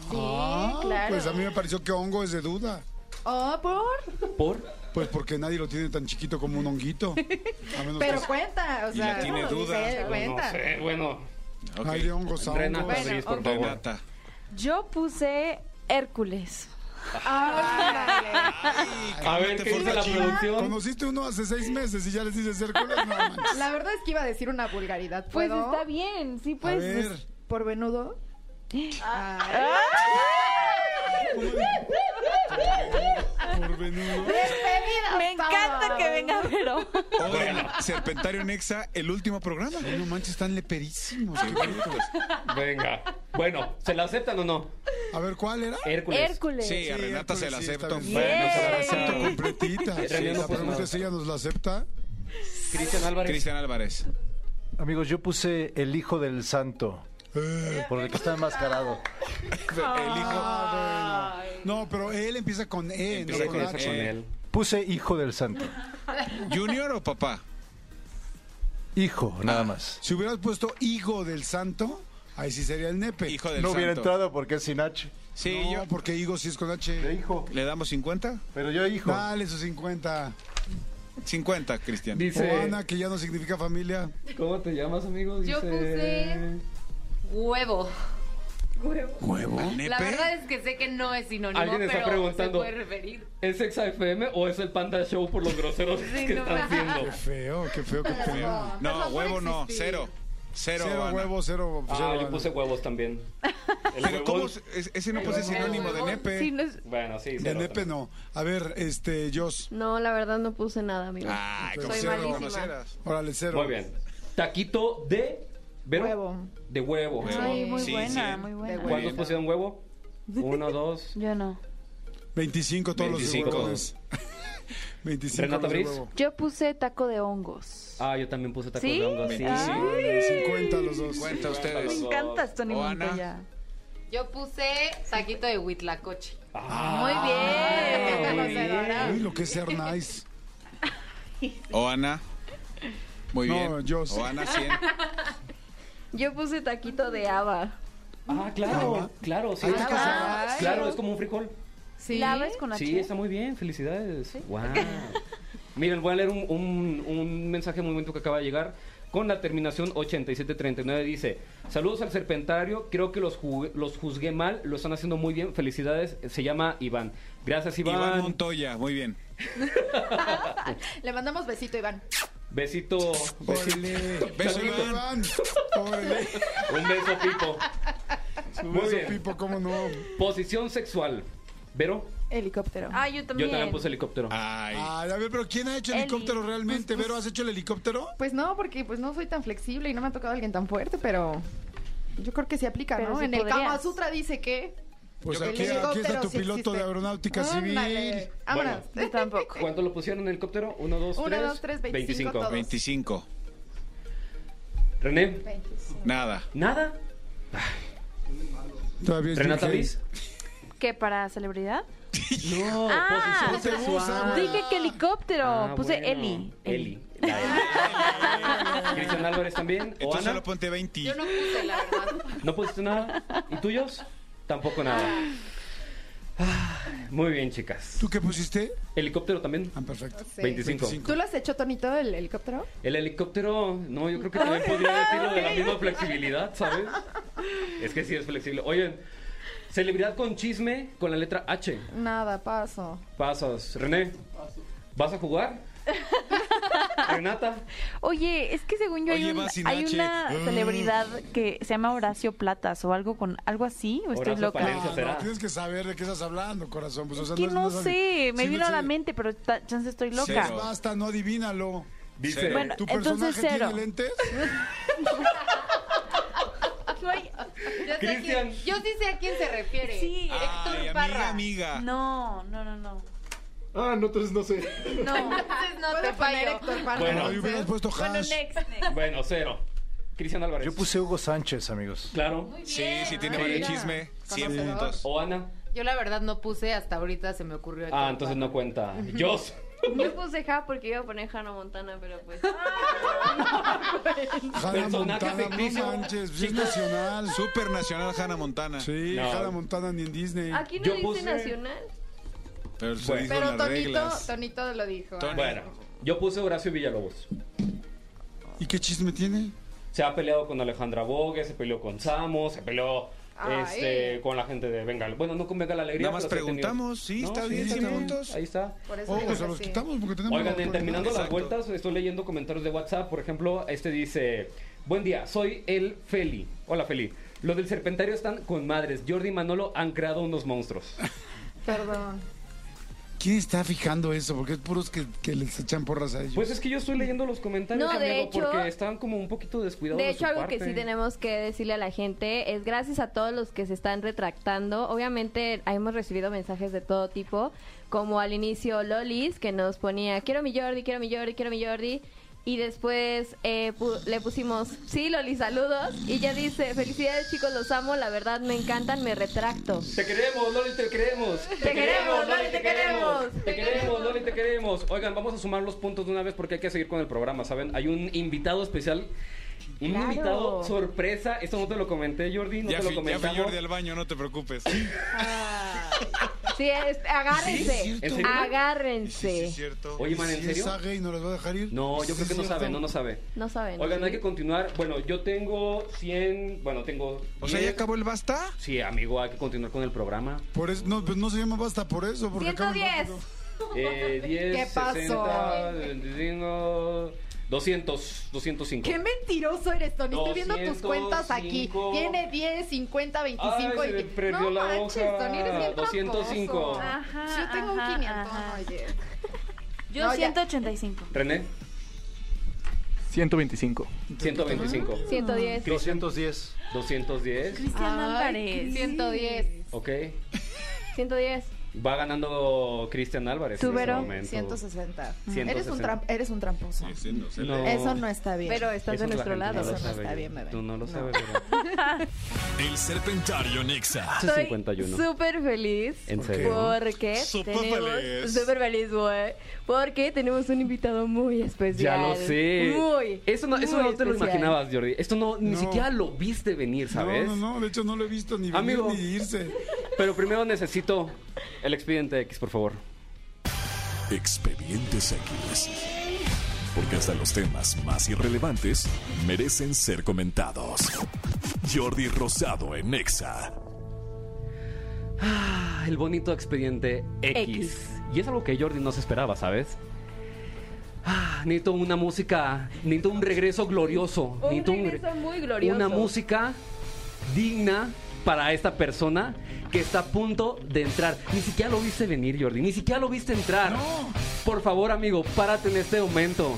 Speaker 10: Sí,
Speaker 6: Ah,
Speaker 10: claro.
Speaker 6: Pues a mí me pareció que hongo es de duda.
Speaker 10: Oh, por.
Speaker 2: ¿Por?
Speaker 6: Pues porque nadie lo tiene tan chiquito como un honguito. A menos
Speaker 10: Pero
Speaker 6: que-
Speaker 10: cuenta, o
Speaker 7: Y la
Speaker 10: sea.
Speaker 7: tiene
Speaker 10: sí
Speaker 7: duda.
Speaker 6: Pues
Speaker 10: se cuenta.
Speaker 2: No sé, bueno.
Speaker 7: Ok.
Speaker 6: Hay de hongos a
Speaker 2: Renata,
Speaker 6: hongos.
Speaker 2: Briz, por favor.
Speaker 7: Renata.
Speaker 12: Yo puse Hércules.
Speaker 10: Ah,
Speaker 2: A ver, ¿qué dice la producción?
Speaker 6: Conociste uno hace seis meses y ya les dices Hércules. No, manches.
Speaker 10: La verdad es que iba a decir una vulgaridad.
Speaker 12: Pues
Speaker 10: ¿puedo?
Speaker 12: está bien, sí,
Speaker 6: a
Speaker 12: pues...
Speaker 6: ver,
Speaker 10: Por venudo.
Speaker 12: Ah.
Speaker 6: por venudo.
Speaker 12: Me encanta que venga Vero.
Speaker 7: Oigan, Serpentario Nexa, el último programa.
Speaker 6: Ay, no manches, están
Speaker 2: Ah,
Speaker 6: leperísimos. qué bruto.
Speaker 2: Venga. Bueno, ¿se la aceptan o no?
Speaker 6: A ver, ¿cuál era?
Speaker 2: Hércules.
Speaker 12: Hércules.
Speaker 7: Sí, a Renata se la
Speaker 6: Sí, está
Speaker 7: acepto.
Speaker 6: bien.
Speaker 2: Bueno, se la
Speaker 12: Yay.
Speaker 6: Acepto
Speaker 2: aceptaron.
Speaker 6: completita.
Speaker 2: Sí,
Speaker 6: la
Speaker 2: René no puso
Speaker 6: pregunta
Speaker 2: nada.
Speaker 6: es si ella nos la acepta.
Speaker 2: Cristian Álvarez.
Speaker 7: Cristian Álvarez.
Speaker 8: Amigos, yo puse el hijo del santo.
Speaker 6: Eh.
Speaker 8: Porque aquí está enmascarado.
Speaker 7: El hijo.
Speaker 6: Ah, bueno. No, pero él empieza con E,
Speaker 7: Empieza
Speaker 6: no con
Speaker 7: con
Speaker 6: H.
Speaker 2: Con
Speaker 7: Eh.
Speaker 2: él.
Speaker 8: Puse hijo del santo.
Speaker 7: ¿Junior o papá?
Speaker 8: Hijo, nada más.
Speaker 6: Si hubieras puesto higo del santo, ahí sí sería el nepe.
Speaker 7: Hijo del
Speaker 8: No hubiera
Speaker 7: santo.
Speaker 8: entrado porque es sin H.
Speaker 7: Sí,
Speaker 6: no,
Speaker 7: yo.
Speaker 6: porque higo sí es con
Speaker 8: De
Speaker 6: H.
Speaker 8: hijo.
Speaker 7: ¿Le damos 50?
Speaker 8: Pero yo hijo.
Speaker 6: Dale sus 50.
Speaker 7: 50, Cristian.
Speaker 6: O
Speaker 2: Dice.
Speaker 6: Ana, que ya no significa familia.
Speaker 2: ¿Cómo te llamas, amigo? Dice.
Speaker 5: Yo puse- Huevo.
Speaker 6: Huevo.
Speaker 5: La
Speaker 7: ¿Nepe?
Speaker 5: verdad es que sé que no es sinónimo,
Speaker 2: Alguien está
Speaker 5: pero
Speaker 2: preguntando.
Speaker 5: se puede referir.
Speaker 2: ¿Es Exa FM o es el Panda Show por los groseros que
Speaker 5: no.
Speaker 2: están haciendo?
Speaker 6: Qué feo, qué feo, qué feo.
Speaker 7: No, huevo no, cero. Cero,
Speaker 6: Cero
Speaker 7: Ana.
Speaker 6: huevos, cero.
Speaker 2: Ah,
Speaker 6: cero
Speaker 2: yo
Speaker 6: Ana.
Speaker 2: puse huevos también. El
Speaker 7: Pero
Speaker 2: huevón-
Speaker 7: ¿cómo es- es- ese no puse sinónimo de nepe?
Speaker 2: Bueno, sí,
Speaker 6: De
Speaker 2: cero
Speaker 6: nepe
Speaker 2: también.
Speaker 6: no. A ver, este, Jos.
Speaker 3: No, la verdad no puse nada, amigo.
Speaker 6: como
Speaker 3: Soy
Speaker 6: cero,
Speaker 3: malísima.
Speaker 6: como cero. Órale, cero.
Speaker 2: Muy bien. Taquito de... ¿Vero?
Speaker 10: Huevo.
Speaker 2: De huevo.
Speaker 12: Ay, muy
Speaker 7: Sí,
Speaker 12: buena,
Speaker 7: sí.
Speaker 12: muy
Speaker 10: De
Speaker 12: buena.
Speaker 2: ¿Cuántos pusieron huevo? Uno, dos.
Speaker 12: Yo no.
Speaker 6: 25 todos
Speaker 2: 25.
Speaker 6: los huevones. 25
Speaker 2: Renata
Speaker 6: los de
Speaker 2: Briz.
Speaker 6: huevo.
Speaker 12: Yo puse taco de hongos.
Speaker 2: Ah, yo también puse tacos
Speaker 12: ¿Sí?
Speaker 2: de hongo. Sí.
Speaker 12: Ay.
Speaker 6: 50 los dos.
Speaker 7: 50
Speaker 12: Me
Speaker 7: ustedes.
Speaker 12: encantas, Tony
Speaker 7: O Ana.
Speaker 12: Montoya.
Speaker 5: Yo puse saquito de huitlacoche.
Speaker 12: Muy
Speaker 2: Ah,
Speaker 12: bien.
Speaker 5: Muy bien.
Speaker 6: Uy, lo que es ser nice.
Speaker 7: O Ana. Muy
Speaker 6: No,
Speaker 7: bien.
Speaker 6: yo sí.
Speaker 7: O Ana 100.
Speaker 3: Yo puse taquito de haba.
Speaker 2: Ah, claro, claro, sí.
Speaker 6: Antes que se haga-
Speaker 2: Claro, es como un frijol.
Speaker 5: Sí.
Speaker 12: ¿Laves con H?
Speaker 2: Sí, está muy bien, felicidades. Wow. Miren, voy a leer un, un- un mensaje muy bonito que acaba de llegar con la terminación 8739. Dice: Saludos al serpentario, creo que los, ju- los juzgué mal, lo están haciendo muy bien, felicidades. Se llama Iván. Gracias, Iván.
Speaker 7: Iván Montoya, muy bien.
Speaker 10: Le mandamos besito, Iván.
Speaker 2: Besito. besito.
Speaker 6: Órale.
Speaker 7: Beso,
Speaker 6: Órale,
Speaker 7: Iván.
Speaker 6: Iván. Órale.
Speaker 2: Un beso, Pipo.
Speaker 6: Su
Speaker 2: Muy
Speaker 6: beso,
Speaker 2: bien.
Speaker 6: Pipo, cómo no.
Speaker 2: Posición sexual. ¿Vero?
Speaker 10: Helicóptero.
Speaker 12: Ah, yo también.
Speaker 2: Yo también puse helicóptero.
Speaker 7: Ay.
Speaker 6: Ay, a ver, pero ¿quién ha hecho
Speaker 12: Eli.
Speaker 6: helicóptero realmente?
Speaker 12: pues,
Speaker 6: ¿Vero, has hecho el helicóptero?
Speaker 10: Pues no, porque pues no soy tan flexible y no me ha tocado alguien tan fuerte, pero yo creo que sí aplica,
Speaker 12: Pero
Speaker 10: ¿no?
Speaker 12: sí
Speaker 10: en el
Speaker 12: podrías.
Speaker 10: Kama Sutra dice que
Speaker 6: Pues
Speaker 10: Yo creo
Speaker 6: aquí,
Speaker 10: que
Speaker 6: aquí
Speaker 10: sí.
Speaker 6: está tu
Speaker 10: Helicóptero sí
Speaker 6: piloto de
Speaker 10: existe.
Speaker 6: aeronáutica civil.
Speaker 10: Ándale. Vámonos.
Speaker 12: Yo tampoco.
Speaker 2: ¿Cuánto lo pusieron en el helicóptero? 1, 2,
Speaker 10: Uno,
Speaker 2: 3.
Speaker 10: dos, tres, 25 todos.
Speaker 7: 25.
Speaker 2: René,
Speaker 7: Nada.
Speaker 2: nada.
Speaker 6: Todavía es
Speaker 2: Renata
Speaker 6: virgen.
Speaker 2: Briz.
Speaker 12: ¿Qué, para celebridad?
Speaker 2: No,
Speaker 12: Ah,
Speaker 6: No te usa, güey.
Speaker 12: Dije que helicóptero.
Speaker 2: Ah,
Speaker 12: puse
Speaker 2: bueno.
Speaker 12: Eli.
Speaker 2: Eli. La Eli. Cristian Álvarez también. ¿O
Speaker 7: Entonces
Speaker 2: Ana?
Speaker 7: solo ponte 20.
Speaker 5: Yo no puse, la verdad.
Speaker 2: ¿No pusiste nada? ¿Y tuyos? Tampoco nada. Ah, Muy bien, chicas.
Speaker 6: ¿Tú qué pusiste?
Speaker 2: ¿Helicóptero también?
Speaker 6: Ah, perfecto.
Speaker 10: Sí.
Speaker 2: 25.
Speaker 6: 25.
Speaker 10: ¿Tú lo has hecho, Tonito, el helicóptero?
Speaker 2: El helicóptero, no, yo creo que también podría decirlo de la misma flexibilidad, ¿sabes? Es que sí es flexible. Oigan, celebridad con chisme con la letra H.
Speaker 10: Nada, paso.
Speaker 2: Pasas. René, ¿vas a jugar? Renata,
Speaker 12: Oye, es que según yo
Speaker 7: Oye,
Speaker 12: hay, un-
Speaker 7: va sin
Speaker 12: hay
Speaker 7: H.
Speaker 12: una
Speaker 7: Ah.
Speaker 12: celebridad que se llama Horacio Platas o algo con algo así, o pues, estoy
Speaker 2: Horacio
Speaker 12: loca.
Speaker 2: Palencia
Speaker 6: Ah,
Speaker 2: será.
Speaker 6: no, tienes que saber de qué estás hablando, corazón. Pues, o sea,
Speaker 12: Es que
Speaker 6: es-
Speaker 12: no
Speaker 6: es-
Speaker 12: sé, me
Speaker 6: si no
Speaker 12: vino a la
Speaker 6: se-
Speaker 12: mente, pero ta- chance estoy loca.
Speaker 7: Cero.
Speaker 6: Basta, no adivínalo.
Speaker 2: dice.
Speaker 7: Cero.
Speaker 12: Bueno,
Speaker 6: ¿Tu
Speaker 12: entonces
Speaker 6: personaje
Speaker 12: cero.
Speaker 6: tiene lentes?
Speaker 5: Yo, sé a
Speaker 2: Cristian.
Speaker 5: quién, yo sí sé a quién se refiere.
Speaker 12: Sí.
Speaker 5: Héctor
Speaker 7: Ay, amiga,
Speaker 5: Parra.
Speaker 7: amiga.
Speaker 12: No, no, no, no.
Speaker 4: Ah, no, entonces no sé.
Speaker 12: No.
Speaker 5: Entonces no te
Speaker 10: ¿Puedo poner
Speaker 5: fallo.
Speaker 10: Héctor Parra?
Speaker 2: Bueno.
Speaker 6: Ay, hubieras puesto hash.
Speaker 2: Bueno, cero. Cristian Álvarez.
Speaker 8: Yo puse Hugo Sánchez, amigos.
Speaker 2: Claro.
Speaker 7: Sí, sí tiene
Speaker 10: Ay,
Speaker 7: varios
Speaker 10: mira.
Speaker 7: chisme. 100
Speaker 10: Conocedor.
Speaker 7: puntos.
Speaker 2: O Ana.
Speaker 5: Yo la verdad no puse, hasta ahorita se me ocurrió. Héctor
Speaker 2: Ah, entonces no cuenta. Jos.
Speaker 3: Yo puse ja porque iba a poner Hannah Montana, pero pues.
Speaker 6: Jala
Speaker 2: Personaje
Speaker 6: Montana, no
Speaker 2: ficticio.
Speaker 6: manches. pues, Es nacional.
Speaker 7: Super nacional Hannah Montana.
Speaker 6: Sí,
Speaker 2: No.
Speaker 6: Jala Montana ni en Disney.
Speaker 3: Aquí no
Speaker 2: Yo
Speaker 3: dice
Speaker 2: puse-
Speaker 3: nacional.
Speaker 7: Pero se
Speaker 2: Bueno.
Speaker 7: dijo
Speaker 10: Pero
Speaker 7: las
Speaker 10: Tonito,
Speaker 7: reglas.
Speaker 10: Tonito lo dijo. ¿eh?
Speaker 7: Tony.
Speaker 2: Bueno, yo puse Horacio Villalobos.
Speaker 6: ¿Y qué chisme tiene?
Speaker 2: Se ha peleado con Alejandra Bogue, se peleó con Samo, se peleó
Speaker 10: Ay.
Speaker 2: este, con la gente de Venga. Bueno, no con Venga la Alegría.
Speaker 7: Nada más
Speaker 2: pero sí ha tenido-
Speaker 7: preguntamos, sí, está bien,
Speaker 2: está
Speaker 7: 100 puntos.
Speaker 2: Ahí está.
Speaker 10: Por eso
Speaker 6: Oh,
Speaker 10: digo
Speaker 6: se
Speaker 10: que
Speaker 6: los
Speaker 10: sí.
Speaker 6: quitamos porque tenemos.
Speaker 2: Oigan,
Speaker 6: la
Speaker 2: en- terminando las
Speaker 7: Exacto.
Speaker 2: vueltas, estoy leyendo comentarios de WhatsApp. Por ejemplo, este dice: Buen día, soy el Feli. Hola, Feli. Los del Serpentario están con madres. Jordi y Manolo han creado unos monstruos.
Speaker 10: Perdón.
Speaker 6: ¿Quién está fijando eso? Porque es puros que, que les echan porras a ellos.
Speaker 2: Pues es que yo estoy leyendo los comentarios,
Speaker 3: No, de
Speaker 2: amigo,
Speaker 3: hecho-
Speaker 2: porque estaban como un poquito descuidados.
Speaker 3: De hecho,
Speaker 2: su
Speaker 3: algo que
Speaker 2: parte.
Speaker 3: sí tenemos que decirle a la gente es gracias a todos los que se están retractando. Obviamente hemos recibido mensajes de todo tipo, como al inicio Lolis, que nos ponía, quiero mi Jordi, quiero mi Jordi, quiero mi Jordi. Y después eh, pu- le pusimos, sí, Lolis, saludos. Y ya dice, felicidades chicos, los amo, la verdad me encantan, me retracto.
Speaker 2: Te queremos, Loli, te queremos.
Speaker 3: Te queremos, Loli, te queremos.
Speaker 2: Te queremos, Loli, te queremos. Oigan, vamos a sumar los puntos de una vez porque hay que seguir con el programa, ¿saben? Hay un invitado especial. Un
Speaker 3: Claro.
Speaker 2: invitado sorpresa. Esto no te lo comenté, Jordi, no
Speaker 7: Ya
Speaker 2: te lo
Speaker 7: fui, ya fui
Speaker 2: comentamos.
Speaker 7: Jordi al baño, no te preocupes.
Speaker 3: Sí, es-
Speaker 6: Sí,
Speaker 3: agárrense,
Speaker 6: es
Speaker 2: cierto.
Speaker 3: agárrense.
Speaker 7: Sí, es cierto.
Speaker 2: Oye, man, ¿en
Speaker 6: Si es
Speaker 2: serio?
Speaker 6: saga y no les va a dejar ir.
Speaker 2: No,
Speaker 6: Sí,
Speaker 2: yo creo que no
Speaker 6: es
Speaker 2: sabe,
Speaker 6: cierto.
Speaker 2: no, no sabe.
Speaker 3: No saben.
Speaker 2: Oigan, hay que continuar. Bueno, yo tengo 100, bueno, tengo...
Speaker 7: O sea,
Speaker 2: 10.
Speaker 7: ¿ya acabó el basta?
Speaker 2: Sí, amigo, hay que continuar con el programa.
Speaker 6: Por eso, no, pues no se llama basta por eso. Porque acaban
Speaker 3: 110.
Speaker 6: rápido.
Speaker 2: Eh, 10,
Speaker 10: ¿Qué pasó?
Speaker 2: 60, 25, 200, 205.
Speaker 10: Qué mentiroso eres, Tony. Estoy viendo tus
Speaker 2: 205.
Speaker 10: cuentas aquí. Tiene 10, 50, 25
Speaker 2: Ay, se me
Speaker 10: y...
Speaker 2: prendió
Speaker 10: No
Speaker 2: la
Speaker 10: manches,
Speaker 2: hoja.
Speaker 10: Tony, eres bien
Speaker 2: 205.
Speaker 10: tramposo.
Speaker 12: Ajá,
Speaker 10: Yo tengo un
Speaker 12: ajá,
Speaker 10: 500,
Speaker 12: ajá.
Speaker 10: oye.
Speaker 12: Yo
Speaker 10: No, ya.
Speaker 12: 185.
Speaker 2: René,
Speaker 4: 125.
Speaker 2: 125.
Speaker 12: 110.
Speaker 2: 210. 210.
Speaker 3: Cristian
Speaker 12: Ay,
Speaker 3: Álvarez.
Speaker 5: 110.
Speaker 2: Ok.
Speaker 3: 110.
Speaker 2: Va ganando Cristian Álvarez. en
Speaker 10: Tubero,
Speaker 2: este momento.
Speaker 10: 160. Eres,
Speaker 2: 160.
Speaker 10: un tram- eres un tramposo.
Speaker 2: No.
Speaker 10: Eso no está bien.
Speaker 3: Pero estás
Speaker 2: Eso
Speaker 3: de
Speaker 2: la
Speaker 3: nuestro
Speaker 2: gente
Speaker 3: lado.
Speaker 2: No lo
Speaker 10: Eso no
Speaker 2: sabe,
Speaker 10: está
Speaker 2: Jenny.
Speaker 10: bien, bebé.
Speaker 2: Tú no lo sabes,
Speaker 1: El Serpentario Nexa.
Speaker 3: Estoy Súper feliz.
Speaker 1: ¿En serio?
Speaker 3: Porque
Speaker 1: Súper
Speaker 3: tenemos.
Speaker 1: feliz.
Speaker 3: Súper feliz, güey. Porque tenemos un invitado muy
Speaker 2: Ya
Speaker 3: especial.
Speaker 2: lo sé.
Speaker 3: Muy.
Speaker 2: Eso no, eso
Speaker 3: muy
Speaker 2: no te lo
Speaker 3: especial.
Speaker 2: imaginabas, Jordi. Esto no, ni
Speaker 6: No.
Speaker 2: siquiera lo viste venir, ¿sabes?
Speaker 6: No, no, no, de hecho no lo he visto ni venir
Speaker 2: Amigo.
Speaker 6: ni irse.
Speaker 2: Pero primero necesito el expediente X, por favor.
Speaker 1: Expedientes X. Porque hasta los temas más irrelevantes merecen ser comentados. Jordi Rosado en Nexa.
Speaker 2: Ah, el bonito expediente X.
Speaker 1: X.
Speaker 2: Y es algo que Jordi no se esperaba, ¿sabes? Ah, necesito una música, necesito un regreso glorioso.
Speaker 3: Un
Speaker 2: necesito un re-
Speaker 3: regreso muy glorioso.
Speaker 2: Una música digna para esta persona que está a punto de entrar. Ni siquiera lo viste venir, Jordi. Ni siquiera lo viste entrar. Por favor, amigo, párate en este momento.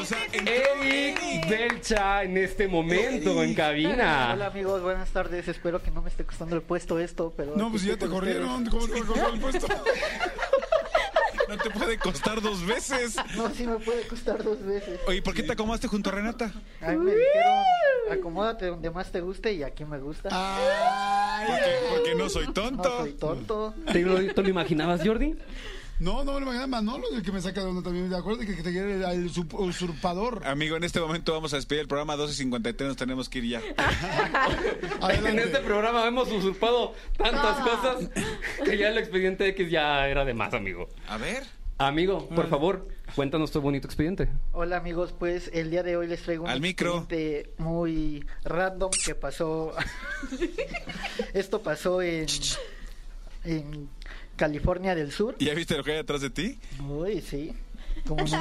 Speaker 15: O sea,
Speaker 2: Eric Belcha en este momento en cabina.
Speaker 15: Hola amigos, buenas tardes. Espero que no me esté costando el puesto esto, pero.
Speaker 6: No, pues
Speaker 15: aquí
Speaker 6: ya
Speaker 15: estoy
Speaker 6: te
Speaker 15: con
Speaker 6: corrieron.
Speaker 15: ustedes.
Speaker 6: ¿Cómo te corrieron el puesto?
Speaker 7: No te puede costar dos veces.
Speaker 15: No, sí me puede costar dos veces.
Speaker 7: Oye, ¿por qué te acomodaste junto a Renata?
Speaker 15: Ay, me dijeron, acomódate donde más te guste y aquí me gusta.
Speaker 6: Ah.
Speaker 7: Porque, porque no soy tonto.
Speaker 15: No soy tonto.
Speaker 2: ¿Te lo, te lo imaginabas, Jordi?
Speaker 6: No, no, me lo imaginaba Manolo es el que me saca de onda también. Acuérdate que, que te quiere el, el usup- usurpador.
Speaker 7: Amigo, en este momento vamos a despedir el programa 12.53, nos tenemos que ir ya.
Speaker 2: En este programa hemos usurpado tantas
Speaker 12: Ah.
Speaker 2: cosas que ya el expediente X ya era de más, amigo.
Speaker 7: A ver.
Speaker 2: Amigo,
Speaker 15: Mm.
Speaker 2: por favor, cuéntanos tu bonito expediente.
Speaker 15: Hola amigos, pues el día de hoy les traigo un
Speaker 2: Al micro.
Speaker 15: expediente muy random que pasó. Esto pasó en, en California del Sur.
Speaker 7: ¿Ya viste lo que hay atrás de ti?
Speaker 15: Uy, sí. ¿Cómo no?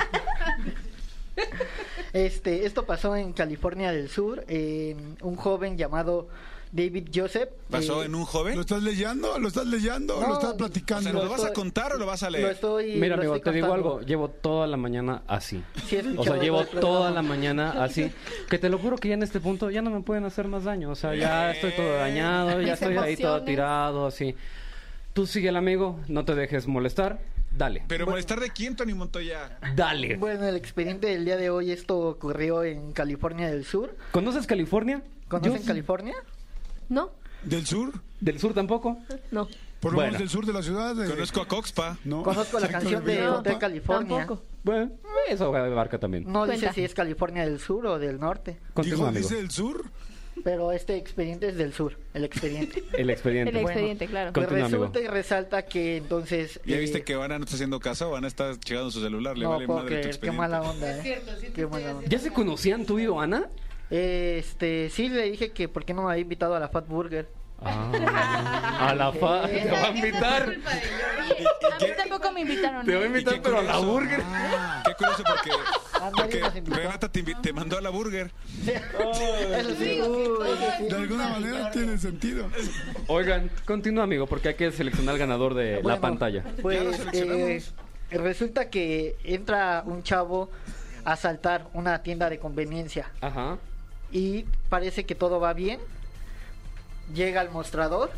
Speaker 15: este, esto pasó en California del Sur. en un joven llamado David Joseph.
Speaker 7: ¿Pasó
Speaker 15: eh,
Speaker 7: en un joven?
Speaker 6: ¿Lo estás leyendo? ¿Lo estás leyendo?
Speaker 15: No.
Speaker 6: ¿Lo estás platicando?
Speaker 15: O sea, ¿lo Lo vas a estoy-
Speaker 7: contar o lo vas a leer?
Speaker 15: lo estoy-
Speaker 2: Mira,
Speaker 15: lo
Speaker 2: amigo,
Speaker 15: estoy
Speaker 2: te digo
Speaker 15: contando.
Speaker 2: algo. Llevo toda la mañana así.
Speaker 15: Sí, he escuchado
Speaker 2: O sea, llevo
Speaker 15: todo el
Speaker 2: toda
Speaker 15: programa.
Speaker 2: la mañana así. Que te lo juro que ya en este punto ya no me pueden hacer más daño. O sea,
Speaker 7: Eh.
Speaker 2: ya estoy todo dañado, ya
Speaker 15: Mis
Speaker 2: estoy ahí todo
Speaker 15: emociones.
Speaker 2: tirado, así. Tú sigue el amigo, no te dejes molestar. Dale.
Speaker 7: Pero molestar de quién, Tony Montoya.
Speaker 2: Dale.
Speaker 15: Bueno, el expediente del día de hoy, esto ocurrió en California del Sur.
Speaker 2: ¿Conoces California?
Speaker 15: ¿Conocen
Speaker 2: Yo-
Speaker 15: California?
Speaker 3: No,
Speaker 6: ¿Del sur?
Speaker 2: ¿Del sur tampoco?
Speaker 3: no.
Speaker 6: Por lo
Speaker 2: Bueno.
Speaker 6: menos del sur de la ciudad. de-
Speaker 7: Conozco a Coxpa.
Speaker 6: No.
Speaker 15: Conozco la
Speaker 6: Exacto,
Speaker 15: canción
Speaker 6: de
Speaker 15: de
Speaker 6: Europa.
Speaker 15: Hotel California.
Speaker 3: Tampoco.
Speaker 2: Bueno, eso abarca también.
Speaker 15: No
Speaker 3: Cuenta.
Speaker 15: dice si es California del Sur o del Norte,
Speaker 2: Continúa,
Speaker 6: Dijo,
Speaker 2: amigo.
Speaker 6: dice del sur.
Speaker 15: pero este expediente es del Sur, el expediente.
Speaker 2: El expediente.
Speaker 3: El expediente, claro.
Speaker 15: Pues
Speaker 2: Continúa, amigo.
Speaker 15: resulta y resalta que entonces...
Speaker 7: ¿Ya
Speaker 15: eh,
Speaker 7: viste que Vana no está haciendo caso? Vana está llegando su celular, le
Speaker 15: no
Speaker 7: vale
Speaker 15: puedo
Speaker 7: madre tu
Speaker 15: creer, qué
Speaker 7: expediente.
Speaker 15: mala onda, ¿eh? Qué mala onda.
Speaker 2: ¿Ya se conocían tú y Ana?
Speaker 15: Este, sí le dije que por qué no me había invitado a la Fat Burger.
Speaker 2: Ah, a la fa. Te va a invitar.
Speaker 12: A mí tampoco me invitaron.
Speaker 2: Te va a
Speaker 12: ¿eh?
Speaker 2: invitar, pero a la burger.
Speaker 7: Ah. Qué curioso porque, porque
Speaker 15: nos invitó.
Speaker 7: Renata te, invi- te mandó a la burger.
Speaker 15: Eso sí. uy, eso sí.
Speaker 6: De alguna manera tiene sentido.
Speaker 2: Oigan, continúa, amigo, porque hay que seleccionar al ganador de la
Speaker 15: Bueno,
Speaker 2: pantalla.
Speaker 15: Pues eh,
Speaker 6: seleccionamos.
Speaker 15: resulta que entra un chavo a asaltar una tienda de conveniencia
Speaker 2: Ajá.
Speaker 15: y parece que todo va bien. Llega al mostrador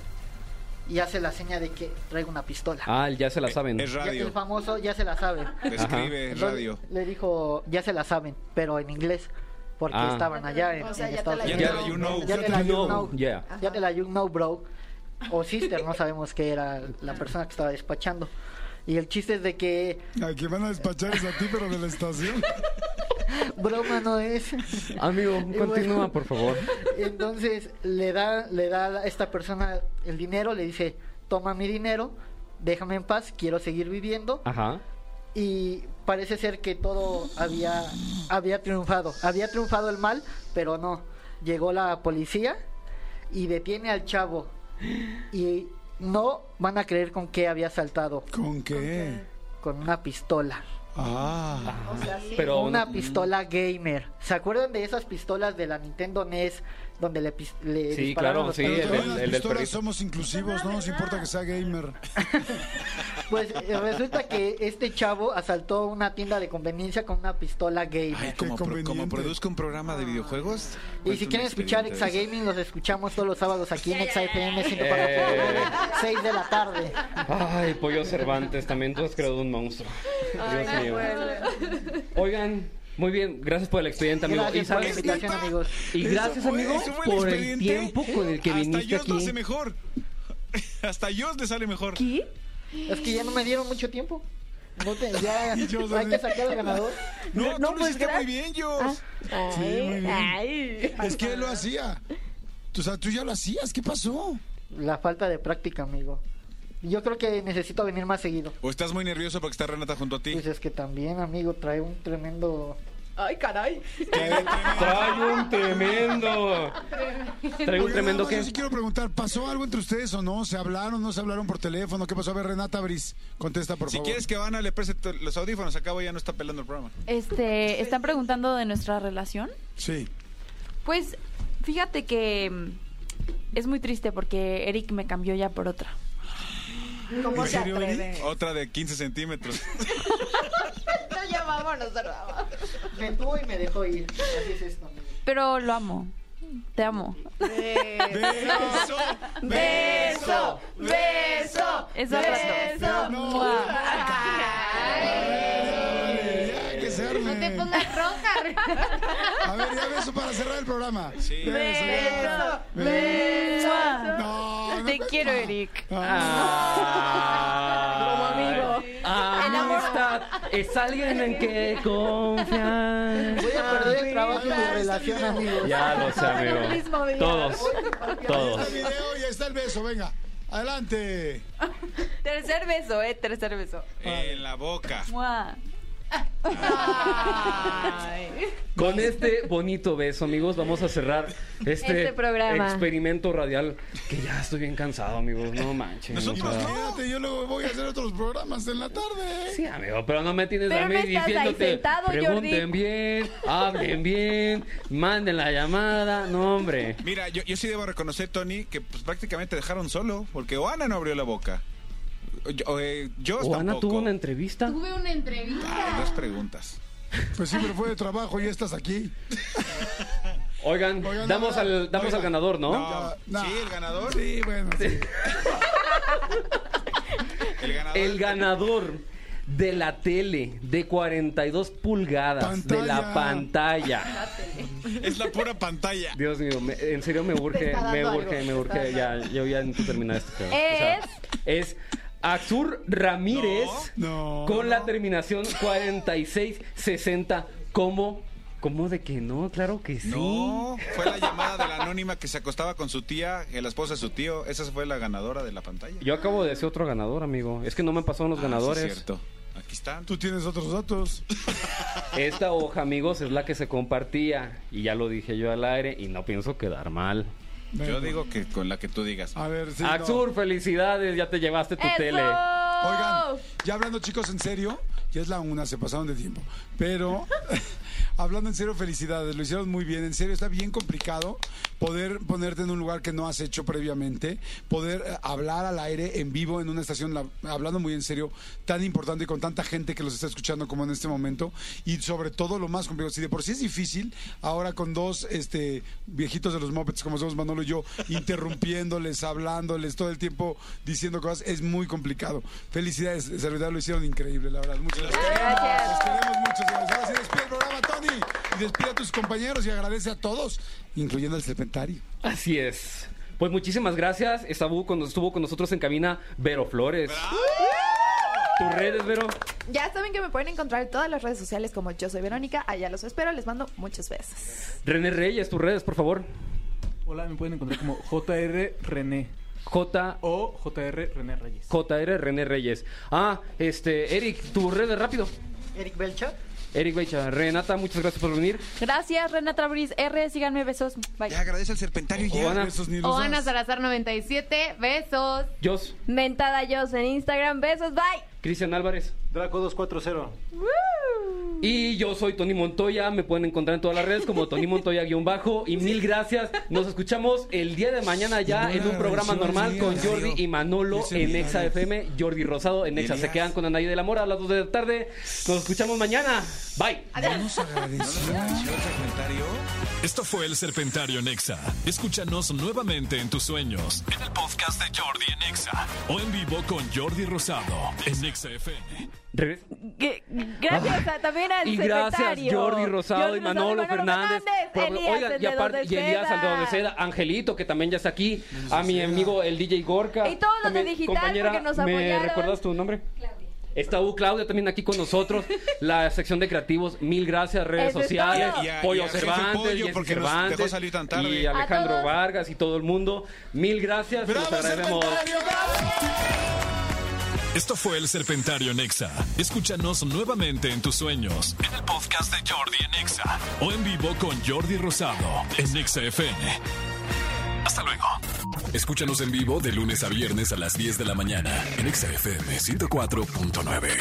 Speaker 15: y hace la seña de que traigo una pistola.
Speaker 2: Ah, ya se la saben.
Speaker 7: Es
Speaker 15: Ya- el
Speaker 7: radio.
Speaker 15: famoso ya se la sabe.
Speaker 7: Describe
Speaker 15: Entonces,
Speaker 7: radio.
Speaker 15: Le dijo, ya se la saben, pero en inglés, porque
Speaker 2: Ah.
Speaker 15: estaban allá en,
Speaker 10: O sea,
Speaker 15: en
Speaker 10: ya te
Speaker 15: Estados
Speaker 10: la
Speaker 7: Ya
Speaker 15: Unidos.
Speaker 7: te la you know.
Speaker 15: Ya te la you know.
Speaker 2: Yeah.
Speaker 15: Ya te la you know, bro. O sister, no sabemos qué era la persona que estaba despachando. Y el chiste es de que
Speaker 6: A quien van a despachar es a ti, pero de la estación.
Speaker 15: broma no es.
Speaker 2: Amigo,
Speaker 15: Y
Speaker 2: continúa,
Speaker 15: bueno.
Speaker 2: por favor.
Speaker 15: Entonces le da, le da a esta persona el dinero, le dice, toma mi dinero, déjame en paz, quiero seguir viviendo.
Speaker 2: Ajá.
Speaker 15: Y parece ser que todo había, había triunfado. Había triunfado el mal, pero no. Llegó la policía y detiene al chavo. Y No van a creer con qué había saltado.
Speaker 6: ¿Con qué?
Speaker 15: Con una pistola.
Speaker 6: Ah.
Speaker 15: Pero una pistola gamer. ¿Se acuerdan de esas pistolas de la Nintendo NES donde le, pis- le
Speaker 2: Sí,
Speaker 15: dispararon
Speaker 2: claro,
Speaker 15: los
Speaker 2: sí,
Speaker 15: perros?
Speaker 2: el- el- el del
Speaker 6: Pistolas
Speaker 2: perrito.
Speaker 6: somos inclusivos, no nos importa que sea gamer.
Speaker 15: Pues eh, resulta que este chavo asaltó una tienda de conveniencia con una pistola gamer.
Speaker 7: Ay, como, pro- como produzco un programa de videojuegos.
Speaker 15: Y
Speaker 7: cuento
Speaker 15: si
Speaker 7: un
Speaker 15: quieren escuchar
Speaker 7: expediente de
Speaker 15: Exagaming, los escuchamos todos los sábados aquí en ExaFM 104.9,
Speaker 2: Eh.
Speaker 15: 6 de la tarde.
Speaker 2: Ay, Pollo Cervantes, también tú has creado un monstruo. Dios mío. Oigan, muy bien, gracias por el expediente, amigo.
Speaker 15: Gracias
Speaker 2: ¿Y
Speaker 15: por la
Speaker 2: sabes-
Speaker 15: invitación, amigos.
Speaker 2: Y gracias, amigo, por el tiempo con el que
Speaker 7: Hasta
Speaker 2: viniste
Speaker 7: Dios lo hace
Speaker 2: aquí.
Speaker 7: mejor. Hasta Dios le sale mejor.
Speaker 15: ¿Qué? Es que ya no me dieron mucho tiempo. Voten, ya
Speaker 7: Y yo
Speaker 15: hay
Speaker 7: soy-
Speaker 15: que sacar al ganador. pues,
Speaker 7: No, tú lo hiciste muy
Speaker 15: gracias.
Speaker 7: bien, Dios.
Speaker 15: Ah,
Speaker 6: Sí,
Speaker 15: ay,
Speaker 6: muy bien.
Speaker 15: ay.
Speaker 6: Es que él lo hacía. O sea, tú ya lo hacías. ¿Qué pasó?
Speaker 15: La falta de práctica, amigo. Yo creo que necesito venir más seguido.
Speaker 7: ¿O estás muy nervioso porque está Renata junto a ti?
Speaker 15: Pues es que también, amigo, trae un tremendo...
Speaker 10: Ay, caray.
Speaker 2: Trae un tremendo. Traigo un
Speaker 6: Oigan, nada
Speaker 2: tremendo
Speaker 6: más,
Speaker 2: que.
Speaker 6: Yo sí quiero preguntar, ¿pasó algo entre ustedes o no? ¿Se hablaron, no se hablaron por teléfono? ¿Qué pasó? A ver, Renata Briz, contesta, por
Speaker 7: si
Speaker 6: favor.
Speaker 7: quieres que van le preste los audífonos, acabo ya no está pelando el programa.
Speaker 12: Este, ¿están preguntando de nuestra relación?
Speaker 6: Sí.
Speaker 12: Pues, fíjate que mm, es muy triste porque Eric me cambió ya por otra.
Speaker 10: ¿Cómo
Speaker 7: ¿En
Speaker 10: se
Speaker 7: serio, Eric?
Speaker 10: atreve?
Speaker 7: Otra de 15 centímetros.
Speaker 10: No, ya vámonos, ya vámonos.
Speaker 15: Me tuvo y me dejó ir. Así es esto, amigo.
Speaker 12: Pero lo amo. Te amo.
Speaker 10: Eh,
Speaker 7: Beso,
Speaker 10: beso, beso,
Speaker 12: Eso al rato.
Speaker 10: beso.
Speaker 12: Mua.
Speaker 6: Ya, que se arme.
Speaker 5: No te pongas roja.
Speaker 6: A ver, ya beso para cerrar el programa.
Speaker 7: Sí.
Speaker 6: Beso, ya.
Speaker 12: Mua.
Speaker 6: No, Ah. no,
Speaker 12: Te
Speaker 6: no.
Speaker 12: quiero, Eric.
Speaker 2: Como
Speaker 12: amigo.
Speaker 2: Amistad es alguien en que confiar.
Speaker 15: Voy a perder el trabajo y mi relación, amigos.
Speaker 2: Ya lo sé,
Speaker 10: mismo
Speaker 2: amigo.
Speaker 10: día.
Speaker 2: Todos,
Speaker 6: Ahí está
Speaker 2: todos.
Speaker 6: el video y ahí está el beso, venga. Adelante.
Speaker 12: Tercer beso, eh, tercer beso.
Speaker 7: En Eh, la boca.
Speaker 12: Mua.
Speaker 2: Con este bonito beso, amigos, vamos a cerrar este,
Speaker 3: Este programa.
Speaker 2: experimento radial. Que ya estoy bien cansado, amigos. No manches.
Speaker 6: Nosotros,
Speaker 2: o sea.
Speaker 6: fíjate, yo luego voy a hacer otros programas en la tarde.
Speaker 2: Sí, amigo, pero no me tienes
Speaker 3: Pero
Speaker 2: a mí
Speaker 3: no estás ahí
Speaker 2: diciéndote.
Speaker 3: sentado, Jordi.
Speaker 2: pregunten bien, hablen bien, manden la llamada. No, hombre.
Speaker 7: Mira, yo, yo sí debo reconocer, Tony, que pues, prácticamente dejaron solo, porque Oana no abrió la boca. Yo, o, eh, yo
Speaker 2: Juana
Speaker 7: tampoco.
Speaker 2: tuvo una entrevista.
Speaker 5: Tuve una entrevista.
Speaker 7: Ay, dos preguntas.
Speaker 6: Pues sí, pero fue de trabajo y estás aquí.
Speaker 2: Oigan,
Speaker 6: Oigan,
Speaker 2: damos
Speaker 6: oigan,
Speaker 2: al damos
Speaker 6: oigan.
Speaker 2: al ganador, ¿no?
Speaker 7: No,
Speaker 6: No.
Speaker 7: Sí, el ganador.
Speaker 6: Sí, bueno. sí.
Speaker 7: El ganador.
Speaker 2: El ganador de la tele de 42 pulgadas de la pantalla.
Speaker 7: Es la pura pantalla.
Speaker 2: Dios mío, me- en serio me urge,
Speaker 10: está
Speaker 2: me
Speaker 10: dando
Speaker 2: urge,
Speaker 10: algo,
Speaker 2: me
Speaker 10: te está Eh.
Speaker 2: urge. Ya, yo ya necesito terminar esto. cabrón.
Speaker 3: Es-
Speaker 2: es Azur Ramírez
Speaker 6: No.
Speaker 2: con la terminación 4660. ¿Cómo? ¿Cómo de que no? Claro que sí.
Speaker 7: No, fue la llamada de la anónima que se acostaba con su tía, eh, la esposa de su tío. Esa fue la ganadora de la pantalla.
Speaker 2: Yo acabo de ser otro ganador, amigo. Es que no me pasaron los
Speaker 7: Ah,
Speaker 2: ganadores.
Speaker 7: sí, es cierto. Aquí están.
Speaker 6: Tú tienes otros datos.
Speaker 2: Esta hoja, amigos, es la que se compartía. Y ya lo dije yo al aire y no pienso quedar mal.
Speaker 7: Yo digo que con la que tú digas.
Speaker 6: A ver, sí. no.
Speaker 2: Axur, felicidades, ya te llevaste tu
Speaker 3: ¡Eso!
Speaker 2: tele.
Speaker 6: Oigan, ya hablando chicos en serio, ya es la una, se pasaron de tiempo. Pero hablando en serio, felicidades, lo hicieron muy bien. En serio, está bien complicado poder ponerte en un lugar que no has hecho previamente, poder eh, hablar al aire en vivo en una estación, la- hablando muy en serio, tan importante y con tanta gente que los está escuchando como en este momento. Y sobre todo lo más complicado, si de por sí es difícil, ahora con dos este, viejitos de los Muppets, como somos Manolo y yo, interrumpiéndoles, hablándoles todo el tiempo, diciendo cosas, es muy complicado. Felicidades, de verdad lo hicieron increíble, la verdad. Muchas gracias. Los queremos mucho. señores. Ahora sí despide el programa, Tony, y despide a tus compañeros y agradece a todos, incluyendo al serpentario.
Speaker 2: Así es. Pues muchísimas gracias. Estuvo con, estuvo con nosotros en cabina Vero Flores. Tus redes, Vero.
Speaker 10: Ya saben que me pueden encontrar en todas las redes sociales como yo soy Verónica. Allá los espero. Les mando muchos besos.
Speaker 2: René Reyes, tus redes, por favor.
Speaker 4: Hola, me pueden encontrar como JR René
Speaker 2: J.
Speaker 4: o JR René Reyes.
Speaker 2: JR René Reyes. Ah, este, Eric, tus redes rápido.
Speaker 15: Eric Belcha.
Speaker 2: Eric Beicha. Renata, muchas gracias por venir.
Speaker 12: Gracias, Renata Briz. R, síganme, besos. Bye.
Speaker 7: agradece al serpentario
Speaker 2: ya. Oana. Besos, ni los
Speaker 5: Oana
Speaker 2: das.
Speaker 5: Salazar97, besos.
Speaker 2: Jos,
Speaker 3: Mentada Jos en Instagram. Besos, bye.
Speaker 2: Cristian Álvarez.
Speaker 8: Draco 240.
Speaker 2: Y yo soy Tony Montoya, me pueden encontrar en todas las redes como Tony Montoya-bajo y mil gracias. Nos escuchamos el día de mañana ya en un programa normal con Jordi y Manolo en Exa FM, Jordi Rosado en Exa. Se quedan con Anaí de la Mora a las 2 de la tarde. Nos escuchamos mañana. Bye.
Speaker 1: Esto fue El Serpentario Nexa. Escúchanos nuevamente en tus sueños, en el podcast de Jordi en Nexa o en vivo con Jordi Rosado en Nexa FM.
Speaker 2: Regres-
Speaker 12: G- Gracias a- también al
Speaker 2: Y gracias
Speaker 12: secretario.
Speaker 2: Jordi Rosado y Manolo, Fernández. por-
Speaker 12: Elías,
Speaker 2: oigan,
Speaker 12: el
Speaker 2: y
Speaker 12: de
Speaker 2: aparte-
Speaker 12: Donde
Speaker 2: y Elías
Speaker 12: Seda.
Speaker 2: Aldo de Seda, Angelito, que también ya está aquí, a mi amigo el DJ Gorka.
Speaker 12: Y todos los de
Speaker 2: También,
Speaker 12: digital, porque nos
Speaker 2: ¿Me
Speaker 12: apoyaron.
Speaker 2: recuerdas tu nombre? Claudia. Está U Claudia también aquí con nosotros, la sección de creativos, mil gracias, redes
Speaker 7: Eso es
Speaker 2: sociales,
Speaker 7: todo. Y a- y a- y
Speaker 2: Pollo
Speaker 7: al jefe
Speaker 2: Cervantes,
Speaker 7: Pollo,
Speaker 2: Jesse
Speaker 7: porque nos
Speaker 2: Cervantes,
Speaker 7: dejó salir tan tarde.
Speaker 2: y
Speaker 7: A
Speaker 2: Alejandro
Speaker 7: todos.
Speaker 2: Vargas y todo el mundo, mil gracias, nos agradecemos.
Speaker 1: Esto fue El Serpentario Nexa. Escúchanos nuevamente en tus sueños, en el podcast de Jordi en Nexa o en vivo con Jordi Rosado en Nexa FM. Hasta luego. Escúchanos en vivo de lunes a viernes a las 10 de la mañana en Nexa FM 104.9.